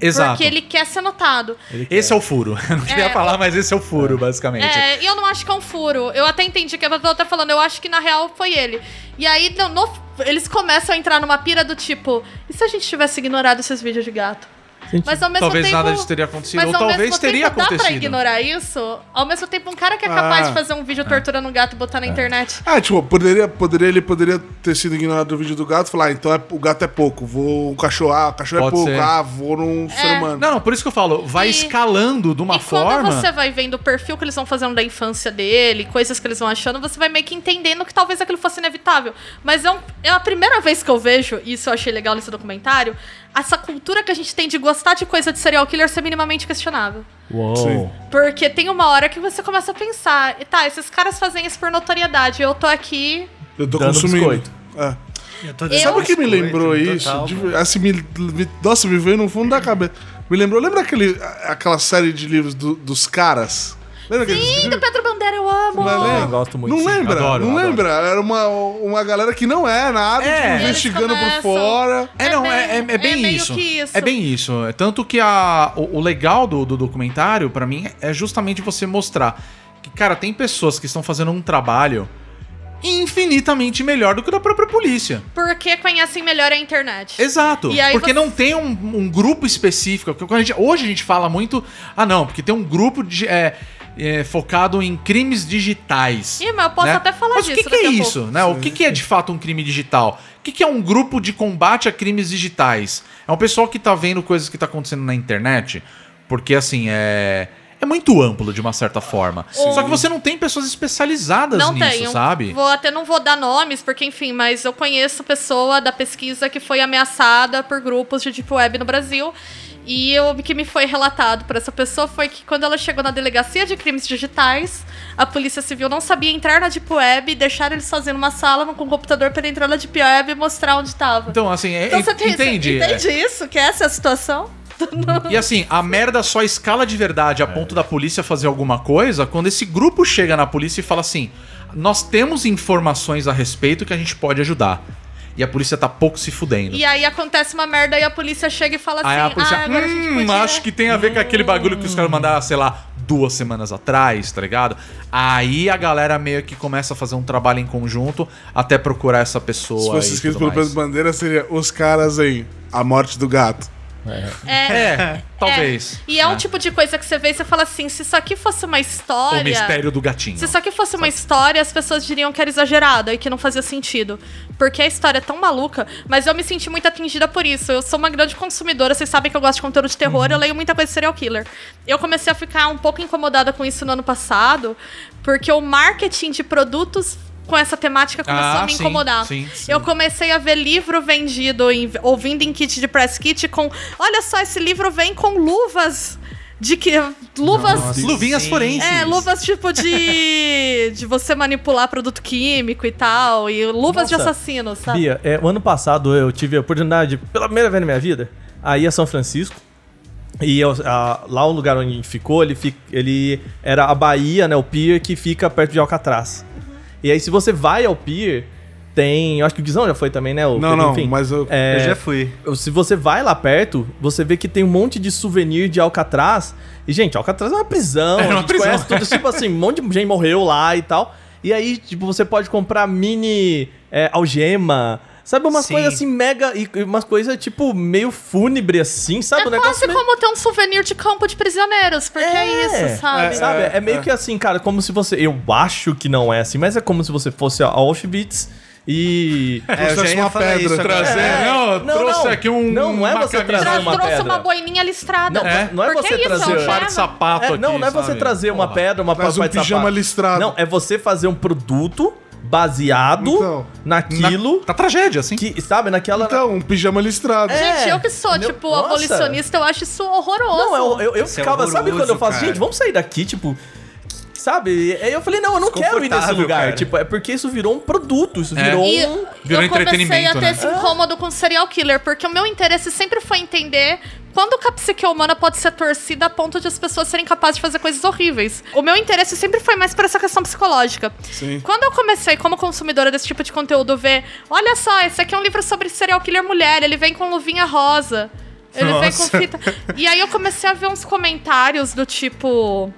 S5: Exato.
S8: Porque ele quer ser notado.
S5: Esse é o furo. Eu não queria
S8: É,
S5: falar, mas esse é o furo, basicamente.
S8: É, e eu não acho que é um furo. Eu até entendi que eu tava até falando, eu acho que na real foi ele. E aí não, no- eles começam a entrar numa pira do tipo, e se a gente tivesse ignorado esses vídeos de gato? Mas ao mesmo
S5: Talvez
S8: tempo.
S5: nada disso teria acontecido.
S8: Mas
S5: ou
S8: ao
S5: talvez
S8: mesmo
S5: teria
S8: tempo, dá pra
S5: acontecido.
S8: ignorar isso? Ao mesmo tempo, um cara que é capaz
S7: Ah.
S8: de fazer um vídeo torturando um gato e botar na internet.
S7: Ah, tipo, poderia, poderia, ele poderia ter sido ignorado do vídeo do gato e falar, ah, então é- o gato é pouco, vou o cachorro, ah, o cachorro
S5: Pode
S7: é pouco,
S5: ser.
S7: ah, vou
S8: É.
S7: num ser humano.
S5: Não, não, por isso que eu falo, vai
S8: E-
S5: escalando de uma
S8: e
S5: forma.
S8: quando você vai vendo o perfil que eles vão fazendo da infância dele, coisas que eles vão achando, você vai meio que entendendo que talvez aquilo fosse inevitável. Mas é, um- é a primeira vez que eu vejo, e isso eu achei legal nesse documentário, essa cultura que a gente tem de gostar de coisa de serial killer ser minimamente questionável.
S6: Uou.
S8: Porque tem uma hora que você começa a pensar, e tá, esses caras fazem isso por notoriedade, eu tô aqui.
S7: Eu tô
S6: Dando
S7: consumindo.
S6: biscoito.
S7: É.
S8: Eu-
S7: Sabe o que me lembrou isso? De- assim, me- me- nossa, me veio no fundo da cabeça. Me lembrou, lembra aquele, a- aquela série de livros do- dos caras? Lembra aqueles
S8: Sim, do
S7: livros?
S8: Pedro Bandeira, eu amo!
S7: Mas lembra?
S6: Eu gosto muito,
S7: Não
S6: sim.
S7: lembra?
S5: Adoro,
S7: não
S5: adoro.
S7: lembra? Era uma, uma galera que não é nada, tipo,
S8: Eles
S7: investigando por
S8: começam.
S7: fora.
S5: É, não, é, é, é
S8: É
S5: bem
S8: meio
S5: isso.
S8: que isso.
S5: É bem isso. É Tanto que a, o, o legal do, do documentário, pra mim, é justamente você mostrar que, cara, tem pessoas que estão fazendo um trabalho infinitamente melhor do que o da própria polícia.
S8: Porque conhecem melhor a internet.
S5: Exato.
S8: E aí
S5: Porque
S8: você-
S5: não tem um, um grupo específico. Porque quando a gente- hoje a gente fala muito. Ah, não, porque tem um grupo de- é, é, focado em crimes digitais.
S8: Ih, mas eu posso
S5: né?
S8: até falar
S5: Mas
S8: disso
S5: o que que,
S8: daqui
S5: é
S8: a pouco.
S5: isso? Né? O que, que é de fato um crime digital? O que, que é um grupo de combate a crimes digitais? É um pessoal que tá vendo coisas que tá acontecendo na internet, porque assim, é. É muito amplo, de uma certa forma. Só que você não tem pessoas especializadas
S8: Não um
S5: nisso,
S8: tenho.
S5: sabe?
S8: Vou até não vou dar nomes, porque enfim, mas eu conheço pessoa da pesquisa que foi ameaçada por grupos de deep web no Brasil. E eu- o que me foi relatado por essa pessoa foi que quando ela chegou na delegacia de crimes digitais, a polícia civil não sabia entrar na deep web e deixar eles fazendo uma sala com um computador para entrar na deep web e mostrar onde estava.
S5: Então, assim, é,
S8: Então você tem,
S5: entende?
S8: você entende isso? Que essa é a situação?
S5: E assim, a merda só escala de verdade a ponto da polícia fazer alguma coisa quando esse grupo chega na polícia e fala assim: nós temos informações a respeito que a gente pode ajudar. E a polícia tá pouco se fudendo.
S8: E aí acontece uma merda e a polícia chega e fala assim:
S5: Aí a polícia,
S8: ah, agora a gente
S5: hum,
S8: podia...
S5: acho que tem a ver com aquele bagulho que os caras mandaram, sei lá, duas semanas atrás, tá ligado? Aí a galera meio que começa a fazer um trabalho em conjunto até procurar essa pessoa.
S7: Se fosse
S5: e
S7: escrito
S5: tudo
S7: pelo Pedro
S5: mais.
S7: Bandeira, seria os caras em A Morte do Gato.
S8: É,
S5: É, talvez. né?
S8: E é um tipo de coisa que você vê e você fala assim: se isso aqui fosse uma história.
S5: O mistério do gatinho.
S8: Se isso aqui fosse uma história, as pessoas diriam que era exagerada e que não fazia sentido. Porque a história é tão maluca, mas eu me senti muito atingida por isso. Eu sou uma grande consumidora, vocês sabem que eu gosto de conteúdo de terror, eu leio muita coisa de serial killer. Eu comecei a ficar um pouco incomodada com isso no ano passado, porque o marketing de produtos com essa temática começou
S5: Ah,
S8: a me
S5: sim,
S8: incomodar.
S5: sim, sim.
S8: Eu comecei a ver livro vendido, em, ouvindo em kit de press kit com. Olha só, esse livro vem com luvas. De que. Luvas.
S5: Luvinhas forenses.
S8: É, luvas tipo de. de você manipular produto químico e tal. E luvas de
S6: Nossa.
S8: assassino, sabe?
S6: Bia, é, o ano passado eu tive a oportunidade, pela primeira vez na minha vida, a ir a São Francisco. E eu- a- lá o lugar onde a gente ficou, ele, fi- ele
S7: Uhum.
S6: era a Bahia, né? O pier que fica perto de Alcatraz. E aí, se você vai ao pier, Tem. Eu acho que o Guizão já foi também, né? o-
S7: Não, não,
S6: enfim.
S7: mas eu.
S6: É,
S9: Eu já fui.
S6: se você vai lá perto, você vê que tem um monte de souvenir de Alcatraz. E, gente, Alcatraz é uma prisão. a gente conhece tudo. Tipo assim, um monte de gente morreu lá e tal. E aí, tipo, você pode comprar mini é, algema. Sabe, umas
S9: Sim.
S6: coisas assim mega. E e umas coisas, tipo, meio fúnebre assim, sabe?
S8: é quase
S6: meio-
S8: como ter um souvenir de campo de prisioneiros, porque é, isso, sabe?
S6: É, sabe? É, meio que assim, cara, como se você. Eu acho que não é assim, mas é como se você fosse a Auschwitz e.
S9: É, eu já
S7: trouxe
S9: ia
S7: uma
S9: falar
S7: pedra,
S9: isso agora.
S5: trazer-
S6: É,
S5: Não, eu trouxe aqui um-
S6: Não, não é
S5: uma
S6: você
S5: camisa.
S6: trazer
S8: Tra-
S6: uma
S8: trouxe
S6: pedra.
S8: uma boininha listrada.
S6: Não, mas não é
S8: Porque
S6: você
S8: isso,
S6: trazer-
S8: é um
S6: Para
S5: Par
S8: charme.
S5: de sapato
S6: É,
S5: aqui,
S6: não, não é você
S5: sabe?
S6: trazer uma
S5: Porra.
S6: pedra, uma
S7: Traz
S6: pa-
S7: um
S6: pai de
S7: pijama
S6: sapato.
S7: listrado.
S6: Não, é você fazer um produto baseado
S7: Então.
S6: naquilo
S5: Tá tragédia, assim.
S6: que, sabe, naquela...
S7: Então, um pijama listrado.
S8: Gente,
S6: É.
S8: eu que sou,
S6: Meu-
S8: tipo,
S6: Nossa.
S8: abolicionista, eu acho isso horroroso.
S6: não, eu, eu, eu
S9: Isso é
S6: ficava... sabe quando eu
S9: horroroso,
S6: faço,
S9: cara.
S6: gente, vamos sair daqui, tipo... Sabe? Aí eu falei, não, eu não quero ir nesse
S9: Desconfortável,
S6: lugar.
S9: cara. É.
S6: Tipo, é porque isso virou um produto, isso virou
S8: E
S6: um...
S5: Virou
S8: eu comecei a
S5: entretenimento,
S8: ter
S5: né?
S8: esse incômodo com serial killer, porque o meu interesse sempre foi entender quando que a psique humana pode ser torcida a ponto de as pessoas serem capazes de fazer coisas horríveis. O meu interesse sempre foi mais por essa questão psicológica. Quando eu comecei, como consumidora desse tipo de conteúdo, ver, olha só, esse aqui é um livro sobre serial killer mulher, ele vem com luvinha rosa. Ele vem com fita. E aí eu comecei a ver uns comentários do tipo.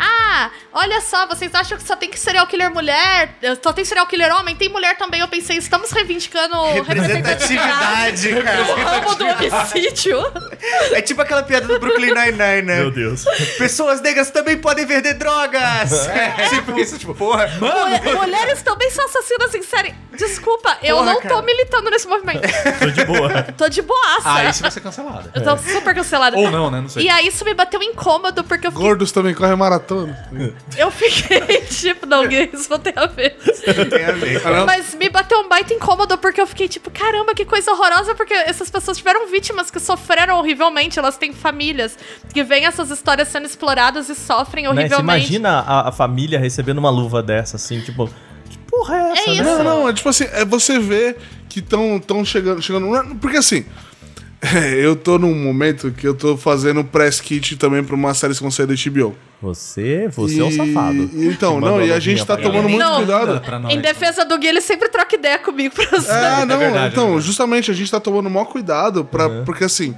S8: Ah, olha só, vocês acham que só tem que serial killer mulher? Só tem serial killer homem? Tem mulher também. Eu pensei, estamos reivindicando representatividade
S9: Representatividade, É cara.
S8: no ramo do homicídio.
S9: É tipo aquela piada do Brooklyn Nine-Nine, né? Meu Deus. Pessoas negras também podem vender drogas. É, tipo isso, tipo, porra.
S8: Mulher- Mulheres também são assassinas em série. Desculpa, eu
S9: Porra,
S8: não
S9: cara.
S8: tô militando nesse movimento.
S6: Tô de boa.
S8: Tô de boaça.
S5: Aí você Ah, vai ser cancelada.
S8: Eu tô super cancelada.
S5: É. Ou não, né? Não sei.
S8: E aí isso me bateu incômodo, porque eu fiquei,
S7: Gordos também correm maratona.
S8: eu fiquei tipo, não, gay, isso não tem a ver.
S9: Tem
S6: é
S9: a ver.
S7: Caramba.
S8: Mas me bateu um baita incômodo porque eu fiquei tipo, caramba, que coisa horrorosa, porque essas pessoas tiveram vítimas que sofreram horrivelmente, elas têm famílias que veem essas histórias sendo exploradas e sofrem
S6: Né, você
S8: horrivelmente.
S6: imagina a, a família recebendo uma luva dessa, assim, tipo... Que porra é essa,
S8: isso.
S6: né?
S7: Não, não, é tipo assim, é você ver que estão tão chegando, chegando. não é- Porque assim, é, eu tô num momento que eu tô fazendo press kit também pra uma série que vão sair da HBO.
S6: Você, você é um
S7: E-
S6: safado.
S7: Então, não,
S6: Que mandou
S7: e a
S6: novinha
S7: gente tá
S6: pra galera.
S7: tomando muito
S8: Não.
S7: cuidado.
S8: Em defesa do Gui, ele sempre troca ideia comigo pra você.
S7: É, não,
S5: verdade, é
S7: então,
S5: verdade.
S7: justamente a gente tá tomando o maior cuidado pra, porque assim,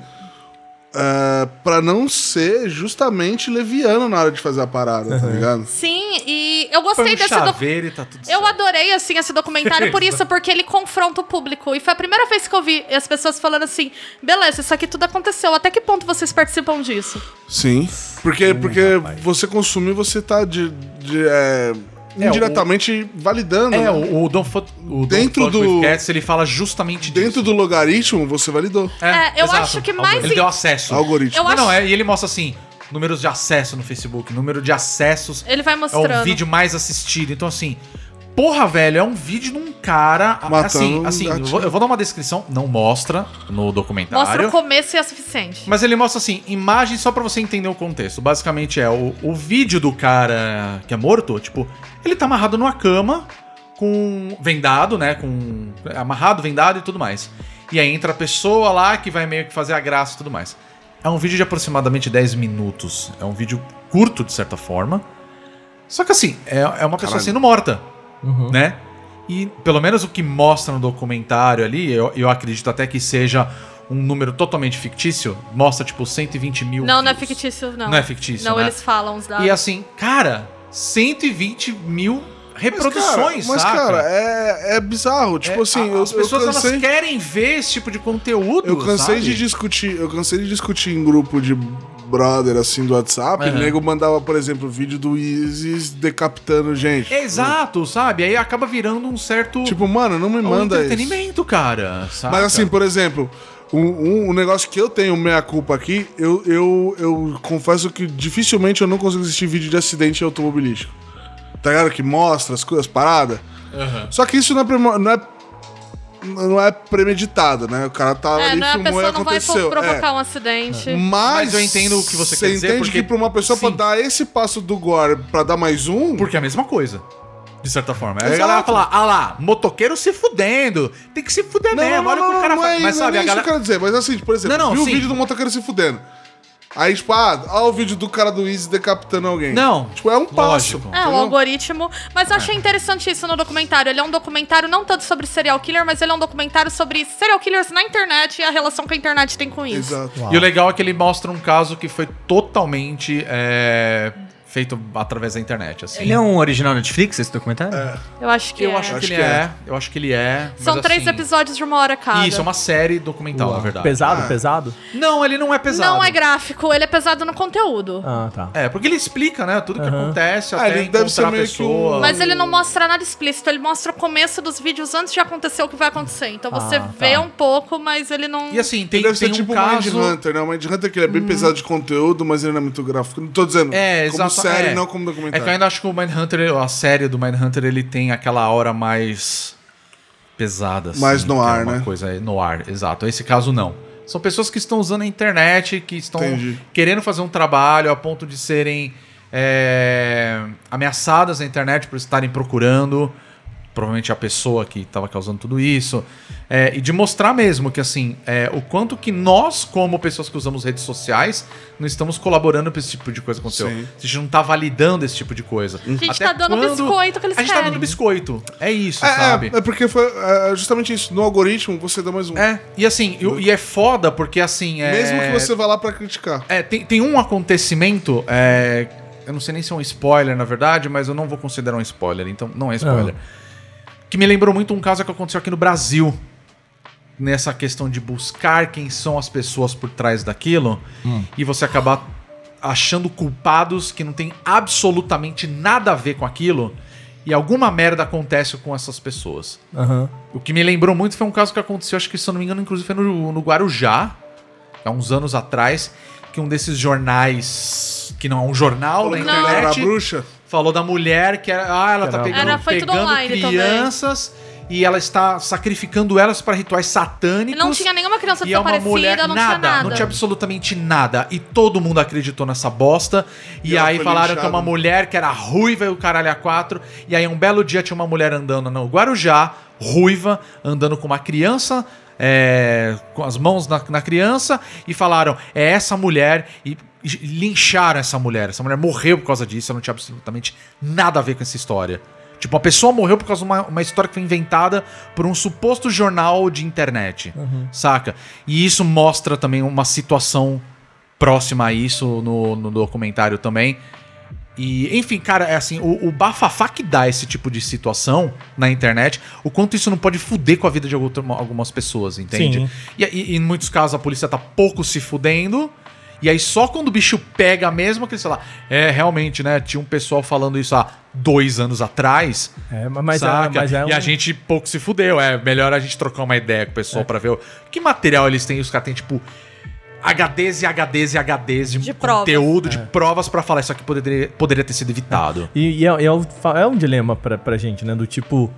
S7: ah, pra não ser justamente leviano na hora de fazer a parada, tá ligado?
S8: Sim, e eu gostei desse documentário.
S5: chaveiro e tá tudo certo.
S8: Eu adorei, assim, esse documentário por isso, porque ele confronta o público. E foi a primeira vez que eu vi as pessoas falando assim, beleza, isso aqui tudo aconteceu, até que ponto vocês participam disso?
S7: Sim. Porque, porque você consumir, você tá de. de, é, indiretamente validando.
S5: É,
S7: né?
S5: o, o Don Foot, o
S7: Dentro
S5: Don't Fuck With
S7: do-
S5: Cats, ele fala justamente
S7: Dentro
S5: disso.
S7: do logaritmo, você validou.
S8: É, eu acho que mais
S5: Ele
S8: em-
S5: deu acesso.
S7: Algoritmo.
S8: Eu
S5: Não,
S8: acho-
S5: não, é, e ele mostra assim, números de acesso no Facebook, número de acessos.
S8: Ele vai
S5: É
S8: mostrando.
S5: o vídeo mais assistido. Então, assim, porra, velho, é um vídeo de um cara. a-
S7: Matando
S5: assim,
S7: um
S5: assim, eu
S7: gatinho.
S5: vou, eu vou dar uma descrição, não mostra no
S8: Mostra o
S5: documentário.
S8: começo e é suficiente.
S5: Mas ele mostra assim, imagem só pra você entender o contexto. Basicamente é o, o vídeo do cara que é morto, tipo, ele tá amarrado numa cama, com. vendado, né? Com. amarrado, vendado e tudo mais. E aí entra a pessoa lá que vai meio que fazer a graça e tudo mais. É um vídeo de aproximadamente 10 minutos. É um vídeo curto, de certa forma. Só que assim, é, é uma pessoa
S7: Caralho.
S5: sendo morta
S6: Uhum.
S5: né? E pelo menos o que mostra no documentário ali, eu, eu acredito até que seja um número totalmente fictício, mostra tipo 120 mil.
S8: Não, não é
S5: views.
S8: fictício, não.
S5: Não é fictício.
S8: Não,
S5: né?
S8: eles falam os dados.
S5: E assim, cara, 120 mil reproduções,
S7: mas,
S5: saca?
S7: cara, é, é bizarro. Tipo assim,
S5: A-
S7: eu,
S5: as pessoas
S7: eu
S5: elas
S7: cansei,
S5: querem ver esse tipo de conteúdo.
S7: eu cansei
S5: sabe?
S7: de discutir. Eu cansei de discutir em grupo de brother, assim, do WhatsApp.
S5: Aham.
S7: O nego mandava, por exemplo, vídeo do Isis decapitando gente.
S5: Exato, sabe? Aí acaba virando um certo
S7: Tipo, mano, não me
S5: um
S7: manda isso.
S5: entretenimento, Ah, cara. saca?
S7: Mas assim, por exemplo, um, um- um negócio que eu tenho meia culpa aqui, eu, eu, eu confesso que dificilmente eu não consigo assistir vídeo de acidente automobilístico. Tá ligado? Que mostra as coisas, paradas. Só que isso não é, premo- não é não é premeditado, né? O cara tá
S8: é,
S7: ali,
S8: não é, a
S7: filmou e
S8: pessoa não vai
S7: aconteceu.
S8: pro- provocar
S7: É.
S8: um acidente.
S7: Mas,
S5: Mas eu entendo o que você quer dizer,
S7: entende
S5: porque-
S7: que pra uma pessoa pra
S5: Sim.
S7: dar esse passo do gore pra dar mais um.
S5: Porque é a mesma coisa. De certa forma. Aí a
S7: Exato.
S5: galera fala, ah lá, motoqueiro se fudendo. Tem que se fuder
S7: Não,
S5: é mesmo.
S7: não,
S5: Olha o que
S7: não,
S5: o cara
S7: não
S5: faz.
S7: é-
S5: Mas
S7: não é
S5: sabe,
S7: nem
S5: a
S7: isso que eu
S5: galera.
S7: quero dizer, mas assim, por exemplo,
S5: Não, não,
S7: vi o
S5: sim.
S7: vídeo do motoqueiro se fudendo. Aí, tipo, ah, olha o vídeo do cara do Easy decapitando alguém.
S5: Não.
S7: Tipo, é um passo.
S5: Lógico.
S8: É, o
S7: entendeu?
S8: algoritmo.
S5: É.
S8: Mas eu achei interessante isso no documentário. Ele é um documentário não tanto sobre serial killer, mas ele é um documentário sobre serial killers na internet e a relação que a internet tem com isso.
S7: Exato.
S5: E o legal é que ele mostra um caso que foi totalmente é, feito através da internet, assim.
S9: Ele é um original Netflix, esse documentário? né?
S8: Eu acho que
S5: Eu
S8: é.
S5: acho,
S7: Acho
S5: que
S7: que
S5: ele
S7: é.
S5: é. Eu acho que ele é.
S8: São
S5: mas,
S8: três
S5: assim,
S8: episódios de uma hora cada.
S5: Isso, é uma série documental, na
S7: Tá.
S5: verdade.
S7: Ah.
S6: Pesado, pesado?
S5: Não, ele não é pesado.
S8: Não é gráfico, ele é pesado no conteúdo.
S6: Ah, tá.
S5: É, porque ele explica, né, tudo que acontece,
S7: Ah,
S5: até
S7: ele deve
S5: encontrar
S7: ser
S5: a
S7: meio que
S5: pessoa.
S7: um-
S8: Mas ele não mostra nada explícito, ele mostra o começo dos vídeos antes de acontecer o que vai acontecer. Então você
S6: Ah,
S8: vê
S6: tá.
S8: um pouco, mas ele não.
S5: E assim, tem,
S7: Ele deve
S5: tem
S7: ser
S5: um
S7: tipo o
S5: caso... Hum.
S7: Mindhunter, né? O Mindhunter que ele é bem pesado de conteúdo, mas ele não é muito gráfico. Não tô dizendo
S5: É,
S7: como
S5: exato.
S7: série,
S5: é.
S7: não como
S5: É que eu
S7: documentário.
S5: ainda acho que o Mindhunter, a série do Mindhunter, ele tem aquela hora mais pesada. assim,
S7: Mais no
S5: que é
S7: ar,
S5: uma
S7: né?
S5: coisa aí, no ar, exato. Esse caso, não. São pessoas que estão usando a internet, que estão
S7: Entendi.
S5: querendo fazer um trabalho a ponto de serem é, ameaçadas na internet por estarem procurando. Provavelmente a pessoa que estava causando tudo isso. É, e de mostrar mesmo que, assim, é, o quanto que nós, como pessoas que usamos redes sociais, não estamos colaborando para esse tipo de coisa acontecer.
S7: Sim.
S5: A gente não tá validando esse tipo de coisa.
S8: A gente tá dando biscoito que eles
S5: A gente tá
S8: querem.
S5: dando biscoito. É isso,
S7: É,
S5: sabe?
S7: é, é porque foi é, justamente isso. No algoritmo, você dá mais um.
S5: É, e assim, e, e é foda porque assim. É,
S7: Mesmo que você vá lá pra criticar.
S5: É, tem, tem um acontecimento. é, eu não sei nem se é um spoiler, na verdade, mas eu não vou considerar um spoiler, então não é spoiler. Que me lembrou muito um caso que aconteceu aqui no Brasil. Nessa questão de buscar quem são as pessoas por trás daquilo e você acabar achando culpados que não tem absolutamente nada a ver com aquilo e alguma merda acontece com essas pessoas.
S6: Aham.
S5: O que me lembrou muito foi um caso que aconteceu, acho que se eu não me engano, inclusive foi no, no Guarujá, há uns anos atrás, que um desses jornais, que não é um jornal na
S7: Falando que ele era
S5: internet,
S7: bruxa.
S5: falou da mulher que era, ah, ela tá
S6: Era
S5: pegando,
S8: Era- foi tudo
S5: pegando
S8: online também.
S5: crianças e ela está sacrificando elas para rituais
S8: E
S5: satânicos.
S8: não tinha nenhuma criança
S5: E é uma
S8: desaparecida,
S5: mulher,
S8: não tinha nada.
S5: não tinha absolutamente nada. E todo mundo acreditou nessa bosta. E,
S7: E ela
S5: aí
S7: foi
S5: falaram que é
S7: linchada. né?
S5: uma mulher que era ruiva e o caralho a quatro. E aí um belo dia tinha uma mulher andando no Guarujá, ruiva, andando com uma criança. é, com as mãos na, na criança e falaram: é essa mulher, e e lincharam essa mulher. Essa mulher morreu por causa disso, ela não tinha absolutamente nada a ver com essa história. Tipo, uma pessoa morreu por causa de uma, uma história que foi inventada por um suposto jornal de internet, saca? E isso mostra também uma situação próxima a isso no, no documentário também. E, enfim, cara, é assim, o, o bafafá que dá esse tipo de situação na internet, o quanto isso não pode fuder com a vida de outra- algumas pessoas, entende?
S6: Sim.
S5: E, e- e em muitos casos a polícia tá pouco se fudendo. E aí só quando o bicho pega mesmo, que sei lá, é realmente, né? Tinha um pessoal falando isso há dois anos atrás.
S6: É, mas- mas, é,
S5: saca?
S6: mas é um...
S5: E a gente pouco se fudeu. É melhor a gente trocar uma ideia com o
S6: É.
S5: pessoal pra ver o- que material eles têm. Os caras têm, tipo, HDs e HDs e HDs de,
S8: De provas.
S5: conteúdo,
S6: É.
S5: de provas pra falar. Isso aqui poderia, poderia ter sido evitado.
S6: E, e é, é, um, fa- é um dilema pra, pra gente, né? Do tipo.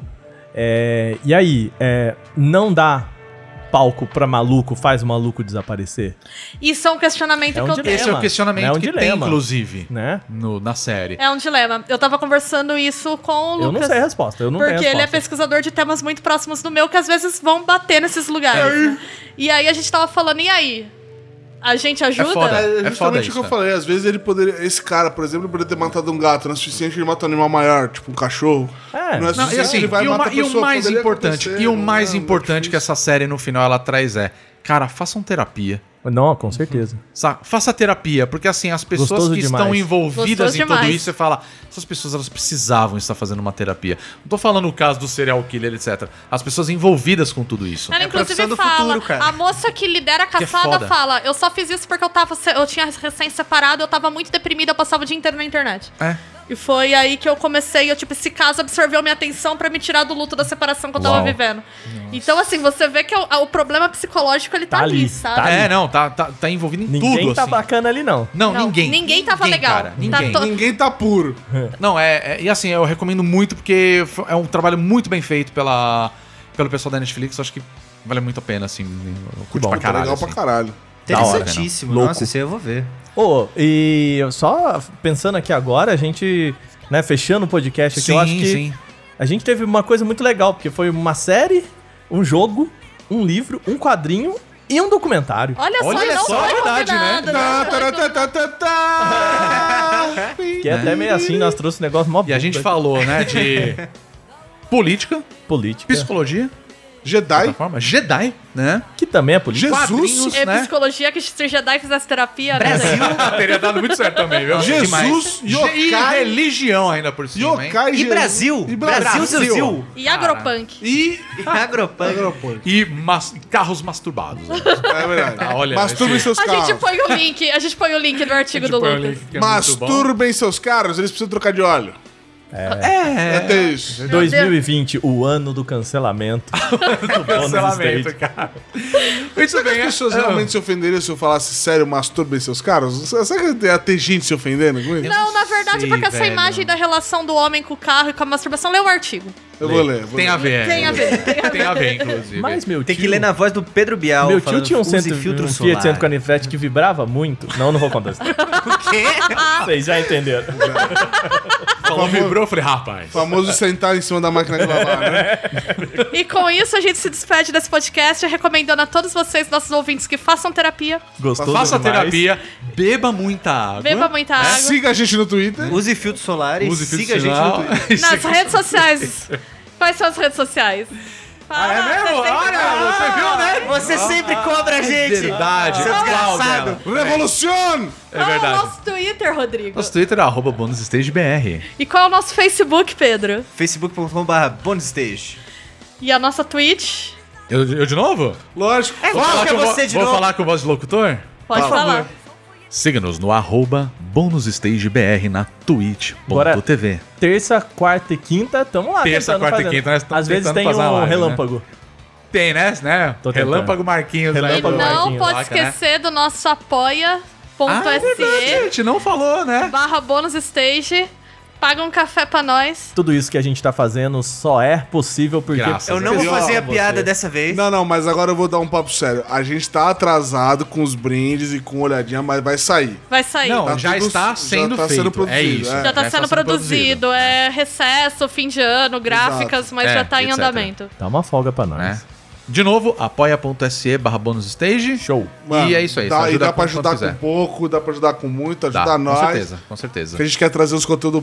S6: é, e aí, é, não dá palco pra maluco, faz o maluco desaparecer,
S8: Isso é um questionamento
S6: É um
S8: que eu
S6: dilema.
S8: tenho.
S5: Esse é o questionamento
S6: É um
S5: que tem,
S6: dilema.
S5: inclusive,
S6: né?
S5: no- na série.
S8: É um dilema. Eu tava conversando isso com o Lucas.
S6: Eu não sei a resposta, eu não
S8: Porque
S6: tenho a
S8: ele é
S6: resposta.
S8: pesquisador de temas muito próximos do meu, que às vezes vão bater nesses lugares. né? E aí a gente tava falando, e aí? A gente ajuda?
S5: foda. É
S7: É
S5: foda
S7: justamente
S5: isso,
S7: o que eu
S5: né?
S7: falei. Às vezes ele poderia. Esse cara, por exemplo, ele poderia ter matado um gato. Não é suficiente que ele mata um animal maior, tipo um cachorro.
S6: É.
S7: Não é
S5: Não,
S7: suficiente
S5: e, assim,
S7: ele vai
S5: e o
S7: matar
S5: ma-
S7: a
S5: e o
S7: pessoa.
S5: mais
S7: Poderia
S5: importante,
S7: acontecer,
S5: e o
S7: não
S5: mais
S7: é?
S5: importante que essa série no final ela traz é, cara, façam terapia.
S6: Não, com certeza.
S5: Sa- Faça terapia, porque assim, as pessoas
S6: Gostoso
S5: que
S6: demais.
S5: estão envolvidas
S8: Gostoso
S5: em tudo
S8: demais.
S5: isso, você fala, essas pessoas elas precisavam estar fazendo uma terapia. Não tô falando o caso do serial killer, etc. As pessoas envolvidas com tudo isso.
S8: Ela,
S9: É a
S8: inclusive,
S9: profissão do
S8: fala.
S9: futuro, cara.
S8: A moça que lidera a
S5: é
S8: caçada
S5: foda.
S8: fala: Eu só fiz isso porque eu, tava, se- eu tinha recém separado, eu tava muito deprimida, eu passava o dia inteiro na internet.
S5: É.
S8: E foi aí que eu comecei, eu, tipo, esse caso absorveu minha atenção pra me tirar do luto da separação que eu tava
S5: Uau.
S8: vivendo. Então, assim, você vê que o, o problema psicológico ele tá,
S6: Tá
S8: ali,
S6: ali,
S8: sabe?
S6: tá ali.
S5: É, não, tá, tá, tá envolvido em
S6: Ninguém
S5: tudo,
S6: tá
S5: assim.
S6: bacana ali, não.
S5: Não,
S8: Não,
S5: ninguém.
S8: ninguém tava legal.
S5: Cara,
S8: Tá
S5: ninguém.
S8: to-
S7: Ninguém tá puro.
S5: Não, é, é- E assim, eu recomendo muito, porque f- é um trabalho muito bem feito pela, pelo pessoal da Netflix. Acho que vale muito a pena, assim. Eu curto pra
S7: Tá
S5: caralho.
S7: legal
S5: assim.
S7: pra caralho.
S6: Da
S9: Interessantíssimo.
S6: hora, né? Louco.
S9: Nossa, esse aí eu vou ver.
S6: Ô, e eu só pensando aqui agora, a gente, né, fechando o podcast aqui, eu acho que a gente teve uma coisa muito legal, porque foi uma série, um jogo, um livro, um quadrinho e um documentário.
S8: Olha só,
S5: Olha
S8: não
S5: só,
S8: foi
S5: verdade, né?
S8: combinado,
S7: Tá,
S8: não é
S7: tá,
S8: foi
S7: tá,
S8: combinado.
S7: tá, tá, tá.
S6: Que é até meio assim, nós trouxemos um negócio mó
S5: E a gente falou, né, de política,
S6: política.
S5: psicologia,
S7: Jedi?
S5: plataforma, Jedi, né?
S6: Que também é política.
S7: Jesus?
S8: É
S5: né?
S8: psicologia que se o Jedi fizesse terapia, né?
S5: Teria dado muito certo também, viu?
S7: Jesus,
S5: Demais. E
S7: yokai,
S5: religião ainda por cima, hein?
S7: yokai,
S9: E
S7: Jesus.
S9: Brasil?
S7: E
S9: Brasil,
S7: Brasil.
S9: Zil.
S8: E agropunk.
S7: E...
S9: Agropunk.
S5: E mas- carros masturbados.
S7: É verdade.
S5: Ah, olha,
S7: Masturbem
S5: esse-
S7: seus
S8: A gente
S7: carros.
S8: põe o link, a gente põe o link do artigo do
S5: Põe o
S8: Lucas.
S5: link que é muito bom.
S7: Masturbem seus carros, eles precisam trocar de óleo. É. Até isso.
S6: 2020, o ano do cancelamento. do
S5: Cancelamento,
S6: cancelamento.
S5: cara.
S7: Será que as pessoas
S5: é-
S7: realmente se ofenderiam se eu falasse sério, masturbem seus carros? Será que ia ter gente se ofendendo com isso?
S8: Não, na verdade,
S5: sei,
S8: porque essa
S5: velho.
S8: imagem da relação do homem com o carro e com a masturbação, lê o artigo.
S7: Eu vou ler. Vou
S5: Tem a
S7: ler.
S5: ver. né?
S8: Tem a ver, tem a
S5: Tem a
S8: ver.
S5: ver, inclusive.
S6: Mas meu
S9: Tem
S6: tio,
S9: que ler na voz do Pedro Bial.
S6: meu tio
S9: falando,
S6: tinha um,
S9: "Use
S6: cento,
S9: filtro
S6: um
S9: solar.
S6: Fiat 147 que vibrava muito. Não, não vou contar isso. Vocês já entenderam.
S5: Falou, vibrou, eu falei, rapaz.
S7: Famoso sentar em cima da máquina de lavar, né?
S8: E com isso, a gente se despede desse podcast, recomendando a todos vocês, nossos ouvintes, que façam terapia,
S6: Gostoso
S5: Faça
S6: demais.
S5: terapia, beba muita água. É
S8: beba muita água.
S7: Siga a gente no Twitter.
S9: Use filtro solar e
S5: Use
S9: siga a gente no Twitter.
S8: Nas redes sociais. Quais são as redes sociais? Fala,
S5: É mesmo?
S8: vocês têm que falar.
S5: Olha, você viu, né?
S9: Ah, Você sempre cobra a
S5: É
S9: gente.
S5: verdade.
S9: Seu
S5: Uau,
S9: desgraçado.
S5: dela.
S7: Revolucion!
S5: É
S8: Qual é o
S5: verdade.
S8: nosso Twitter, Rodrigo?
S5: Nosso Twitter é arroba bonusstagebr.
S8: E qual é o nosso Facebook, Pedro?
S9: facebook.com.br bonusstage.
S8: E a nossa Twitch?
S5: Eu, eu de novo?
S7: Lógico.
S5: Vou falar
S9: que é
S5: com vo-
S9: você de
S5: vou
S9: novo.
S5: falar com voz de locutor?
S8: Pode falar.
S5: Siga-nos no arroba bonusstagebr na
S6: Bora.
S5: twitch.tv.
S6: Terça, quarta e quinta, tamo lá.
S5: Terça,
S6: tentando
S5: quarta e
S6: fazendo.
S5: quinta, nós tamo
S6: Às vezes
S5: tentando
S6: tem um
S5: fazer a live, né?
S6: relâmpago.
S5: Tem, né? né?
S6: Tô tentando.
S5: Relâmpago é Marquinhos.
S8: E
S6: Relâmpago
S5: aí, do
S8: não
S6: Marquinhos,
S8: pode
S5: Vaca, né?
S8: esquecer um do nosso
S5: Ah, é verdade, a
S8: apoia.se
S5: gente não falou, né?
S8: barra bônus stage. Paga um café pra nós.
S6: Tudo isso que a gente tá fazendo só é possível porque.
S5: Graças
S9: Eu não vou
S7: Pior
S9: fazer a
S6: você.
S9: piada dessa vez.
S7: Não, não, mas agora eu vou dar um papo sério. A gente tá atrasado com os brindes e com olhadinha, mas vai sair.
S8: Vai sair.
S5: Não,
S7: Tá
S5: já
S7: tudo- já
S5: está sendo
S7: tá sendo
S5: feito. é
S7: produzido,
S5: isso.
S7: é.
S8: já tá
S5: está
S8: sendo produzido. É recesso, fim de ano, gráficas, mas
S5: É,
S8: já tá em
S5: etc.
S8: andamento.
S6: Dá uma folga pra
S5: né?
S6: nós.
S5: De novo, apoia.se barra bônus stage. Show. e é isso aí.
S7: Dá,
S5: você
S7: e dá pra
S5: quanto
S7: ajudar com
S5: quiser.
S7: pouco, dá pra ajudar com muito, ajuda
S5: Dá,
S7: nós.
S5: com certeza, com certeza.
S7: Porque a gente quer trazer os conteúdos.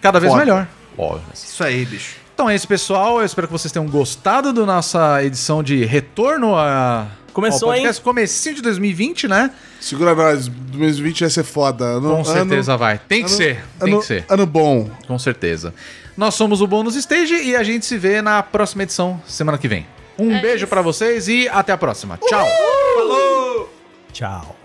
S5: Cada vez
S7: Foda.
S5: melhor. Óbvio.
S9: Isso aí, bicho.
S5: Então é isso, pessoal. Eu espero que vocês tenham gostado da nossa edição de retorno a.
S6: Começou,
S5: ao podcast. Comecinho de 2020, né?
S7: Segura nós, 2020 vai ser foda. Ano,
S5: Com
S7: ano-
S5: certeza vai. Tem que
S7: ano-
S5: ser. Tem
S7: ano-
S5: que ser.
S7: Ano bom.
S5: Com certeza. Nós somos o Bônus Stage e a gente se vê na próxima edição, semana que vem. Um beijo pra vocês e até a próxima. Tchau.
S6: Tchau.